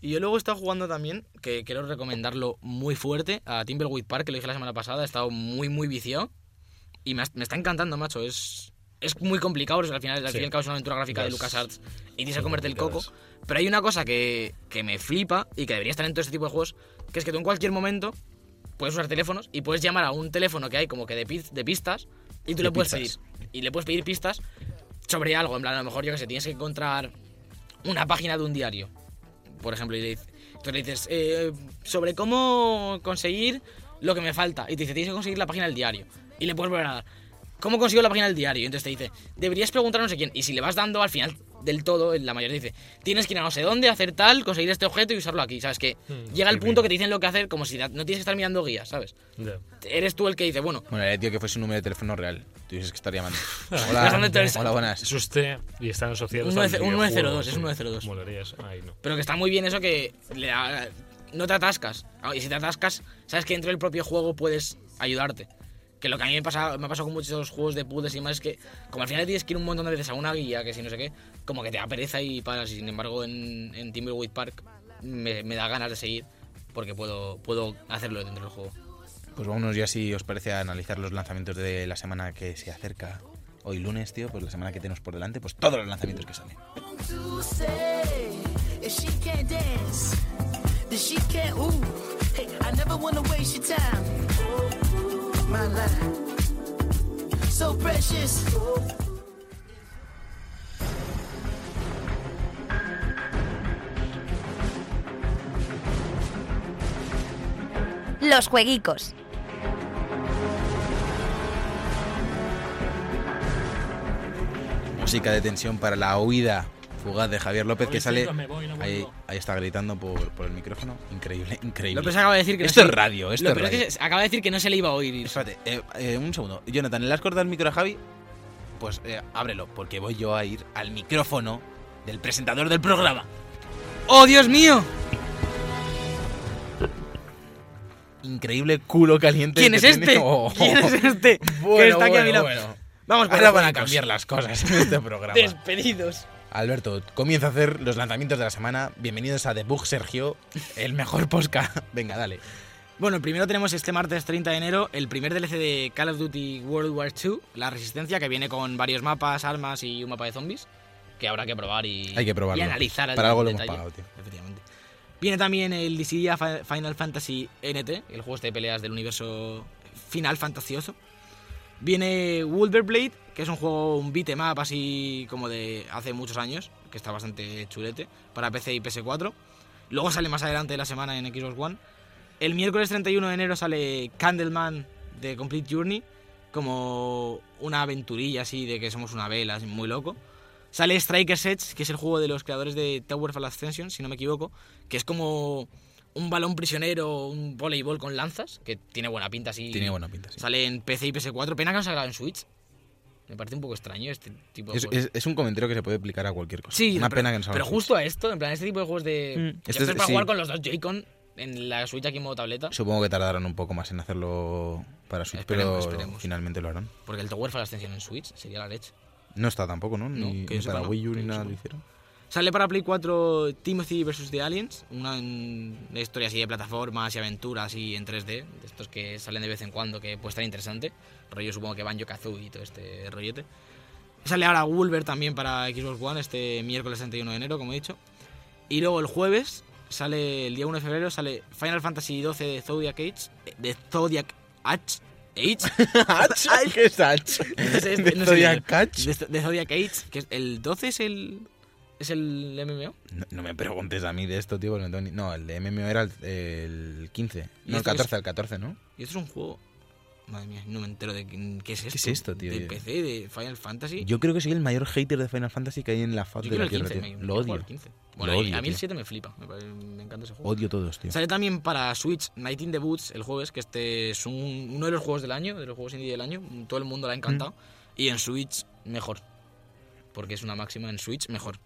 Speaker 2: Y yo luego he estado jugando también, que quiero recomendarlo muy fuerte, a Timberwood Park, que lo dije la semana pasada, he estado muy, muy viciado. Y me, has- me está encantando, macho. Es, es muy complicado, porque al final, al
Speaker 1: Sí.
Speaker 2: fin y al cabo es una aventura gráfica de
Speaker 1: Las-
Speaker 2: LucasArts y tienes que
Speaker 1: son
Speaker 2: comerte el coco.
Speaker 1: complicadas.
Speaker 2: Pero hay una cosa que, que me flipa y que debería estar en todo este tipo de juegos, que es que tú en cualquier momento puedes usar teléfonos y puedes llamar a un teléfono que hay como que de, piz- de pistas y tú
Speaker 3: De
Speaker 2: le puedes
Speaker 3: pizzas.
Speaker 2: pedir. Y le puedes pedir pistas sobre algo. En plan, a lo mejor, yo que sé, tienes que encontrar una página de un diario, por ejemplo, y le, dices- entonces le dices, eh, sobre cómo conseguir lo que me falta. Y te dice, tienes que conseguir la página del diario. Y le puedes volver a dar, ¿cómo consigo la página del diario? Y entonces te dice, deberías preguntar a no sé quién. Y si le vas dando al final del todo, la mayoría dice, tienes que ir a no sé dónde, hacer tal, conseguir este objeto y usarlo aquí. ¿Sabes? Que
Speaker 1: Hmm,
Speaker 2: llega el
Speaker 3: qué
Speaker 2: punto
Speaker 3: bien.
Speaker 2: que te dicen lo que hacer como si da- no tienes que estar mirando guías, ¿sabes?
Speaker 1: Ya.
Speaker 2: Eres tú el que dice, bueno,
Speaker 3: Bueno, el tío que fue su número de teléfono real. Tú dices que
Speaker 1: *laughs*
Speaker 3: estar llamando.
Speaker 2: Las
Speaker 3: Hola,
Speaker 2: anteriores-
Speaker 3: hola, buenas.
Speaker 1: Es usted y están asociados
Speaker 2: Un
Speaker 1: al
Speaker 2: 9 un
Speaker 1: videojuego,
Speaker 2: 902,
Speaker 1: sí.
Speaker 2: es un 902.
Speaker 1: Molaría eso. Ay, no.
Speaker 2: Pero que está muy bien eso que le ha- no te atascas. Ah, Y si te atascas, sabes que dentro del propio juego puedes ayudarte. Que lo que a mí me, pasa, me ha pasado con muchos juegos de puzzles y más es que, como al final tienes que ir un montón de veces a una guía, que si no sé qué, como que te da pereza y paras. Y sin embargo, en, en Timberwood Park me, me da ganas de seguir porque puedo, puedo hacerlo dentro del juego.
Speaker 3: Pues vámonos ya si os parece a analizar los lanzamientos de la semana que se acerca. Hoy lunes, tío, pues la semana que tenemos por delante, pues todos los lanzamientos que salen.
Speaker 6: to say if she can't dance, then she can't ooh. Hey, I never wanna waste your time. My life, so precious.
Speaker 4: Los jueguicos.
Speaker 3: Música de tensión para la huida fugaz de Javier López que sale. Ahí, ahí está gritando por, por el micrófono. Increíble, increíble.
Speaker 2: López acaba de decir que no
Speaker 3: Esto
Speaker 2: se-
Speaker 3: es radio, esto
Speaker 2: Lo
Speaker 3: es
Speaker 2: peor es
Speaker 3: radio.
Speaker 2: que se- acaba de decir que no se le iba a oír.
Speaker 3: Espérate, eh, eh, un segundo. Jonathan, ¿le has cortado el micro a Javi? Pues eh, ábrelo, porque voy yo a ir al micrófono del presentador del programa.
Speaker 2: ¡Oh, Dios mío!
Speaker 3: Increíble culo caliente.
Speaker 2: ¿Quién
Speaker 3: que
Speaker 2: es
Speaker 3: tiene.
Speaker 2: este?
Speaker 3: *laughs* Oh.
Speaker 2: ¿Quién es este?
Speaker 3: Bueno,
Speaker 2: que está aquí a
Speaker 3: bueno,
Speaker 2: mi lado.
Speaker 3: bueno.
Speaker 2: Vamos,
Speaker 3: Ahora van a
Speaker 2: jueguicos.
Speaker 3: cambiar las cosas en este programa.
Speaker 2: Despedidos.
Speaker 3: Alberto, comienza a hacer los lanzamientos de la semana. Bienvenidos a The Bug Sergio, el mejor posca. *laughs* Venga, dale.
Speaker 2: Bueno, primero tenemos este martes 30 de enero el primer DLC de Call of Duty World War II, La Resistencia, que viene con varios mapas, armas y un mapa de zombies, que habrá que probar y,
Speaker 3: Hay que probarlo.
Speaker 2: y analizar al
Speaker 3: Para algo lo hemos
Speaker 2: detalle.
Speaker 3: pagado, tío.
Speaker 2: Efectivamente. Viene también el DCA Fi- Final Fantasy NT, el juego este de peleas del universo final fantasioso. Viene Wolverblade, que es un juego, un beat 'em up así como de hace muchos años, que está bastante chulete, para PC y PS4. Luego sale más adelante de la semana en Xbox One. El miércoles 31 de enero sale Candleman de Complete Journey, como una aventurilla así de que somos una vela, así muy loco. Sale Striker's Edge, que es el juego de los creadores de Tower Fall Ascension, si no me equivoco, que es como un balón prisionero, un voleibol con lanzas, que tiene buena pinta así.
Speaker 3: Tiene buena pinta, sí.
Speaker 2: Sale en PC y PS4. Pena que no salga en Switch. Me parece un poco extraño este tipo de
Speaker 3: Es,
Speaker 2: juegos.
Speaker 3: es- es un comentario que se puede aplicar a cualquier cosa.
Speaker 2: Sí,
Speaker 3: Una
Speaker 2: pero-
Speaker 3: pena que no salga
Speaker 2: Pero
Speaker 3: en
Speaker 2: justo a esto, en plan, este tipo de juegos de.
Speaker 3: Este
Speaker 2: Esto
Speaker 3: es-
Speaker 2: es para
Speaker 3: sí.
Speaker 2: jugar con los dos Joy-Con en la Switch aquí en modo tableta.
Speaker 3: Switch. Supongo que tardaron un poco más en hacerlo para Switch, pero
Speaker 2: Esperemos, esperemos.
Speaker 3: finalmente lo harán.
Speaker 2: Porque el Tower Fall Ascension en Switch sería la leche.
Speaker 3: No está tampoco, ¿no?
Speaker 2: No,
Speaker 3: Ni,
Speaker 2: que
Speaker 3: ni
Speaker 2: yo sepa,
Speaker 3: para
Speaker 2: no.
Speaker 3: Wii U
Speaker 2: Que
Speaker 3: ni
Speaker 2: yo
Speaker 3: nada
Speaker 2: sepa.
Speaker 3: lo
Speaker 2: *laughs*
Speaker 3: hicieron.
Speaker 2: Sale para Play 4 Timothy vs. The Aliens, una, en- una historia así de plataformas y aventuras y en 3D, de estos que salen de vez en cuando, que puede estar interesante. Rollo supongo que Banjo Kazooie y todo este rollete. Sale ahora Wolver también para Xbox One este miércoles 31 de enero, como he dicho. Y luego el jueves, sale el día 1 de febrero, sale Final Fantasy XII de Zodiac Age, eh, de Zodiac Age. Age.
Speaker 3: ¿Hatch? *laughs* ¿Qué es Hatch?
Speaker 2: Ah, *laughs*
Speaker 3: *laughs*
Speaker 2: este No sé,
Speaker 3: ¿De
Speaker 2: no sé bien. *laughs*
Speaker 3: Zodiac Hatch?
Speaker 2: De, de Zodiac Age, que es- el 12 es el, ¿Es el MMO?
Speaker 3: No, no me preguntes a mí de esto, tío. porque No, tengo ni- no, el de MMO era el, el 15.
Speaker 2: Y
Speaker 3: No, el
Speaker 2: esto es-
Speaker 3: 14, el 14, ¿no?
Speaker 2: Y esto es un juego. Madre mía, no me entero de qué, qué es esto.
Speaker 3: es esto, tío?
Speaker 2: De PC, de Final Fantasy.
Speaker 3: Yo creo que soy el mayor hater de Final Fantasy que hay en la faz
Speaker 2: Yo
Speaker 3: de
Speaker 2: quiero
Speaker 3: la
Speaker 2: el
Speaker 3: tierra,
Speaker 2: 15.
Speaker 3: tío.
Speaker 2: me-
Speaker 3: Lo
Speaker 2: yo juego
Speaker 3: odio.
Speaker 2: al 15. Bueno,
Speaker 3: Lo
Speaker 2: a-
Speaker 3: odio,
Speaker 2: a mí el
Speaker 3: tío.
Speaker 2: 7 me flipa. Me, pare- me encanta ese juego.
Speaker 3: Odio todos, tío.
Speaker 2: Sale también para Switch Night in the Woods el jueves, que este es un- uno de los juegos del año, de los juegos indie del año. Todo el mundo le ha
Speaker 3: Mm.
Speaker 2: encantado. Y en Switch, mejor. Porque es una máxima en Switch, mejor.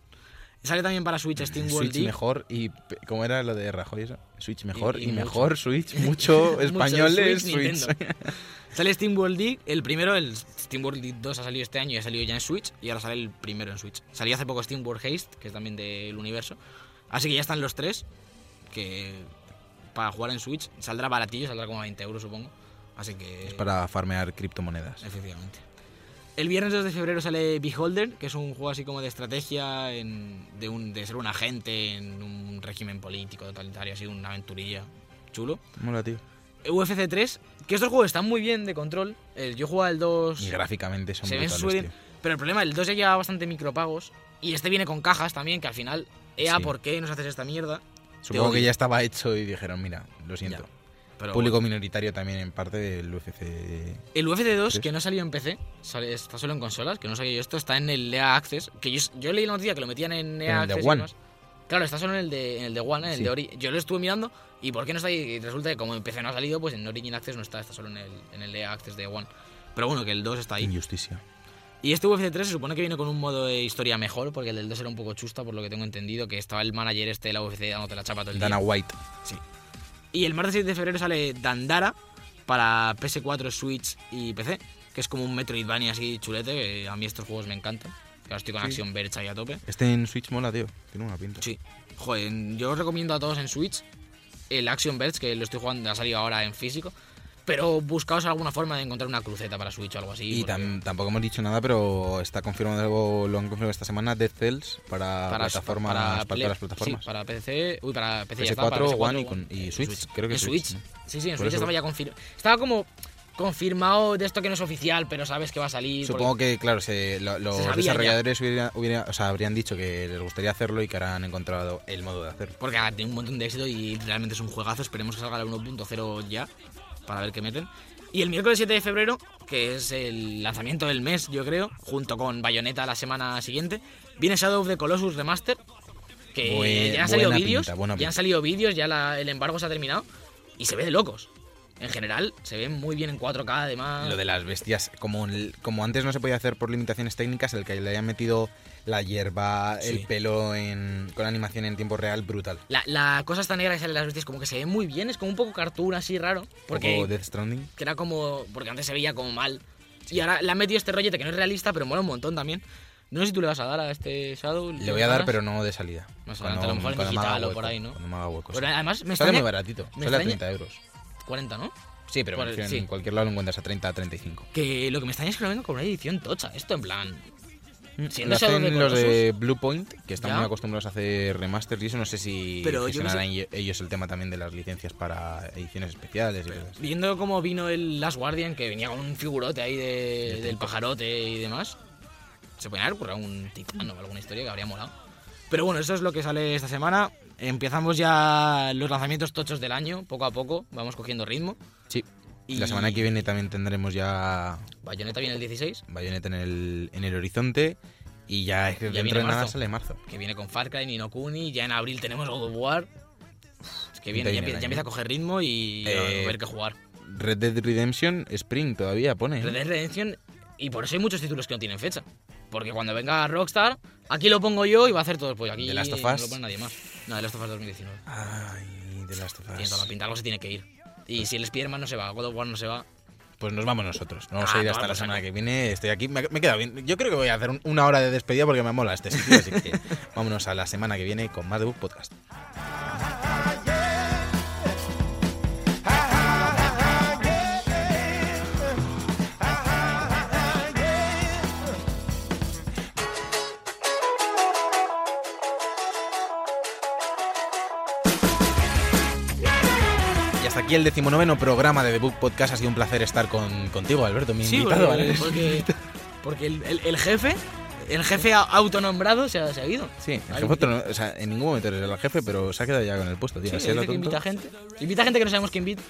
Speaker 2: Sale también para
Speaker 3: *laughs*
Speaker 2: Switch Steam World
Speaker 3: Switch
Speaker 2: Dig.
Speaker 3: mejor y. pe- ¿Cómo era lo de Rajoy eso? Switch mejor y,
Speaker 2: y mucho. *laughs*
Speaker 3: mejor, Switch, mucho, españoles,
Speaker 2: Mucho Switch,
Speaker 3: Switch.
Speaker 2: Nintendo.
Speaker 3: *laughs*
Speaker 2: sale Steam World Dig, el primero, el Steam World Dig 2 ha salido este año y ha salido ya en Switch, y ahora sale el primero en Switch. Salió hace poco Steam World Haste, que es también del universo. Así que ya están los tres, que para jugar en Switch saldrá baratillo, saldrá como a 20 euros supongo. Así que...
Speaker 3: Es para farmear criptomonedas.
Speaker 2: Efectivamente. El viernes 2 de febrero sale Beholder, que es un juego así como de estrategia, en- de, un, de ser un agente en un régimen político totalitario, así una aventurilla chulo.
Speaker 3: Mola, tío.
Speaker 2: UFC 3, que estos juegos están muy bien de control. El- yo jugaba el 2,
Speaker 3: Y gráficamente
Speaker 2: Pues
Speaker 3: son
Speaker 2: se ven
Speaker 3: brutales,
Speaker 2: súper bien,
Speaker 3: tío.
Speaker 2: pero el problema, el 2 ya lleva bastante micropagos. Y este viene con cajas también, que al final, ea,
Speaker 3: Sí.
Speaker 2: ¿por qué nos haces esta mierda?
Speaker 3: Supongo que
Speaker 2: odio.
Speaker 3: ya estaba hecho y dijeron, mira, lo siento.
Speaker 2: Pero
Speaker 3: Público minoritario también en parte del UFC.
Speaker 2: bueno. el UFC 2,
Speaker 3: ¿Tres?
Speaker 2: que no salió en PC, sale- está solo en consolas, que no sabía yo esto, está en el EA Access. Que yo, yo leí la noticia que lo metían en EA
Speaker 3: el de
Speaker 2: Access. y
Speaker 3: One.
Speaker 2: demás. Claro, está solo en el de, en el de One, en el
Speaker 3: Sí.
Speaker 2: de Ori. Yo lo estuve mirando y ¿por qué no está ahí? Y resulta que como en PC no ha salido, pues en Origin Access no está, está solo en el, en el EA Access de One. Pero bueno, que el 2 está ahí.
Speaker 3: Injusticia.
Speaker 2: Y este UFC 3 se supone que viene con un modo de historia mejor, porque el del 2 era un poco chusta, por lo que tengo entendido, que estaba el manager este de la UFC dándote la chapa todo el
Speaker 3: Dana
Speaker 2: día.
Speaker 3: White.
Speaker 2: Y el martes 7 de febrero sale Dandara para PS4, Switch y PC, que es como un Metroidvania así chulete, que a mí estos juegos me encantan. Que Ahora estoy con
Speaker 3: Sí.
Speaker 2: Action Verge ahí a tope.
Speaker 3: Este en Switch mola, tío. Tiene una pinta.
Speaker 2: Sí. Joder, yo os recomiendo a todos en Switch el Action Verge, que lo estoy jugando, ha salido ahora en físico. Pero buscaos alguna forma de encontrar una cruceta para Switch o algo así.
Speaker 3: Y
Speaker 2: porque-
Speaker 3: tam- tampoco hemos dicho nada, pero está confirmado algo, lo han confirmado esta semana, Dead Cells para, plataformas, para, todas
Speaker 2: Play-
Speaker 3: las plataformas.
Speaker 2: Sí, para PC, uy, para PC ya está,
Speaker 3: PS4,
Speaker 2: para PS4,
Speaker 3: One y con- y Switch, creo que
Speaker 2: en
Speaker 3: Switch,
Speaker 2: Switch.
Speaker 3: ¿no?
Speaker 2: Sí, sí, en
Speaker 3: Por
Speaker 2: Switch
Speaker 3: eso-
Speaker 2: estaba ya confirmado. Estaba como confirmado de esto que no es oficial, pero sabes que va a salir.
Speaker 3: Supongo
Speaker 2: porque-
Speaker 3: que, claro, se- lo- los
Speaker 2: sabía ya.
Speaker 3: desarrolladores hubiera- hubiera- o sea, habrían dicho que les gustaría hacerlo y que ahora han encontrado el modo de hacerlo.
Speaker 2: Porque ha tenido un montón de éxito y realmente es un juegazo. Esperemos que salga la 1.0 ya para ver qué meten. Y el miércoles 7 de febrero, que es el lanzamiento del mes, yo creo, junto con Bayonetta la semana siguiente, viene Shadow of the Colossus Remaster. Que
Speaker 3: Buen-
Speaker 2: ya han salido
Speaker 3: buena
Speaker 2: vídeos,
Speaker 3: pinta, buena
Speaker 2: ya han
Speaker 3: pinta.
Speaker 2: salido vídeos, ya la- el embargo se ha terminado y se ve de locos. En general, se ve muy bien en 4K además.
Speaker 3: Lo de las bestias, como, el- como antes no se podía hacer por limitaciones técnicas, el que le hayan metido la hierba, el
Speaker 2: Sí.
Speaker 3: pelo en- con animación en tiempo real, brutal.
Speaker 2: la, la cosa esta negra que sale en las bestias como que se ve muy bien, es como un poco cartoon así raro. Porque
Speaker 3: Poco Death Stranding.
Speaker 2: que era como. Porque antes se veía como mal. Y ahora le han metido este rollete que no es realista, pero mola un montón también. No sé si tú le vas a dar a este Shadow.
Speaker 3: Le voy a dar,
Speaker 2: ganas?
Speaker 3: pero no de salida.
Speaker 2: Más
Speaker 3: Cuando-
Speaker 2: adelante, a lo mejor en
Speaker 3: cuando me haga
Speaker 2: digital o
Speaker 3: hueco,
Speaker 2: por ahí, ¿no?
Speaker 3: Cuando me haga hueco,
Speaker 2: Pero
Speaker 3: sí.
Speaker 2: además, me
Speaker 3: Sale
Speaker 2: extraña-
Speaker 3: muy baratito,
Speaker 2: me
Speaker 3: sale a
Speaker 2: extraña-
Speaker 3: 30 euros.
Speaker 2: 40, ¿no?
Speaker 3: Sí, pero me
Speaker 2: Por el-
Speaker 3: refiero,
Speaker 2: sí.
Speaker 3: en cualquier lado lo encuentras a 30, a 35.
Speaker 2: Que lo que me extraña es que lo vengan con una edición tocha. Esto en plan.
Speaker 3: Lo
Speaker 2: Siendo Shadow
Speaker 3: hacen
Speaker 2: de
Speaker 3: los
Speaker 2: Colossus,
Speaker 3: de Blue Point, que están
Speaker 2: Ya.
Speaker 3: muy acostumbrados a hacer remasters y eso no sé si
Speaker 2: Pero yo qué
Speaker 3: gestionarán ello- ellos el tema también de las licencias para ediciones especiales. y cosas así.
Speaker 2: Viendo cómo vino el Last Guardian, que venía con un figurote ahí de- del pajarote y demás, se podía haber ocurrido un titán o alguna historia que habría molado. Pero bueno, eso es lo que sale esta semana. Empezamos ya los lanzamientos tochos del año, poco a poco, vamos cogiendo ritmo.
Speaker 3: Sí.
Speaker 2: Y-
Speaker 3: La semana que viene también tendremos ya
Speaker 2: Bayonetta viene el 16,
Speaker 3: Bayonetta en el, en el horizonte y ya, es que
Speaker 2: Ya
Speaker 3: dentro
Speaker 2: viene
Speaker 3: de nada
Speaker 2: marzo.
Speaker 3: sale marzo.
Speaker 2: que viene con Far Cry, Nino Kuni, ya en abril tenemos God of War. Es que viene, ya,
Speaker 3: Pinta bien el
Speaker 2: empieza, ya
Speaker 3: año.
Speaker 2: empieza a coger ritmo y
Speaker 3: Eh,
Speaker 2: a ver qué jugar.
Speaker 3: Red Dead Redemption Spring todavía pone. ¿eh?
Speaker 2: Red Dead Redemption, y por eso hay muchos títulos que no tienen fecha. Porque cuando venga Rockstar, aquí lo pongo yo y va a hacer todo el pollo. Aquí
Speaker 3: The Last of
Speaker 2: no
Speaker 3: Us.
Speaker 2: lo pone nadie más. No, The Last of Us 2019.
Speaker 3: Ay, de las
Speaker 2: Tiene toda la pinta, algo se tiene que ir. Y si el Spider-Man no se va, God of War no se va.
Speaker 3: Pues nos vamos nosotros. No vamos
Speaker 2: Ah,
Speaker 3: a ir
Speaker 2: toma
Speaker 3: hasta la
Speaker 2: por
Speaker 3: semana
Speaker 2: saco.
Speaker 3: que viene. Estoy aquí. Me ha me he quedado bien. Yo creo que voy a hacer un- una hora de despedida porque me mola este sitio. Así
Speaker 2: *laughs*
Speaker 3: que vámonos a la semana que viene con más de Book Podcast. Y hasta aquí el decimonoveno programa de The Book Podcast. Ha sido un placer estar con, contigo, Alberto, mi invitado. ¿vale?
Speaker 2: porque, porque el, el- el jefe El jefe au- autonombrado se ha, se ha ido.
Speaker 3: Sí, el
Speaker 2: Ahí
Speaker 3: jefe otro, no- o sea, en ningún momento eres el jefe, pero se ha quedado ya con el puesto, tío.
Speaker 2: Sí,
Speaker 3: así a
Speaker 2: dice
Speaker 3: lo
Speaker 2: que
Speaker 3: tonto.
Speaker 2: invita gente. Invita gente que no sabemos que invita.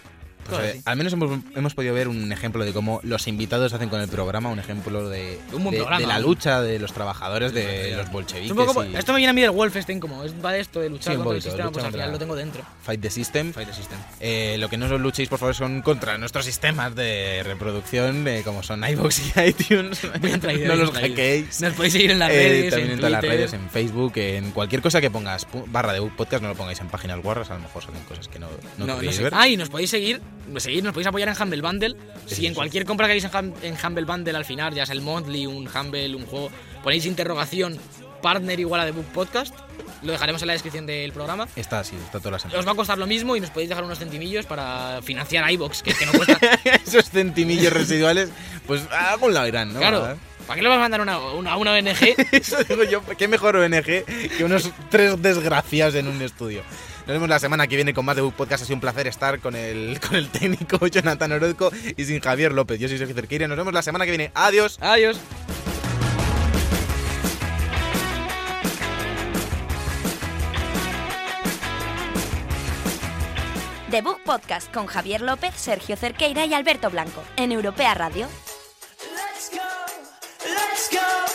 Speaker 3: Pues, eh, al menos hemos, hemos podido ver un ejemplo de cómo los invitados hacen con el programa, un ejemplo de,
Speaker 2: Un buen
Speaker 3: de-
Speaker 2: programa,
Speaker 3: de la
Speaker 2: ¿no?
Speaker 3: lucha de los trabajadores, de los
Speaker 2: Es
Speaker 3: bolcheviques.
Speaker 2: un poco como-
Speaker 3: y
Speaker 2: Esto me viene a mí del Wolfenstein, como es, va de esto de luchar
Speaker 3: Sí, un
Speaker 2: contra el
Speaker 3: poquito,
Speaker 2: sistema,
Speaker 3: lucha
Speaker 2: pues al
Speaker 3: contra-
Speaker 2: final lo tengo dentro.
Speaker 3: Fight the System.
Speaker 2: Fighter *laughs* System.
Speaker 3: Eh, lo que no os luchéis, por favor, son contra nuestros sistemas de reproducción, eh, como son iVoox y *laughs* iTunes.
Speaker 2: Bien traído,
Speaker 3: no
Speaker 2: bien
Speaker 3: los
Speaker 2: traído.
Speaker 3: hackeéis.
Speaker 2: Nos podéis seguir en las
Speaker 3: Eh,
Speaker 2: redes,
Speaker 3: también
Speaker 2: en
Speaker 3: en todas las
Speaker 2: Twitter.
Speaker 3: redes, en Facebook, en cualquier cosa que pongas pu- barra de Book podcast, no lo pongáis en páginas guarras, a lo mejor salen cosas que no,
Speaker 2: No,
Speaker 3: no,
Speaker 2: no
Speaker 3: queréis
Speaker 2: sé.
Speaker 3: ver.
Speaker 2: Ah, y nos podéis seguir, seguir, nos podéis apoyar en Humble Bundle.
Speaker 3: Sí,
Speaker 2: si en
Speaker 3: sí.
Speaker 2: cualquier compra que hagáis en, Hum- en Humble Bundle al final, ya sea el Monthly, un Humble, un juego, ponéis interrogación partner igual a The Book Podcast, lo dejaremos en la descripción del programa.
Speaker 3: Está así, está toda la
Speaker 2: Os
Speaker 3: semana. *laughs*
Speaker 2: va a costar lo mismo y nos podéis dejar unos centimillos para financiar iBox, que es que no cuesta.
Speaker 3: Esos centimillos residuales, pues a algún lado irán, *laughs* ¿no? Ah.
Speaker 2: claro, ¿para qué le vas a mandar una, una, una ONG?
Speaker 3: *laughs* Eso digo yo, qué mejor ONG que unos tres desgraciados en un estudio. Nos vemos la semana que viene con más de Book Podcast. Ha sido un placer estar con el, con el técnico *laughs* Jonathan Orozco y sin Javier López. Yo soy Sergio Cerqueira. Nos vemos la semana que viene. Adiós.
Speaker 2: Adiós.
Speaker 4: The Book Podcast con Javier López, Sergio Cerqueira y Alberto Blanco en Europea Radio.
Speaker 6: Let's oh. go, let's go. oh. oh, oh.